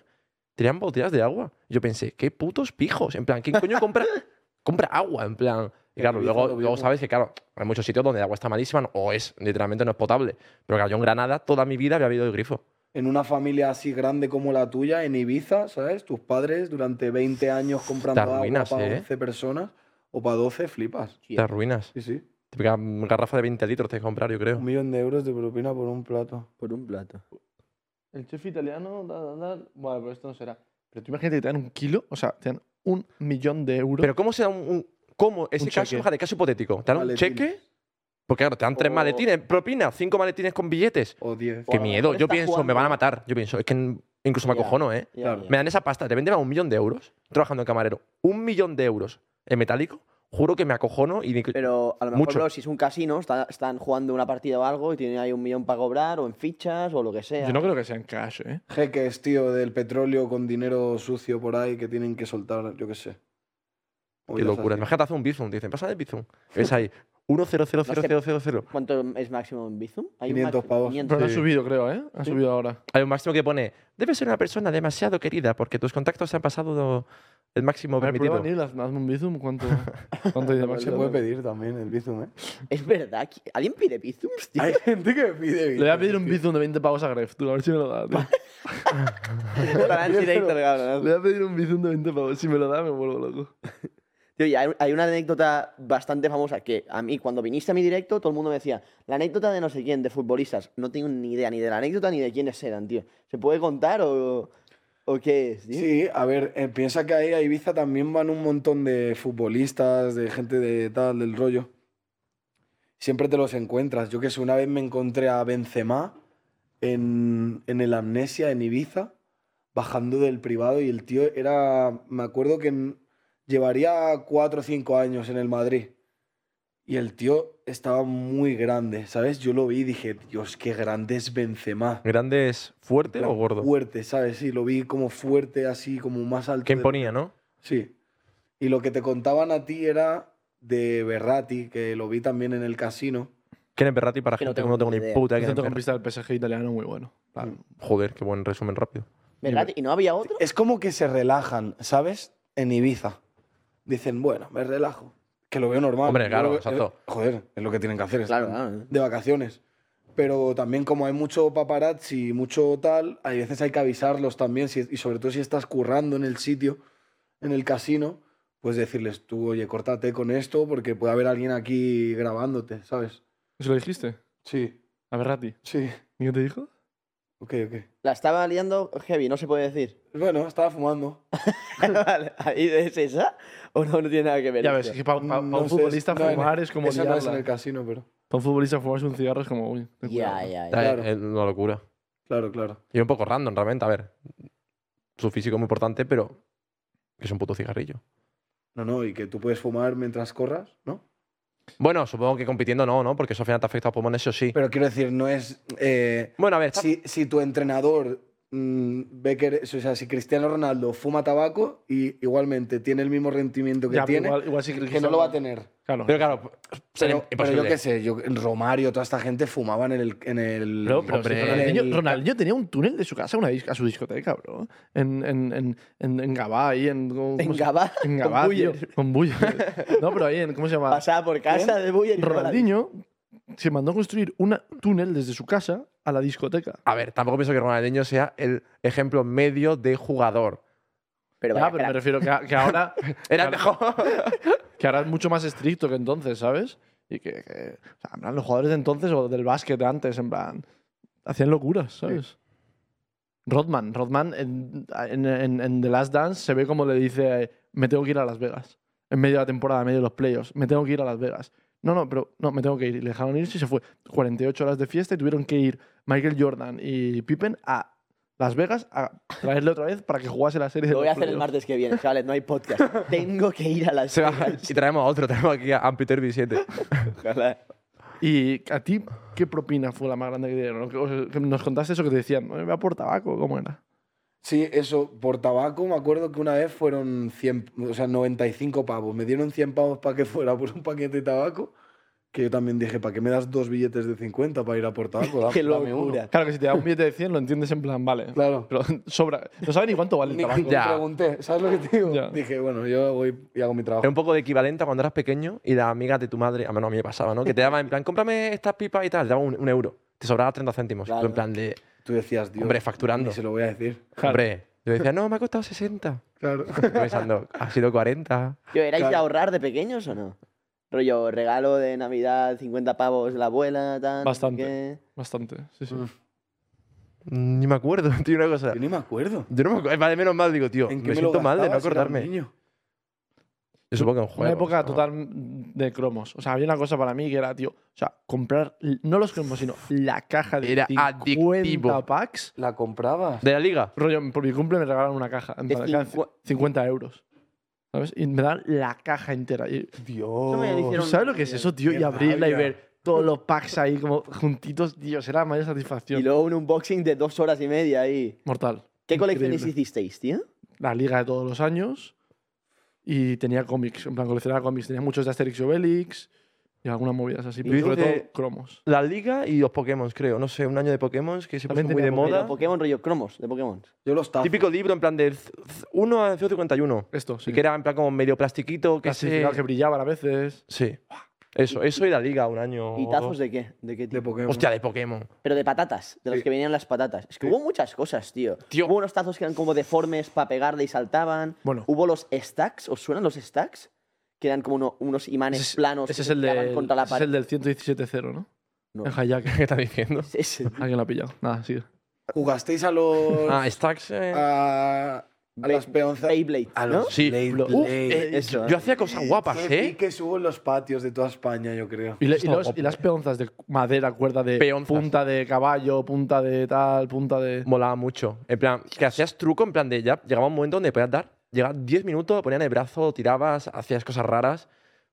tenían botellas de agua. Yo pensé, qué putos pijos, en plan, ¿quién coño compra, [LAUGHS] compra agua? En plan. Y
En
claro,
Ibiza
luego,
lo
luego
vimos.
sabes que, claro, hay muchos sitios donde el agua está malísima o es, literalmente no es potable. Pero claro, yo en Granada toda mi vida había habido de grifo.
En una familia así grande como la tuya, en Ibiza, ¿sabes? Tus padres durante 20 años comprando
Te arruinas,
agua para
¿eh?
11 personas o para 12, flipas.
Sí.
Te ruinas.
Sí, sí.
Típica mm, garrafa de 20 litros te comprar, yo creo.
Un millón de euros de propina por un plato.
Por un plato.
El chef italiano, Bueno, pero esto no será. Pero tú imagínate que te dan un kilo, o sea, te dan un millón de euros.
Pero ¿cómo se da un... un- ¿Cómo? Ese
Un
caso,
cheque.
fíjate, caso hipotético. ¿Te dan un
Maletines.
cheque? Porque claro, te dan tres
O-
maletines, propina, cinco maletines con billetes.
O 10.
Qué
Wow,
miedo. Yo
estás
pienso, me
jugando.
van a matar. Yo pienso, es que n- incluso me
Ya.
acojono, ¿eh?
Ya,
Claro.
ya.
Me dan esa pasta, de repente me dan un millón de euros trabajando en camarero. Un millón de euros en metálico. Juro que me acojono y... ni que-
Pero a lo mejor,
Mucho.
bro, si es un casino, está- están jugando una partida o algo y tienen ahí un millón para cobrar o en fichas o lo que sea.
Yo no creo que sea en cash, ¿eh?
Jeques, tío, del petróleo con dinero sucio por ahí que tienen que soltar, yo qué sé.
Qué
Movidas
locura.
así.
Imagínate hacer un bizum. Dicen, pasa de bizum.
[LAUGHS]
Es ahí. 10000000.
¿Cuánto es máximo en Bizum? Hay un
500
máximo,
pavos.
500.
Pero no ha
Sí.
subido, creo, ¿eh? Ha subido ahora.
Hay un máximo que pone, debe ser una persona demasiado querida porque tus contactos se han pasado el máximo
A ver, prueba,
permitido.
Neil, haz- hazme un
[LAUGHS]
bizum, ¿cuánto? ¿Cuánto hay [LAUGHS] de
Pero Se
máximo?
puede pedir también el bizum, ¿eh?
Es verdad. que- ¿Alguien pide Bizums, tío?
Hay gente que pide
Le voy a pedir un bizum de 20 pavos a Gref, tú, a ver si me
[LAUGHS]
lo da, tío.
Para el directo,
Le
cabrón.
voy a pedir un bizum de 20 pavos, si me lo da me vuelvo loco.
Tío, y hay, hay una anécdota bastante famosa que a mí, cuando viniste a mi directo, todo el mundo me decía, la anécdota de no sé quién, de futbolistas. No tengo ni idea ni de la anécdota ni de quiénes eran, tío. ¿Se puede contar o, o qué es, tío?
Sí, a ver, eh, piensa que ahí a Ibiza también van un montón de futbolistas, de gente de tal, del rollo. Siempre te los encuentras. Yo que sé, una vez me encontré a Benzema en, en el Amnesia, en Ibiza, bajando del privado y el tío era, me acuerdo que en- llevaría cuatro o cinco años en el Madrid. Y el tío estaba muy grande, ¿sabes? Yo lo vi y dije, Dios, qué grande es Benzema.
¿Grande es fuerte
Era
o gordo?
Fuerte, ¿sabes? Sí, lo vi como fuerte, así, como más alto.
Que
de-
imponía, ¿no?
Sí. Y lo que te contaban a ti era de Berrati, que lo vi también en el casino.
¿Quién es Berratti para
Que no
gente que
tengo
no Mm. tengo
ni
ni
idea.
puta idea
Un
de quién es
centrocampista del PSG italiano muy bueno. Claro.
Berratti? Joder, qué buen resumen rápido.
¿Verdad? ¿Y no había otro?
Es como que se relajan, ¿sabes? En Ibiza. Dicen, bueno, me relajo. Que lo veo normal.
Hombre,
Yo
claro,
lo veo-
exacto.
eh, Joder, es lo que tienen que hacer.
Claro,
están
claro.
De vacaciones. Pero también como hay mucho paparazzi y mucho tal, hay veces hay que avisarlos también. si- y sobre todo si estás currando en el sitio, en el casino, pues decirles tú, oye, córtate con esto porque puede haber alguien aquí grabándote, ¿sabes?
¿Se lo dijiste?
Sí,
A Berratti.
sí.
¿Y no te dijo?
Ok, ok.
La estaba liando heavy, no se puede decir.
[LAUGHS] Bueno, estaba fumando.
Vale, ¿Ahí es esa? ¿O no, no tiene nada que ver?
Ya
esto?
ves, es que para
No
un
sé,
futbolista
no, en-
fumar es como
Eso no es en el
liarla.
casino, pero...
Para un futbolista fumarse un cigarro es como, uy. ten cuidado,
Ya, ya,
¿no?
ya.
Eh,
Claro.
Es una locura.
Claro, claro.
Y un poco random, realmente. A ver, su físico es muy importante, pero es un puto cigarrillo.
No, no, y que tú puedes fumar mientras corras, ¿no?
Bueno, supongo que compitiendo no, ¿no? Porque eso al final te afecta a los pulmones, eso sí.
Pero quiero decir, no es... eh,
Bueno, a ver, está-
si, si tu entrenador mm, ve que... eres- o sea, si Cristiano Ronaldo fuma tabaco y igualmente tiene el mismo rendimiento que
Ya, pero
tiene,
igual, igual sí
que no lo va a tener.
Claro.
pero claro, sería
Pero, pero yo
imposible.
qué sé, yo, Romario, toda esta gente fumaban en el... En el
Bro, pero
Hombre.
si Ronaldinho, Ronaldinho tenía un túnel de su casa a una dis- a su discoteca, bro. En, en, en, en, en Gabá, ahí en. ¿cómo
En
se-
Gabá,
En
con
Gabá, tío,
Buller.
con Buller. No, pero ahí en. ¿Cómo se llama?
Pasaba por casa de Buller y
¿Eh? Ronaldinho se mandó a construir un túnel desde su casa a la discoteca.
A ver, tampoco pienso que Ronaldinho sea el ejemplo medio de jugador.
Pero,
Ya,
vaya
pero me
crack.
refiero que, a- que ahora.
Era el
Claro.
mejor.
que ahora es mucho más estricto que entonces, ¿sabes? Y que, que- o sea, en plan, los jugadores de entonces o del básquet de antes, en plan, hacían locuras, ¿sabes? Rodman, Rodman en, en- en- en The Last Dance se ve como le dice, me tengo que ir a Las Vegas, en medio de la temporada, en medio de los playoffs, me tengo que ir a Las Vegas. No, no, pero no, me tengo que ir. Y le dejaron irse y se fue 48 horas de fiesta y tuvieron que ir Michael Jordan y Pippen a Las Vegas a traerle otra vez para que jugase la serie de
Lo voy a
los
hacer el
playoffs.
martes que viene, chavales, no hay podcast. Tengo que ir a las
Se va-
Vegas.
y traemos a otro, traemos aquí a Peter 7
Ojalá.
¿Y a ti qué propina fue la más grande que dieron? Lo que os- que Nos contaste eso que te decían, ¿no? ¿Va por tabaco? ¿Cómo era?
Sí, eso, por tabaco me acuerdo que una vez fueron 100, o sea, 95 pavos. Me dieron 100 pavos para que fuera por un paquete de tabaco, que yo también dije, ¿para qué me das dos billetes de 50 para ir a por tabaco? Da-
Qué
dame uno".
locura.
Claro que si te da un billete de 100 lo entiendes en plan, vale.
Claro.
Pero [LAUGHS] sobra. No saben ni cuánto vale el
Ni
tabaco.
Ya.
pregunté, ¿sabes lo que te digo?
Ya.
Dije, bueno, yo voy y hago mi
Es
trabajo.
un poco de equivalente a cuando eras pequeño y las amigas de tu madre, a menos a mí me pasaba, ¿no? Que te daban en plan, cómprame estas pipas y tal, te daban un, un euro. Te sobraba 30 céntimos. Yo
Claro.
en plan de,
Tú decías, Dios,
hombre, facturando.
ni se lo voy a decir.
Claro.
Hombre, yo decía, no, me ha costado 60.
[LAUGHS] Claro.
Yo Pensando, ha sido 40.
Tío, ¿Erais de
Claro.
ahorrar de pequeños o no? Rollo, regalo de Navidad, 50 pavos de la abuela, tal. no sé
Bastante.
qué.
Bastante, sí, sí.
Mm.
Mm, Ni me acuerdo, [LAUGHS] tío, una cosa.
Yo ni me acuerdo.
Yo no me acuerdo. Vale, menos mal, digo, tío.
¿En qué
Me
lo
siento mal de no
gastaba si era un
acordarme.
niño?
Yo supongo que en juego.
Una época total de cromos. O sea, había una cosa para mí que era, tío, o sea, comprar l- no los cromos, sino la caja de
Era
50
adictivo.
packs.
¿La comprabas?
¿De la liga?
Rollo, por mi cumple me regalaron una caja. En
De
plan, eran
cincu-
50 euros. ¿Sabes? Y me dan la caja entera. Y-
Dios.
me
¿Tú
hicieron-
¿Sabes lo que es eso, tío?
qué
Y abrirla y
rabia.
ver todos los packs ahí como juntitos, tío, será la mayor satisfacción.
Y luego un unboxing de dos horas y media ahí.
Mortal.
¿Qué colecciones
Increíble.
hicisteis, tío?
La liga de todos los años. Y tenía cómics, en plan coleccionaba cómics. Tenía muchos de Asterix y Obelix y algunas movidas así, pero
hice
sobre
de-
todo cromos.
La liga y los Pokémon, creo. No sé, un año de Pokémon que se puso
También
muy de
tenía Pokémon.
Pero
moda.
Pokémon, rollo cromos de Pokémon.
Yo los tazos.
Típico libro en plan de 1 a 051.
Esto, sí.
Y que era en plan como medio plastiquito, que se...
Plastificado, que brillaban a veces.
Sí. Eso, eso y la liga un año.
¿Y
o
tazos
dos.
de qué? ¿De qué
de
tipo?
Pokémon.
Hostia, Oh. de Pokémon. [LAUGHS]
Pero de patatas, de los
Sí.
que venían las patatas. Es que
Sí.
hubo muchas cosas, tío.
Tío.
Hubo unos tazos que eran como deformes para pegarle y saltaban.
Bueno.
Hubo los stacks, ¿os suenan los stacks? que eran como uno- unos imanes
Ese es-
planos
Ese
que
es
se
el,
pegaban
del,
contra la
ese es
pared.
el del 117.0, ¿no?
No.
El Hayak.
¿Qué está diciendo?
Ese-
Alguien lo ha pillado. Nada, sigue.
¿Jugasteis a los.
[LAUGHS] Ah, Stacks. eh,
a, a las peonzas.
Beyblade,
Ah,
A
¿no?
los
Sí.
Blade
Lo-
Uf,
Blade.
eh,
eso,
yo hacía cosas guapas,
Qué
¿eh?
piques hubo en los patios de toda España, yo creo.
Y, le- y
Esto,
los- y las peonzas de madera, cuerda de
Peonzas.
punta de caballo, punta de tal, punta de.
Molaba mucho. En plan, que hacías truco, en plan de ya llegaba un momento donde podías dar. Llegaban 10 minutos, ponían el brazo, tirabas, hacías cosas raras.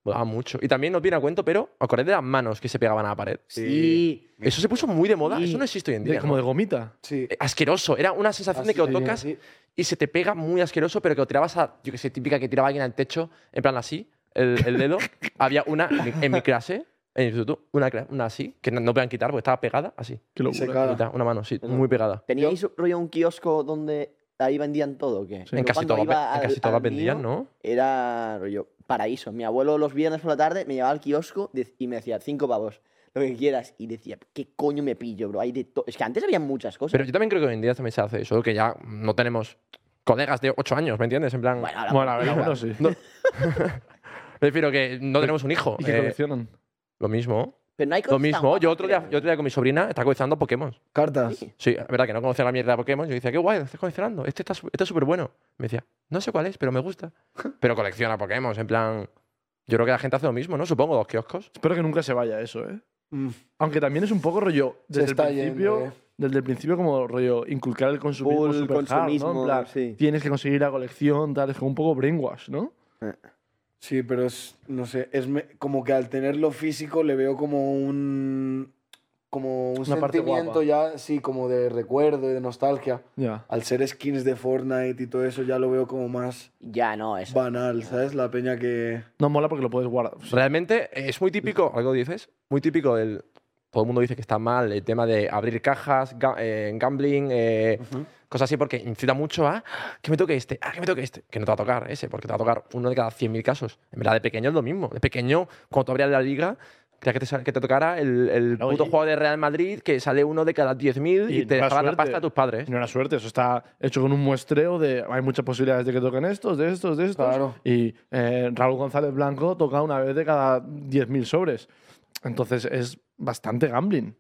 Molaba mucho. Y también no viene a cuento, pero acordáis de las manos que se pegaban a la pared.
Sí.
Eso se puso muy de moda.
Sí.
Eso no existe hoy en
de-
día.
como
¿no?
de gomita.
Sí.
Eh, Asqueroso. Era una sensación de que lo
Así,
tocas
así.
y se te pega muy asqueroso, pero que lo tirabas a, yo que sé, típica que tiraba alguien al techo, en plan así, el,
[LAUGHS]
el dedo. Había una en mi- en mi clase, en el instituto, una, cla- una así, que no, no podían quitar porque estaba pegada, así.
Qué locura.
Secada. Ah.
mitad, Una mano, sí, muy pegada.
¿Teníais rollo un kiosco donde ahí vendían todo o qué?
En
Yo
casi
cuando
todas
iba
las- en
al-
casi todas
al
las vendían,
mío,
¿no?
Era rollo paraíso. Mi abuelo los viernes por la tarde me llevaba al kiosco de- y me decía cinco pavos, lo que quieras. Y decía, ¿qué coño me pillo, bro? Hay de todo. Es que antes había muchas cosas.
Pero yo también creo que hoy en día también se hace, solo que ya no tenemos colegas de 8 años, ¿me entiendes? En plan,
Bueno, ahora-
Bueno, a ver, bueno, sí.
me refiero que no tenemos un hijo.
[LAUGHS] ¿Y qué
eh,
coleccionan?
lo mismo,
Pero no hay
lo
cosas tan
mismo. Yo
guapas,
otro, día,
creo.
yo otro día con mi sobrina está coleccionando Pokémon.
Cartas.
Sí.
Sí, es verdad que no conocía la mierda de Pokémon. Yo decía, qué guay, lo estás coleccionando. Este está su- este es súper bueno. Me decía, no sé cuál es, pero me gusta. Pero colecciona Pokémon, en plan. Yo creo que la gente hace lo mismo, ¿no? Supongo, los kioscos.
Espero que nunca se vaya eso, ¿eh?
Mm.
Aunque también es un poco rollo. Desde el
está
principio.
yendo, eh.
Desde el principio, como rollo, inculcar el consumismo.
Full
super hard, ¿no? En
consumismo,
plan,
sí.
Tienes que conseguir la colección, tal. Es como un poco brainwash, ¿no?
Sí, pero es, no sé, es me- como que al tenerlo físico le veo
[LAUGHS]
como un Mm, como un
Una parte
sentimiento
guapa.
ya, sí, como de recuerdo y de nostalgia.
Ya.
Al ser skins de Fortnite y todo eso ya lo veo como más
Ya no, es.
banal, ¿sabes? La peña que
No mola porque lo puedes guardar. O sea,
Realmente eh, es muy típico, algo dices, muy típico del. Todo el mundo dice que está mal el tema de abrir cajas, ga- eh, gambling, eh, cosas así, porque incita mucho a "Ah, que me toque este, ah, que me toque este, que no te va a tocar ese, porque te va a tocar uno de cada 100.000 casos. En verdad, de pequeño es lo mismo. De pequeño, cuando tú abrías la liga, creías que te, sal- que te tocara el, el
Claro,
puto
y-
juego de Real Madrid que sale uno de cada 10.000 y,
Y
te
mala
dejaban la
suerte.
pasta a tus padres.
Y no era suerte, eso está hecho con un muestreo de hay muchas posibilidades de que toquen estos, de estos, de estos.
Claro.
Y eh, Raúl González Blanco toca una vez de cada 10.000 sobres. Entonces es bastante gambling.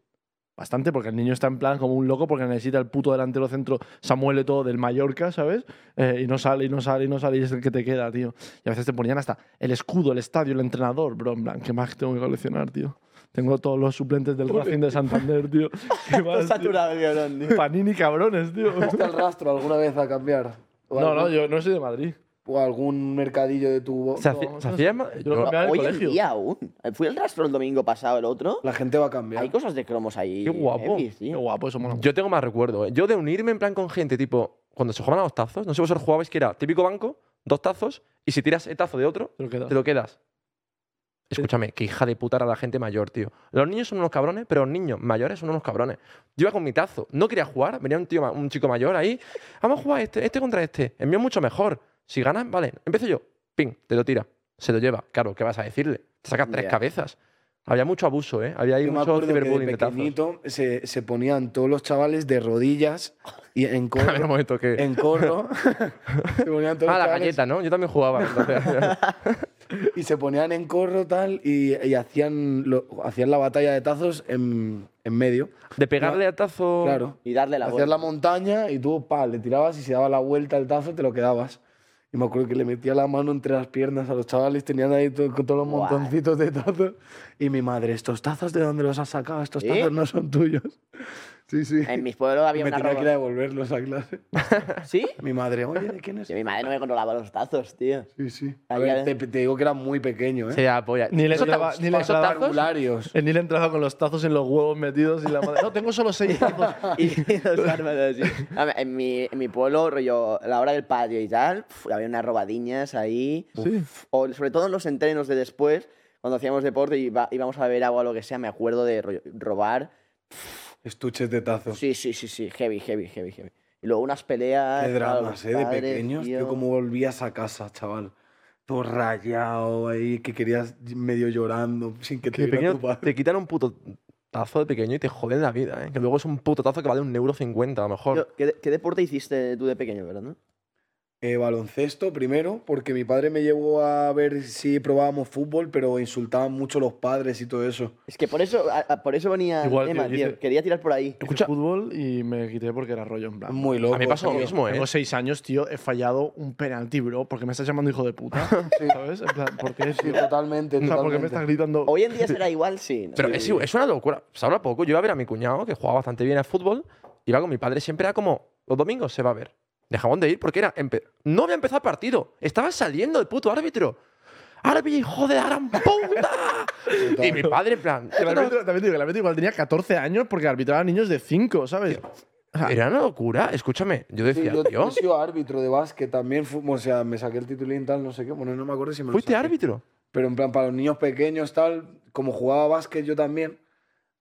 Bastante, porque el niño está en plan como un loco porque necesita el puto delantero centro Samuel Eto'o del Mallorca, ¿sabes? Eh, y no sale, y no sale, y no sale, y es el que te queda, tío. Y a veces te ponían hasta el escudo, el estadio, el entrenador, bro, en plan, ¿qué más tengo que coleccionar, tío? Tengo todos los suplentes del Racing de Santander, tío. ¿Qué más, tío?
saturado el cabrón,
[LAUGHS]
tío.
Panini cabrones,
[LAUGHS]
tío.
¿Fuiste al rastro alguna vez a cambiar? ¿O
No,
algún,
no, yo no soy de Madrid.
o algún mercadillo de tu...
Se hacía-
no,
se
no,
hacía en ma-
Yo lo
yo-
cambiaba en el
Hoy en
colegio.
día aún. Fui al rastro el domingo pasado, el otro.
La gente va a cambiar.
Hay cosas de cromos ahí.
Qué guapo.
heavy, sí.
Qué guapo, eso mola.
Yo tengo más recuerdo. ¿eh? Yo de unirme en plan con gente, tipo, cuando se jugaban a los tazos, no sé vosotros jugabais que era típico banco, dos tazos, y si tiras el tazo de otro,
Pero queda.
te lo quedas. Escúchame, que hija de puta era la gente mayor, tío. Los niños son unos cabrones, pero los niños mayores son unos cabrones. Yo iba con mi tazo, no quería jugar, venía un tío, ma- un chico mayor ahí, vamos a jugar este, este contra este, el mío es mucho mejor. Si ganan, vale, empiezo yo, ping, te lo tira, se lo lleva. Claro, ¿qué vas a decirle? Te sacas tres
Ya.
cabezas. Había mucho abuso, ¿eh? Había ahí
Yo me
mucho
acuerdo que
ciberbullying
de
de tazos. [LAUGHS]
pequeñito se, se ponían todos los chavales de rodillas y en
[LAUGHS] A ver, un
corro.
momento que...
en corro.
[LAUGHS]
se ponían todos
Ah,
los
la
chavales
galleta, ¿no? Yo también jugaba. entonces.
[LAUGHS] Y se ponían en corro tal y, y hacían, lo- hacían la batalla de tazos en, en medio.
de pegarle a tazo.
Claro.
Y darle la
Hacías
vuelta.
la montaña y tú, pa, le tirabas y se daba la vuelta al tazo, te lo quedabas. Y me acuerdo que le metía la mano entre las piernas a los chavales, tenían ahí todo- con todos los
Guau.
montoncitos de tazos. Y mi madre, ¿estos tazos de dónde los has sacado? Estos
¿Eh?
tazos no son tuyos. Sí, sí.
En mis pueblos había
me
una
tenía que ir a
roba.
devolverlos a clase.
¿Sí?
Mi madre, oye, ¿de quién es?
Yo, mi madre no me controlaba los tazos, tío.
Sí, sí. A
Ahí
ver,
ya- Ah,
te, te digo que era muy pequeño, ¿eh?
Se la polla.
Ni le
Esos
entraba-
tazos-
ni le
esos
entraba
tazos-
Regularios.
El Nil entraba con los tazos en los huevos metidos y la madre. No, tengo solo seis tazos.
[LAUGHS] Y los armas así. A ver, En mi, en mi pueblo, rollo, a la hora del patio y tal, pf, había unas robadiñas ahí.
[LAUGHS] Sí.
O sobre todo en los entrenos de después, cuando hacíamos deporte y iba- íbamos a beber agua o lo que sea, me acuerdo de rollo, robar.
Estuches de tazos.
Sí, sí, sí, sí, heavy, heavy, heavy, heavy. Y luego unas peleas.
Qué
claro,
dramas,
los
¿eh? De
padres,
pequeños, tío, cómo volvías a casa, chaval. Todo rayado ahí, que querías medio llorando sin que te
que de
viera
pequeño
tu padre.
te quitan un puto tazo de pequeño y te joden la vida, ¿eh? Que luego es un puto tazo que vale un euro cincuenta, a lo mejor.
Tío, ¿qué, de- qué deporte hiciste tú de pequeño, verdad? no?
eh, baloncesto primero, porque mi padre me llevó a ver si probábamos fútbol, pero insultaban mucho los padres y todo eso.
Es que por eso, a- a- por eso venía
Igual, tío,
Emma,
yo
tío.
hice-
Quería tirar por ahí.
Escucha.
fútbol y me quité porque era rollo en plan.
Muy loco.
A mí me pasa lo
tío.
mismo, ¿eh?
Tengo seis años, tío, he fallado un penalti, bro, porque me estás llamando hijo de puta.
[LAUGHS]
¿Sabes? En plan, ¿por qué?
Sí,
tío?
totalmente,
O sea, ¿por qué me estás
totalmente.
gritando?
Hoy en día será igual, sí. ¿no?
Pero es, igual- es una locura. Se habla poco. Yo iba a ver a mi cuñado, que jugaba bastante bien al fútbol, iba con mi padre, siempre era como, los domingos se va a ver. Dejaban de ir porque era, empe- no había empezado el partido. Estaba saliendo el puto árbitro. ¡Árbitro, hijo de la gran
[LAUGHS]
puta! [LAUGHS] y mi padre, en plan,
El árbitro- también te digo, el árbitro igual tenía 14 años porque arbitraba niños de 5, ¿sabes?
era una locura. Escúchame, yo
Sí,
decía,
yo, yo
tío,
he sido árbitro de básquet también, fu- o sea, me saqué el titulín tal, no sé qué, bueno, no me acuerdo si me lo
¿fuiste
saqué.
árbitro?
Pero en plan, para los niños pequeños tal, como jugaba básquet yo también,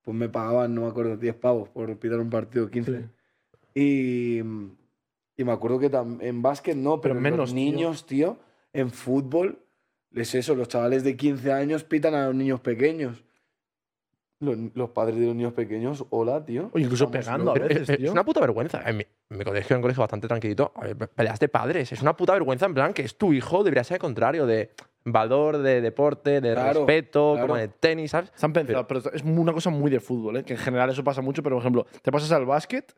pues me pagaban, no me acuerdo, 10 pavos por pitar un partido, 15. Y, y me acuerdo que tam- en básquet no, pero,
Pero
en
menos,
los
tío.
niños, tío. en fútbol, es eso, los chavales de 15 años pitan a los niños pequeños. Los, los padres de los niños pequeños, hola, tío.
O incluso
Estamos
pegando a
locos.
veces.
Es, es-
tío.
es una puta vergüenza. En mi, en mi colegio era un colegio bastante tranquilito. A ver, pe- peleas de padres. Es una puta vergüenza en plan que es tu hijo, debería ser el contrario de valor, de deporte, de
Claro,
respeto,
claro.
como en el tenis, ¿sabes?
Están pensados, pero, es una cosa muy de fútbol, ¿eh? que en general eso pasa mucho, pero por ejemplo, te pasas al básquet,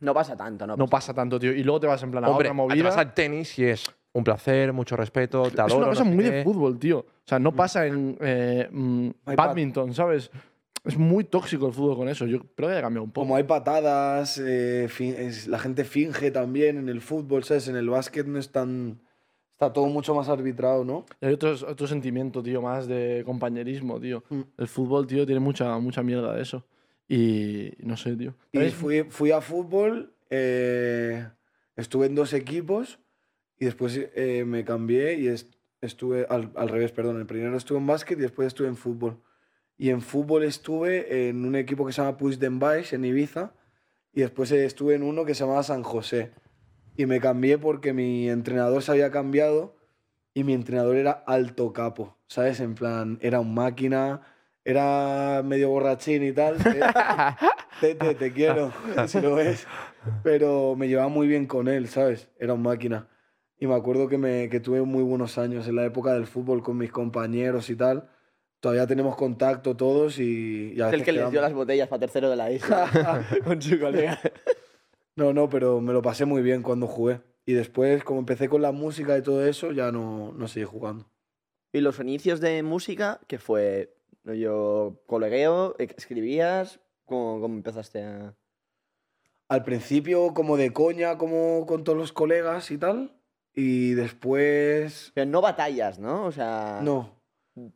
No pasa tanto, ¿no?
no pasa tanto, tío, y luego te vas en plan a
Hombre,
otra movida.
te vas al tenis y es un placer, mucho respeto, te
Es una
adoro,
cosa
no sé
muy
qué.
de fútbol, tío. O sea, no pasa en eh, mm,
iPad.
badminton, ¿sabes? Es muy tóxico el fútbol con eso. Yo creo que ha cambiado un poco.
Como hay patadas, eh, fin- es- la gente finge también en el fútbol, ¿sabes? En el básquet no es tan... Está todo mucho más arbitrado, ¿no?
Y hay otros, otro sentimiento, tío, más de compañerismo, tío.
Mm.
El fútbol, tío, tiene mucha, mucha mierda de eso. Y no sé, tío.
Y
¿Sabes?
fui, fui a fútbol, eh, estuve en dos equipos y después eh, me cambié y est- estuve al, al revés, perdón. El primero estuve en básquet y después estuve en fútbol. Y en fútbol estuve en un equipo que se llama Puig en Ibiza y después eh, estuve en uno que se llamaba San José. Y me cambié porque mi entrenador se había cambiado y mi entrenador era alto capo, ¿sabes? En plan, era un máquina, era medio borrachín y tal.
[LAUGHS]
Te, te, te quiero, si lo ves. Pero me llevaba muy bien con él, ¿sabes? Era un máquina. Y me acuerdo que, me, que tuve muy buenos años en la época del fútbol con mis compañeros y tal. Todavía tenemos contacto todos y... y a
Es el
veces
que les dio
quedamos.
las botellas para tercero de la isla. con su colega.
No, no, pero me lo pasé muy bien cuando jugué. Y después, como empecé con la música y todo eso, ya no, no seguí jugando.
Y los inicios de música, que fue yo colegueo, e, escribías, ¿cómo, cómo empezaste a...?
Al principio como de coña, como con todos los colegas y tal. Y después
Pero no batallas, ¿no? O sea...
No.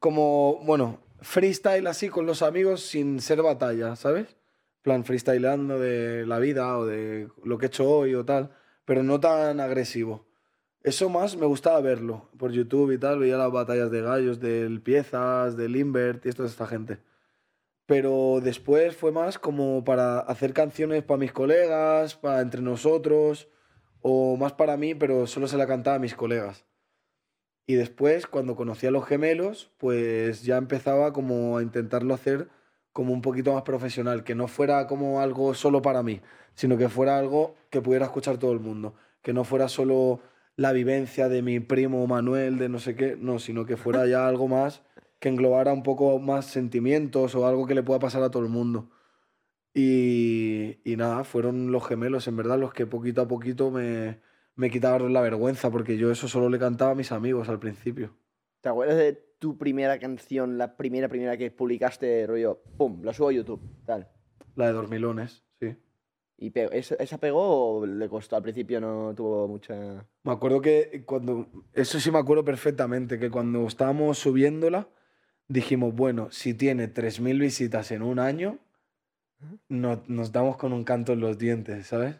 Como, bueno, freestyle así con los amigos sin ser batalla, ¿sabes? plan freestyleando de la vida o de lo que he hecho hoy o tal, pero no tan agresivo. Eso más me gustaba verlo por YouTube y tal, veía las batallas de gallos, del Piezas, del Invert y esto de esta gente. Pero después fue más como para hacer canciones para mis colegas, para entre nosotros, o más para mí, pero solo se la cantaba a mis colegas. Y después, cuando conocí a los gemelos, pues ya empezaba como a intentarlo hacer como un poquito más profesional, que no fuera como algo solo para mí, sino que fuera algo que pudiera escuchar todo el mundo, que no fuera solo la vivencia de mi primo Manuel, de no sé qué, no, sino que fuera ya algo más que englobara un poco más sentimientos o algo que le pueda pasar a todo el mundo. Y, y nada, fueron los gemelos, en verdad, los que poquito a poquito me, me quitaron la vergüenza, porque yo eso solo le cantaba a mis amigos al principio.
¿Te acuerdas de tu primera canción, la primera, primera que publicaste, rollo, pum, la subo a YouTube, tal?
La de Dormilones, sí.
¿Y pe- ¿esa- esa pegó o le costó? Al principio no tuvo mucha...
Me acuerdo que cuando, eso sí me acuerdo perfectamente, que cuando estábamos subiéndola, dijimos, bueno, si tiene 3.000 visitas en un año, no- nos damos con un canto en los dientes, ¿sabes?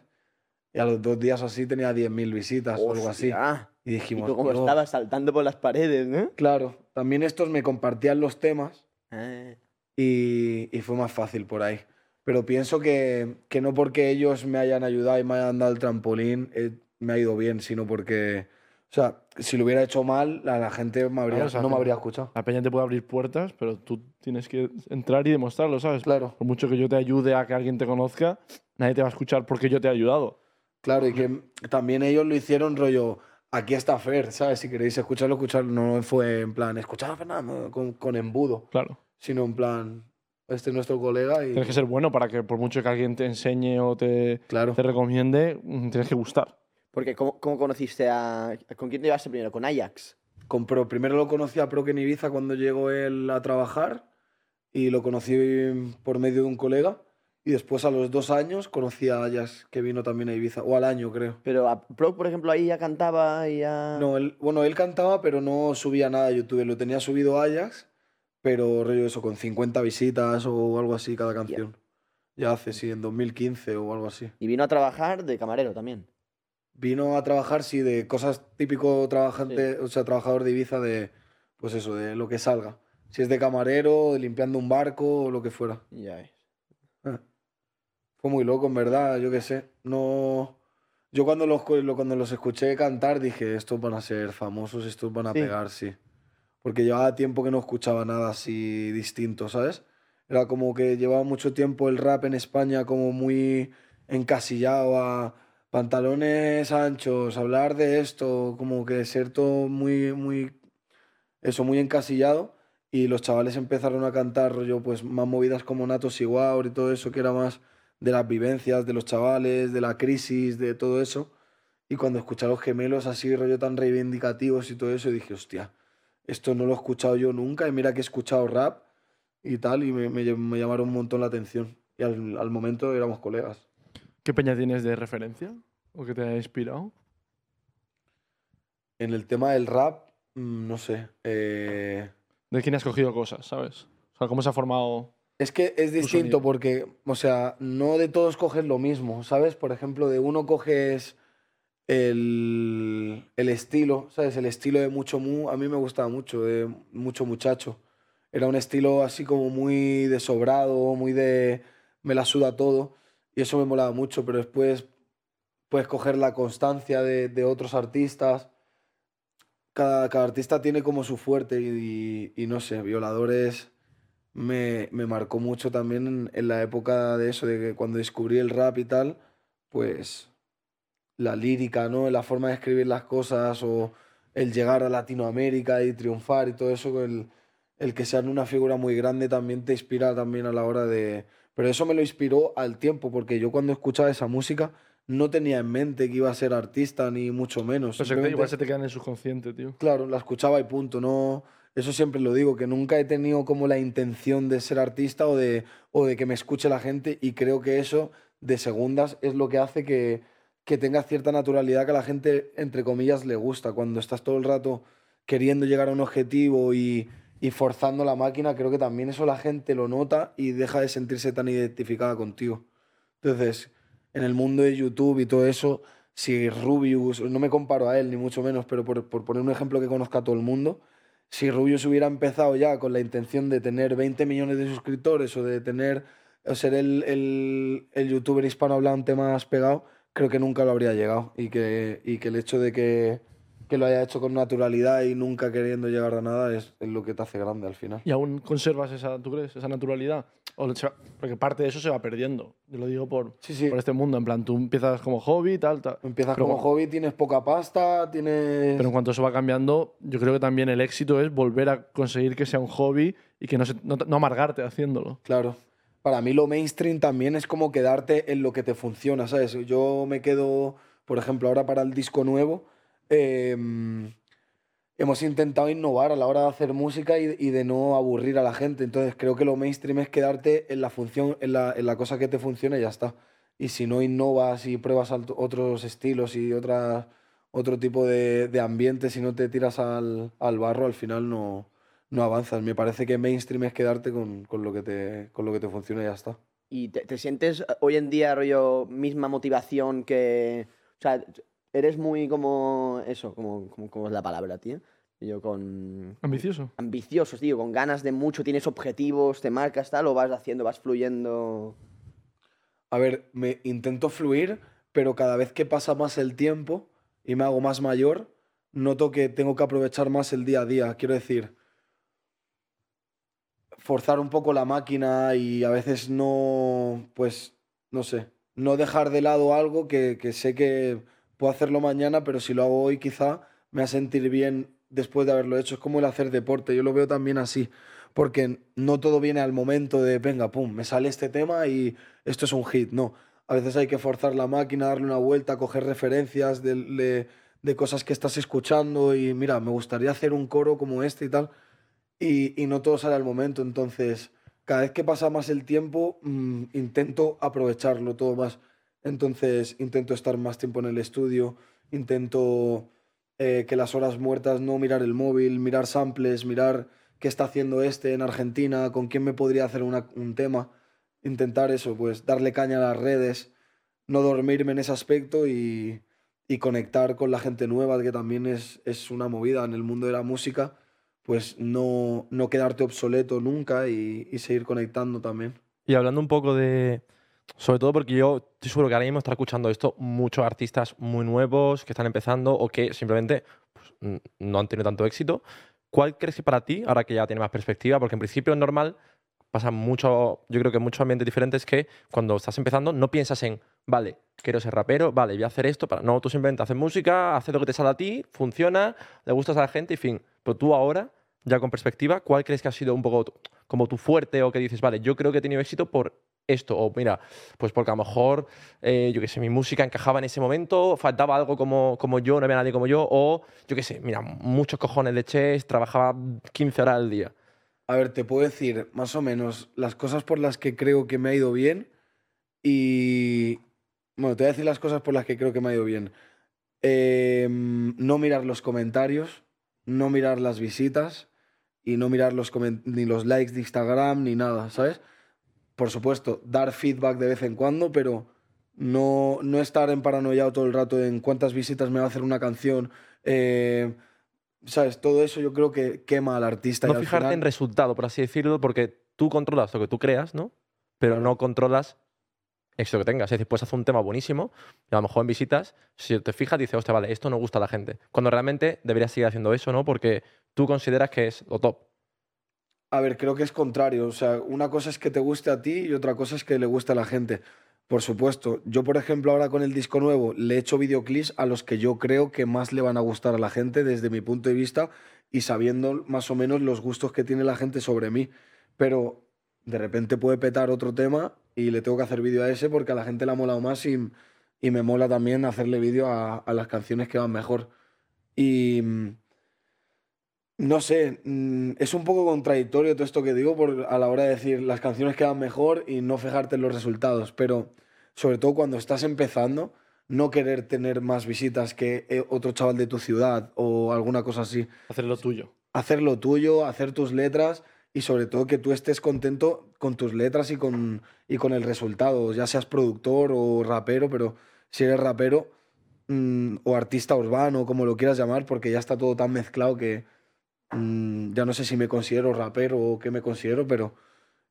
Y a los dos días o así tenía 10.000 visitas o algo así.
Hostia.
Y
Y
dijimos,
tú como
"Bro".
estabas saltando por las paredes, ¿no?
claro, también estos me compartían los temas
Ah.
y, y fue más fácil por ahí. Pero pienso que, que no porque ellos me hayan ayudado y me hayan dado el trampolín, eh, me ha ido bien, sino porque, o sea, si lo hubiera hecho mal, la, la gente me habría-
Claro, o sea,
no me
te-
habría escuchado.
La peña te puede abrir puertas, pero tú tienes que entrar y demostrarlo, ¿sabes?
Claro,
Por mucho que yo te ayude a que alguien te conozca, nadie te va a escuchar porque yo te he ayudado.
claro, y que también ellos lo hicieron rollo, aquí está Fer, ¿sabes? Si queréis escucharlo, escucharlo. No fue en plan, escuchad a Fernando con, con embudo,
Claro.
sino en plan, este es nuestro colega y.
Tienes que ser bueno para que, por mucho que alguien te enseñe o te,
Claro.
te recomiende, mm, tienes que gustar.
Porque, ¿cómo, cómo conociste a. ¿Con quién te llevaste primero? ¿Con Ajax?
Con Pro. Primero lo conocí a Pro que en Ibiza cuando llegó él a trabajar y lo conocí por medio de un colega. Y después a los dos años conocí a Ayas, que vino también a Ibiza, o al año creo.
Pero a Pro, por ejemplo, ahí ya cantaba y ya.
No, él, bueno, él cantaba, pero no subía nada a YouTube. Lo tenía subido a Ajax, pero rollo eso, con 50 visitas o algo así cada canción. Ya hace, sí, en 2015 o algo así.
Y vino a trabajar de camarero también.
Vino a trabajar, sí, de cosas típico trabajante, o sea, trabajador de Ibiza, de pues eso, de lo que salga. Si es de camarero, de limpiando un barco o lo que fuera.
Ya ves.
Ah. Fue muy loco, en verdad, yo qué sé. No. Yo cuando los, cu- lo- cuando los escuché cantar dije, estos van a ser famosos, estos van a
Sí.
pegar, sí. Porque llevaba tiempo que no escuchaba nada así distinto, ¿sabes? Era como que llevaba mucho tiempo el rap en España como muy encasillado a pantalones anchos, hablar de esto, como que ser todo muy, muy, eso, muy encasillado. Y los chavales empezaron a cantar rollo, pues más movidas como Natos y Guaur y todo eso, que era más de las vivencias de los chavales, de la crisis, de todo eso. Y cuando escuché a los gemelos así, rollo tan reivindicativos y todo eso, dije, hostia, esto no lo he escuchado yo nunca. Y mira que he escuchado rap y tal, y me, me lle- me llamaron un montón la atención. Y al, al momento éramos colegas.
¿Qué peña tienes de referencia? ¿O que te haya inspirado?
En el tema del rap, mm, no sé. eh,
¿De quién has cogido cosas, sabes? O sea, ¿cómo se ha formado?
Es que es distinto porque, o sea, no de todos coges lo mismo, ¿sabes? Por ejemplo, de uno coges el, el estilo, ¿sabes? El estilo de Mucho Mu, a mí me gustaba mucho, de Mucho Muchacho. Era un estilo así como muy de sobrado, muy de me la suda todo, y eso me molaba mucho, pero después puedes coger la constancia de, de otros artistas. Cada, cada artista tiene como su fuerte y, y- y no sé, violadores me, me marcó mucho también en, en la época de eso, de que cuando descubrí el rap y tal, pues la lírica, ¿no? La forma de escribir las cosas o el llegar a Latinoamérica y triunfar y todo eso, el, el que sean una figura muy grande también te inspira también a la hora de... Pero eso me lo inspiró al tiempo, porque yo cuando escuchaba esa música no tenía en mente que iba a ser artista, ni mucho menos.
Pues
No sé,
simplemente-
igual se Pues te quedan en el subconsciente, tío.
Claro, la escuchaba y punto. No, eso siempre lo digo, que nunca he tenido como la intención de ser artista o de, o de que me escuche la gente y creo que eso de segundas es lo que hace que, que tenga cierta naturalidad que a la gente, entre comillas, le gusta. Cuando estás todo el rato queriendo llegar a un objetivo y, y forzando la máquina, creo que también eso la gente lo nota y deja de sentirse tan identificada contigo. Entonces, en el mundo de YouTube y todo eso, si Rubius, no me comparo a él ni mucho menos, pero por, por poner un ejemplo que conozca a todo el mundo, si Rubius hubiera empezado ya con la intención de tener 20 millones de suscriptores o de tener o ser el, el, el youtuber hispanohablante más pegado, creo que nunca lo habría llegado. Y que, y que el hecho de que, que lo haya hecho con naturalidad y nunca queriendo llegar a nada es, es lo que te hace grande al final.
¿Y aún conservas esa, ¿tú crees, esa naturalidad? O lo- se va- porque parte de eso se va perdiendo. Yo lo digo por,
Sí, sí.
por este mundo. En plan, tú empiezas como hobby, tal, tal.
Empiezas
Pero
como
cuan-
hobby, tienes poca pasta, tienes...
Pero en cuanto eso va cambiando, yo creo que también el éxito es volver a conseguir que sea un hobby y que no, se- no, no amargarte haciéndolo.
Claro. Para mí lo mainstream también es como quedarte en lo que te funciona, ¿sabes? Yo me quedo, por ejemplo, ahora para el disco nuevo, eh, hemos intentado innovar a la hora de hacer música y, y de no aburrir a la gente. Entonces creo que lo mainstream es quedarte en la función, en la, en la cosa que te funciona y ya está. Y si no innovas y pruebas alt- otros estilos y otras, otro tipo de, de ambiente, si no te tiras al, al barro, al final no, no avanzas. Me parece que mainstream es quedarte con, con lo, que te, con lo que te funciona y ya está.
¿Y te, te sientes eh, hoy en día, rollo, misma motivación que. O sea, eres muy como. Eso, como, como, como es la palabra, tío. Yo con.
Ambicioso.
Ambiciosos, tío, con ganas de mucho, tienes objetivos, te marcas, tal, o vas haciendo, vas fluyendo.
A ver, me intento fluir, pero cada vez que pasa más el tiempo y me hago más mayor, noto que tengo que aprovechar más el día a día. Quiero decir, forzar un poco la máquina y a veces no, pues, no sé, no dejar de lado algo que, que sé que puedo hacerlo mañana, pero si lo hago hoy quizá me va a sentir bien después de haberlo hecho. Es como el hacer deporte, yo lo veo también así, porque no todo viene al momento de, venga, pum, me sale este tema y esto es un hit, no. A veces hay que forzar la máquina, darle una vuelta, coger referencias de, de- de cosas que estás escuchando y mira, me gustaría hacer un coro como este y tal. Y, y no todo sale al momento, entonces cada vez que pasa más el tiempo mm, intento aprovecharlo todo más. Entonces intento estar más tiempo en el estudio, intento eh, que las horas muertas no mirar el móvil, mirar samples, mirar qué está haciendo este en Argentina, con quién me podría hacer una- un tema, intentar eso, pues darle caña a las redes, no dormirme en ese aspecto y, y conectar con la gente nueva, que también es, es una movida en el mundo de la música, pues no, no quedarte obsoleto nunca y, y seguir conectando también.
Y hablando un poco de. Sobre todo porque yo estoy seguro que ahora mismo está escuchando esto muchos artistas muy nuevos que están empezando o que simplemente pues, n- no han tenido tanto éxito. ¿Cuál crees que para ti, ahora que ya tienes más perspectiva, porque en principio es normal, pasan mucho, yo creo que en muchos ambientes diferentes que cuando estás empezando no piensas en, vale, quiero ser rapero, vale, voy a hacer esto, para... no, tú simplemente haces música, haces lo que te sale a ti, funciona, le gustas a la gente y fin. Pero tú ahora, ya con perspectiva, ¿cuál crees que ha sido un poco tu- como tu fuerte o que dices, vale, yo creo que he tenido éxito por esto? O mira, pues porque a lo mejor, eh, yo qué sé, mi música encajaba en ese momento, faltaba algo como, como yo, no había nadie como yo, o yo qué sé, mira, muchos cojones de chess, trabajaba 15 horas al día.
A ver, te puedo decir más o menos las cosas por las que creo que me ha ido bien y... Bueno, te voy a decir las cosas por las que creo que me ha ido bien. Eh, no mirar los comentarios, no mirar las visitas y no mirar los comen- ni los likes de Instagram ni nada, ¿sabes? Por supuesto, dar feedback de vez en cuando, pero no, no estar en paranoia todo el rato en cuántas visitas me va a hacer una canción. eh, ¿Sabes? Todo eso yo creo que quema al artista.
No
y al
fijarte
final-
en resultado, por así decirlo, porque tú controlas lo que tú creas, ¿no? Pero no controlas eso que tengas. Es decir, puedes hacer un tema buenísimo y a lo mejor en visitas, si te fijas, dices, hostia, vale, esto no gusta a la gente. Cuando realmente deberías seguir haciendo eso, ¿no? Porque tú consideras que es lo top.
A ver, creo que es contrario. O sea, una cosa es que te guste a ti y otra cosa es que le guste a la gente. Por supuesto. Yo, por ejemplo, ahora con el disco nuevo le he hecho videoclips a los que yo creo que más le van a gustar a la gente desde mi punto de vista y sabiendo más o menos los gustos que tiene la gente sobre mí. Pero de repente puede petar otro tema y le tengo que hacer vídeo a ese porque a la gente le ha molado más y, y me mola también hacerle vídeo a, a las canciones que van mejor. Y... mm, no sé, mm, es un poco contradictorio todo esto que digo por, a la hora de decir las canciones quedan mejor y no fijarte en los resultados, pero sobre todo cuando estás empezando, no querer tener más visitas que eh, otro chaval de tu ciudad o alguna cosa así.
Hacer lo tuyo.
Hacer lo tuyo, hacer tus letras y sobre todo que tú estés contento con tus letras y con, y con el resultado, ya seas productor o rapero, pero si eres rapero mm, o artista urbano, como lo quieras llamar, porque ya está todo tan mezclado que mm, ya no sé si me considero rapero o qué me considero, pero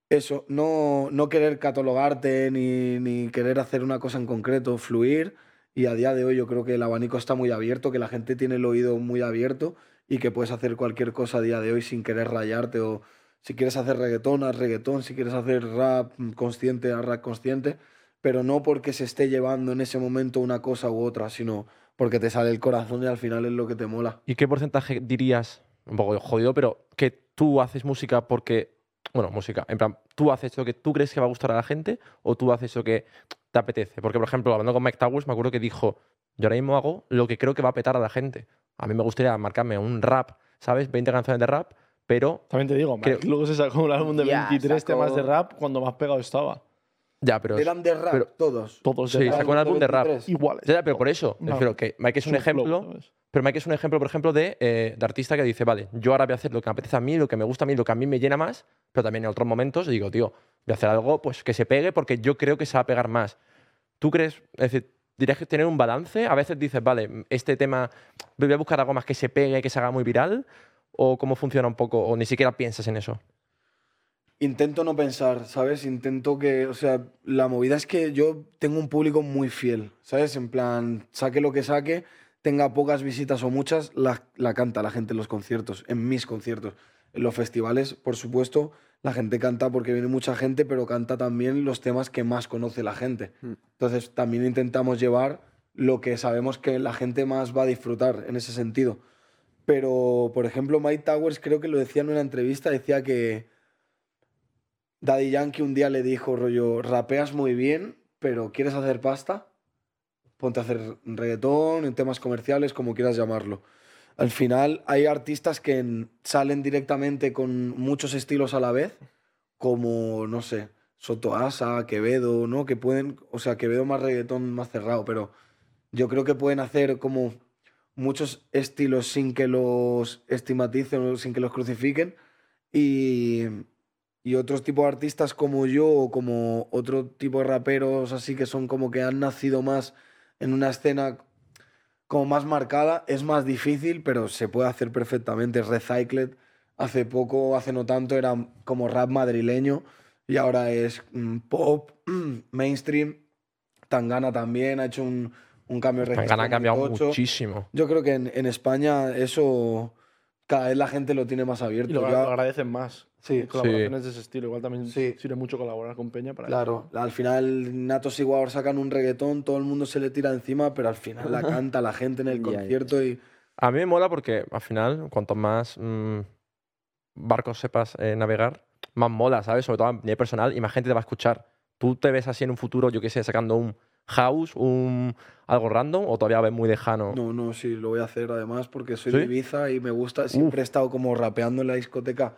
eso, no, no querer catalogarte ni, ni querer hacer una cosa en concreto, fluir. Y a día de hoy yo creo que el abanico está muy abierto, que la gente tiene el oído muy abierto y que puedes hacer cualquier cosa a día de hoy sin querer rayarte o si quieres hacer reggaetón, haz reggaetón, si quieres hacer rap mm, consciente, haz rap consciente, pero no porque se esté llevando en ese momento una cosa u otra, sino porque te sale el corazón y al final es lo que te mola.
¿Y qué porcentaje dirías, un poco jodido, pero que tú haces música porque, bueno, música, en plan, tú haces lo que tú crees que va a gustar a la gente o tú haces lo que te apetece? Porque, por ejemplo, hablando con Mike Towers, me acuerdo que dijo, yo ahora mismo hago lo que creo que va a petar a la gente. A mí me gustaría marcarme un rap, ¿sabes? 20 canciones de rap, pero
También te digo, Mike
Creo-
luego se sacó un álbum de
Ya,
23
sacó-
temas de rap cuando más pegado estaba.
ya, pero...
Eran de rap
pero-
todos.
Todos de
Sí,
rap.
sacó un álbum de rap.
23.
iguales.
Ya, ya, pero por eso, me
Vale.
refiero que Mike es un
Su flow,
ejemplo...
¿sabes?
Pero Mike es un ejemplo, por ejemplo, de, eh, de artista que dice, vale, yo ahora voy a hacer lo que me apetece a mí, lo que me gusta a mí, lo que a mí me llena más, pero también en otros momentos digo, tío, voy a hacer algo pues, que se pegue porque yo creo que se va a pegar más. ¿Tú crees, es decir, dirías que tener un balance? A veces dices, vale, este tema, voy a buscar algo más que se pegue, que se haga muy viral, o cómo funciona un poco, o ni siquiera piensas en eso.
Intento no pensar, ¿sabes? Intento que, o sea, la movida es que yo tengo un público muy fiel, ¿sabes? En plan, saque lo que saque, tenga pocas visitas o muchas, la, la canta la gente en los conciertos, en mis conciertos. En los festivales, por supuesto, la gente canta porque viene mucha gente, pero canta también los temas que más conoce la gente. Entonces, también intentamos llevar lo que sabemos que la gente más va a disfrutar en ese sentido. Pero, por ejemplo, Mike Towers creo que lo decía en una entrevista, decía que Daddy Yankee un día le dijo, rollo, rapeas muy bien, pero ¿quieres hacer pasta? Ponte a hacer reggaetón, en temas comerciales, como quieras llamarlo. Al final hay artistas que en- salen directamente con muchos estilos a la vez, como, no sé, Sotoasa, Quevedo, ¿no? Que pueden, o sea, Quevedo más reggaetón, más cerrado, pero yo creo que pueden hacer como muchos estilos sin que los estigmaticen o sin que los crucifiquen. Y, y otros tipos de artistas como yo o como otro tipo de raperos así que son como que han nacido más en una escena como más marcada, es más difícil, pero se puede hacer perfectamente. Recycled hace poco, hace no tanto, era como rap madrileño y ahora es mm, pop, [CLEARS THROAT] mainstream. Tangana también ha hecho un, un cambio de registro
Tangana ha
muy
cambiado
tocho.
muchísimo.
Yo creo que en, en España eso cada vez la gente lo tiene más abierto.
Y lo,
Yo-
lo agradecen más.
Sí,
Colaboraciones de ese estilo. Igual también
Sí.
sirve mucho colaborar con Peña para
Claro, al final Natos y Guaor sacan un reggaetón, todo el mundo se le tira encima, pero al final
[LAUGHS]
la canta la gente en el
Ya, ya.
concierto y
A mí me mola porque al final, cuanto más mm, barcos sepas eh, navegar, más mola, ¿sabes? Sobre todo a nivel personal y más gente te va a escuchar. ¿Tú te ves así en un futuro, yo qué sé, sacando un house, un algo random o todavía ves muy lejano?
no, no, sí, lo voy a hacer además porque soy
¿Sí?
de Ibiza y me gusta, siempre he estado como rapeando en la discoteca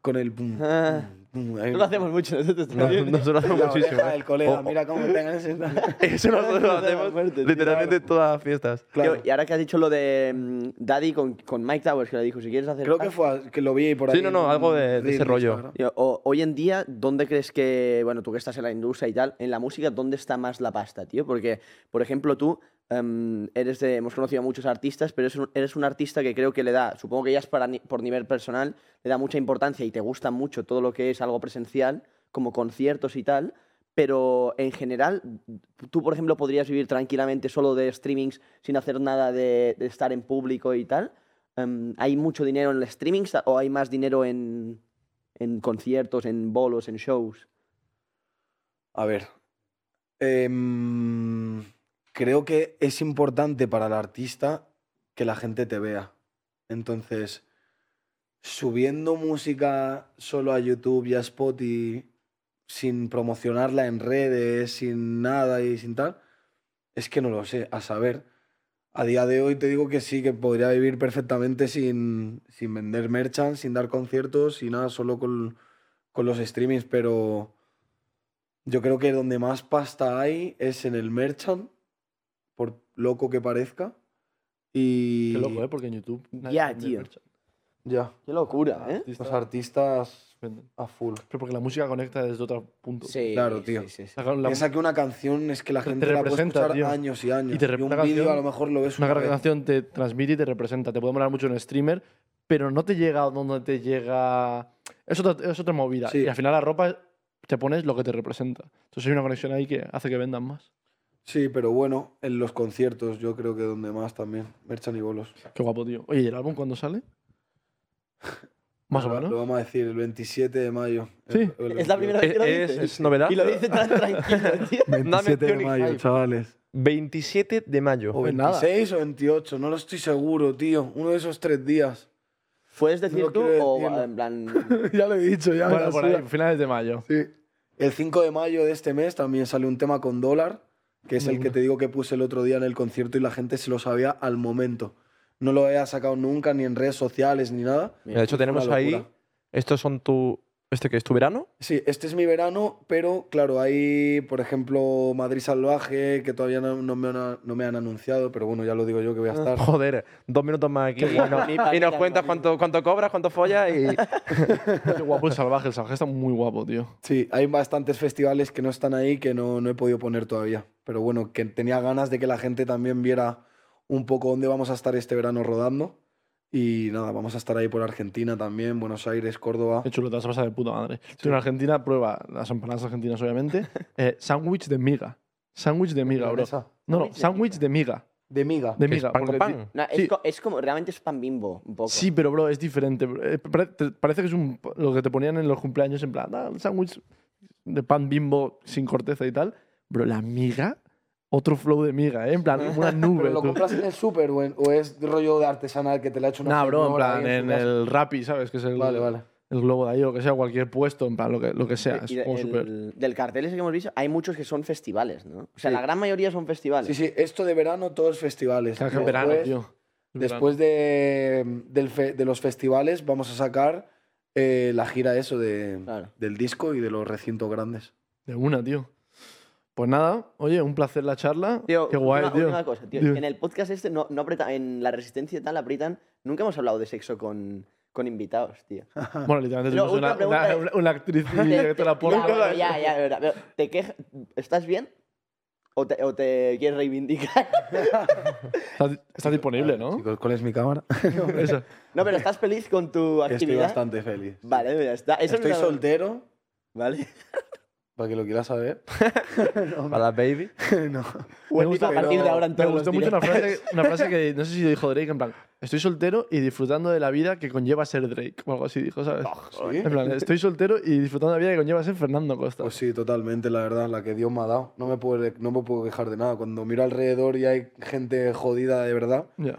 con el... pum,
Ah.
pum, pum,
[LAUGHS]
ahí-
No lo hacemos mucho nosotros
[LAUGHS] No,
también.
no se lo hacemos
[LAUGHS] La
muchísimo.
oreja
¿eh?
del colega,
O-
mira cómo te ganas esta-
[LAUGHS] Eso nosotros lo
[LAUGHS]
Nos damos
hacemos
muerte, tío.
literalmente en todas las fiestas.
Claro.
Y ahora que has dicho lo de mm, Daddy con, con Mike Towers, que le dijo, si quieres hacer...
Creo que
pasta,
fue a- que lo vi por ahí.
Sí, no, no,
en
algo
un
de- de ese
reel
rollo.
Instagram.
Yo, o- hoy en día, ¿dónde crees que, bueno, tú que estás en la industria y tal, en la música, ¿dónde está más la pasta, tío? Porque, por ejemplo, tú em, eres de, hemos conocido a muchos artistas, pero eres un, eres un artista que creo que le da, supongo que ya es para ni- por nivel personal, le da mucha importancia y te gusta mucho todo lo que es algo presencial, como conciertos y tal, pero en general, tú, por ejemplo, podrías vivir tranquilamente solo de streamings sin hacer nada de, de estar en público y tal. Em, ¿Hay mucho dinero en los streamings o hay más dinero en, en conciertos, en bolos, en shows.
A ver. Em, creo que es importante para el artista que la gente te vea. Entonces, subiendo música solo a YouTube y a Spotify, sin promocionarla en redes, sin nada y sin tal, es que no lo sé, a saber. A día de hoy te digo que sí, que podría vivir perfectamente sin, sin vender merchant, sin dar conciertos y nada, solo con, con los streamings, pero... Yo creo que donde más pasta hay es en el merchant, por loco que parezca. Y.
Qué loco, ¿eh? Porque en YouTube. nadie
Ya,
vende
tío.
merch.
Ya.
Qué locura, ¿eh?
Artistas
Los artistas
venden.
a full.
Pero porque la música conecta desde otro punto.
Claro, tío.
sí, sí.
La- la-
Piensa que una canción es que la
Te-
gente
te
la puede
representa,
escuchar
tío.
años y años.
Y te
un
representa la
vídeo a
canción,
lo mejor lo ves
una
vez.
canción te transmite y te representa. Te puede molar mucho en streamer, pero no te llega donde te llega. Es otra, es otra movida.
Sí.
Y al final la ropa te pones lo que te representa. Entonces hay una conexión ahí que hace que vendan más.
Sí, pero bueno, en los conciertos yo creo que donde más también. Merchan y bolos.
Qué guapo, tío. Oye, ¿y el álbum cuándo sale? [LAUGHS] Más o
Ahora
menos.
Lo vamos a decir el 27 de mayo.
Sí.
El- el
Es la
28.
primera vez que lo
Es,
dices.
es novedad.
Y lo dice tan tranquilo, tío.
Una
27 de
mención
mayo,
inside.
chavales.
27 de mayo.
O
Pues nada.
26 o 28, no lo estoy seguro, tío. Uno de esos tres
[LAUGHS]
días.
¿Puedes decir
No
tú
quiero
o
decirlo.
en plan...
ya lo he dicho, ya. me
Bueno,
la
por
suda.
ahí, finales de mayo.
[LAUGHS] Sí. El 5 de mayo de este mes también sale un tema con dólar, que es el que te digo que puse el otro día en el concierto y la gente se lo sabía al momento. No lo había sacado nunca, ni en redes sociales, ni nada.
Mira, de hecho, tenemos
una locura.
ahí. Estos son tu. ¿Este que es tu verano?
Sí, este es mi verano, pero claro, hay, por ejemplo, Madrid Salvaje, que todavía no, no me, han, no me han anunciado, pero bueno, ya lo digo yo que voy a
Ah. [LAUGHS]
estar.
Joder, dos minutos más aquí. Y, no-
Ni
y nos
palitas,
cuentas
no,
cuánto, cuánto cobras, cuánto follas y.
Qué guapo el salvaje. El salvaje está muy guapo, tío.
Sí, hay bastantes festivales que no están ahí que no, no he podido poner todavía. Pero bueno, que tenía ganas de que la gente también viera un poco dónde vamos a estar este verano rodando. Y nada, vamos a estar ahí por Argentina también, Buenos Aires, Córdoba.
Qué chulo, te vas a pasar de puta madre. Tú en Argentina prueba las empanadas argentinas, obviamente. Eh, sándwich de miga. Sándwich de miga, bro.
Milanesa.
No, no, sándwich de miga.
De miga.
De
que es
miga.
pan con
porque
pan.
di-
No, es,
Sí.
co- es como... Realmente es pan bimbo, un poco.
Sí, pero bro, es diferente. bro. Eh, pare- te- parece que es un, lo que te ponían en los cumpleaños, en plan, ah, un sándwich de pan bimbo sin corteza y tal. Bro, la miga,
otro flow de miga, ¿eh? En
[LAUGHS]
plan, una nube.
¿Pero lo
tú.
compras en el súper o, en- o es rollo de artesanal que te la ha hecho una
Nah, bro, en
señora
plan,
ahí su
en
casa?
el Rappi, ¿sabes? Que es el,
Vale, vale.
el globo de ahí o que sea, cualquier puesto, en plan, lo que, lo que sea.
Y
es
de-
como
el-
súper-
del cartel ese que hemos visto, hay muchos que son festivales, ¿no? O sea, la gran mayoría son festivales.
Sí, sí, esto de verano, todos festivales.
Claro que en
Después-
verano, tío. En
Después de, del fe- de los festivales vamos a sacar eh, la gira eso de,
Claro.
Del disco y de los recintos grandes.
verano. De una, tío. Pues nada, oye, un placer la charla.
Tío,
Qué guay,
una,
tío.
última cosa, tío.
Dime.
En el podcast este, no, no aprieta- en la resistencia y tal, aprietan. Nunca hemos hablado de sexo con, con invitados, tío.
Bueno, literalmente
Pero última
tuvimos una,
pregunta
una-
es-
una- una actriz [LAUGHS]
Te-
y que te la
te- [LAUGHS]
pone.
ya, bueno, ya, ya, de verdad. Pero, ¿te quejas- ¿Estás bien? ¿O te, o te quieres reivindicar? [LAUGHS]
Está, está disponible, ¿no?
Chicos, ¿cuál es mi cámara?
Eso.
No, pero ¿estás feliz con tu
Estoy
actividad?
bastante feliz.
Vale, mira, está. Eso
Estoy
es una-
soltero,
Vale. [LAUGHS]
para que lo quieras saber. [LAUGHS]
Para las baby.
no.
Bueno, a partir de ahora en
Me
todos
gustó
los
mucho una
directos.
frase, una frase que no sé si dijo Drake, en plan, estoy soltero y disfrutando de la vida que conlleva ser Drake, o algo así dijo, ¿sabes?
¿sí?
En plan, estoy soltero y disfrutando de la vida que conlleva ser Fernando Costa.
Pues sí, totalmente, la verdad, la que Dios me ha dado. No me puedo, no me puedo quejar de nada. Cuando miro alrededor y hay gente jodida de verdad,
Ya.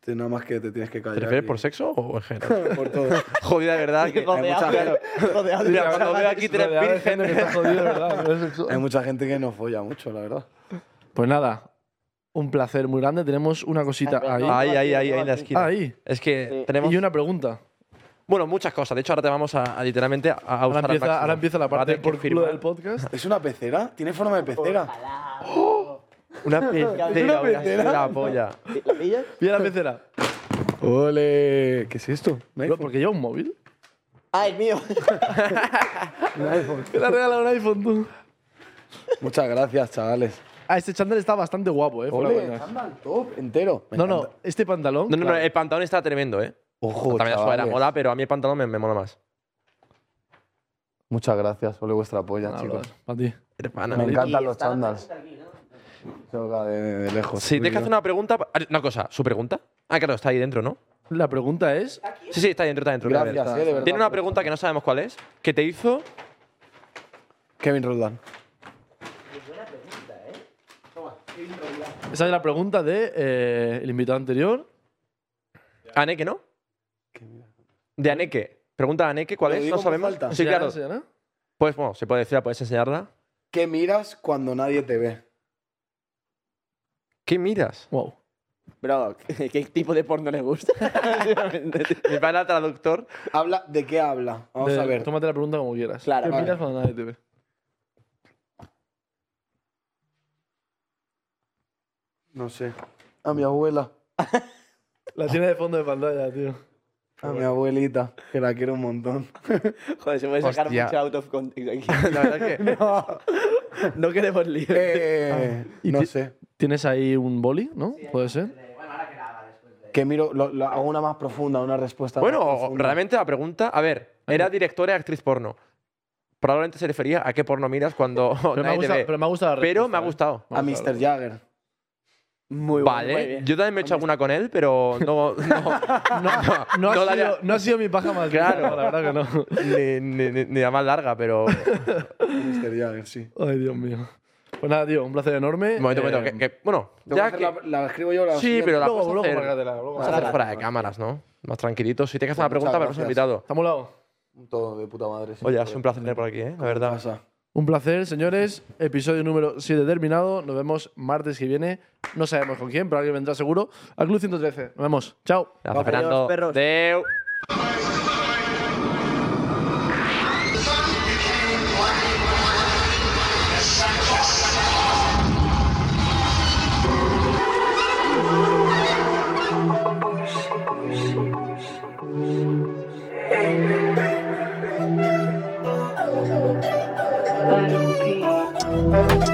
te- nada más que te tienes que callar.
¿Te refieres
y-
por sexo o en [LAUGHS] general?
[LAUGHS] por todo.
Jodida, de
[LAUGHS]
verdad. que-
Rodeado, claro. [LAUGHS] Rodeado de
Mira,
chavales.
cuando veo aquí tres
Rodeado de gente que
vírgenes.
está jodido, ¿verdad? No es sexo-
Hay mucha gente que no folla mucho, la verdad.
Pues nada, un placer muy grande. Tenemos una cosita
Ay,
ahí.
perdón.
Ahí, ahí, ahí, ahí en la esquina.
Ahí.
Es que
Sí.
tenemos.
Y una pregunta.
Bueno, muchas cosas. De hecho, ahora te vamos a, a literalmente a, a
Ahora
usar al
empieza,
máximo.
ahora empieza la
Ahora
parte
tienes que
por culo
firmar.
del podcast.
¿Es una pecera? ¿Tiene forma de pecera?
Una pecera, una
pecera.
la polla.
¿La pillas?
Mira la pecera.
¡Ole! ¿Qué es esto? ¿Un
Bro,
iPhone?
porque lleva un móvil.
Ah, es mío. [LAUGHS]
Te la regala un iPhone tú.
Muchas gracias, chavales.
Ah, este chándal está bastante guapo, eh. fuera
¡Ole!
coñas.
chándal top entero. Me
No, no,
encanta.
este pantalón.
No, no, no, el pantalón está tremendo, ¿eh?
Ojo,
También la sudadera
chavales.
mola, pero a mí el pantalón me, me mola más.
Muchas gracias. Ole vuestra polla,
Ah, bro,
chicos.
para ti.
Hermana.
Me encantan
Y
los
está-
chándals. Tengo que de, de lejos.
Sí, tienes que hacer una pregunta. pa- ah, Una cosa, ¿su pregunta? Ah, claro, está ahí dentro, ¿no?
La pregunta es.
Sí, sí, está ahí dentro, está dentro. mira,
Gracias,
mira.
eh, de verdad.
Tiene una pregunta que no sabemos cuál es, que te hizo.
Kevin Roldán.
Esa es la pregunta de eh, el invitado anterior.
Aneke, ¿no? De Aneke. Pregunta a Aneke cuál
¿Lo
es,
digo
no
en voz
sabemos.
alta?
Sí, claro.
¿Se llama?
Pues bueno, se puede decir, puedes enseñarla.
¿Qué miras cuando nadie te ve?
¿Qué
[LAUGHS]
miras?
Wow.
Bro, ¿qué, qué tipo de porno le gusta? [LAUGHS]
Mi pana traductor.
Habla, ¿De qué habla? Vamos
De-
a ver.
Tómate la pregunta como quieras.
Claro,
¿Qué
vale.
miras cuando nadie te ve?
No sé. A mi abuela.
La tiene de fondo de pantalla, tío.
A mi abuelita, que la quiero un montón.
Joder, se puede sacar
Hostia.
mucho out of context aquí.
La verdad es que.
No queremos lío.
Eh,
¿Y
no
ti-
sé.
Tienes ahí un boli, ¿no? Puede ser.
Que miro, lo- lo- hago una más profunda, una respuesta. más
[LAUGHS] Bueno, o-
profunda.
realmente la pregunta. A ver, era directora y actriz porno. Probablemente se refería a qué porno miras cuando
Pero me, ha
nadie te
gustado,
ve.
pero me ha gustado la
Pero me ha
respuesta,
gustado.
¿eh?
A
Me ha
Mr.
gustado.
Jagger.
Muy bueno, muy
Vale,
bien.
yo también me he hecho alguna con él, pero no. No, no,
No ha,
¿eh? [LAUGHS] no la
sido,
había-
no ha sido mi paja más
Claro.
larga, la verdad que
ni, ni- ni- ni la más larga, pero.
Mr. Jagger, sí.
no. Ay, Dios mío. Pues nada, tío, un placer enorme.
Un [LAUGHS] momento, un
Eh,
momento. que- que- bueno,
Tengo
ya
que
que.
hacer la, la escribo yo la
sí,
siguiente.
pero la
Luego,
puedes
luego,
hacer,
márgatela, luego.
puedes hacer fuera de cámaras, ¿no? Más tranquilitos. Si tienes que hacer una
Muchas
pregunta para los
gracias.
invitados.
¿Está molado?
Todo de puta madre. sí.
Oye, es un placer tener por aquí, ¿eh? La verdad.
Pasa.
Un placer, señores. Episodio número 7 terminado. Nos vemos martes que viene. No sabemos con quién, pero alguien vendrá seguro. Al Club 113. Nos vemos. Chao.
Gracias, Fernando.
perros.
Adeu.
Battle P.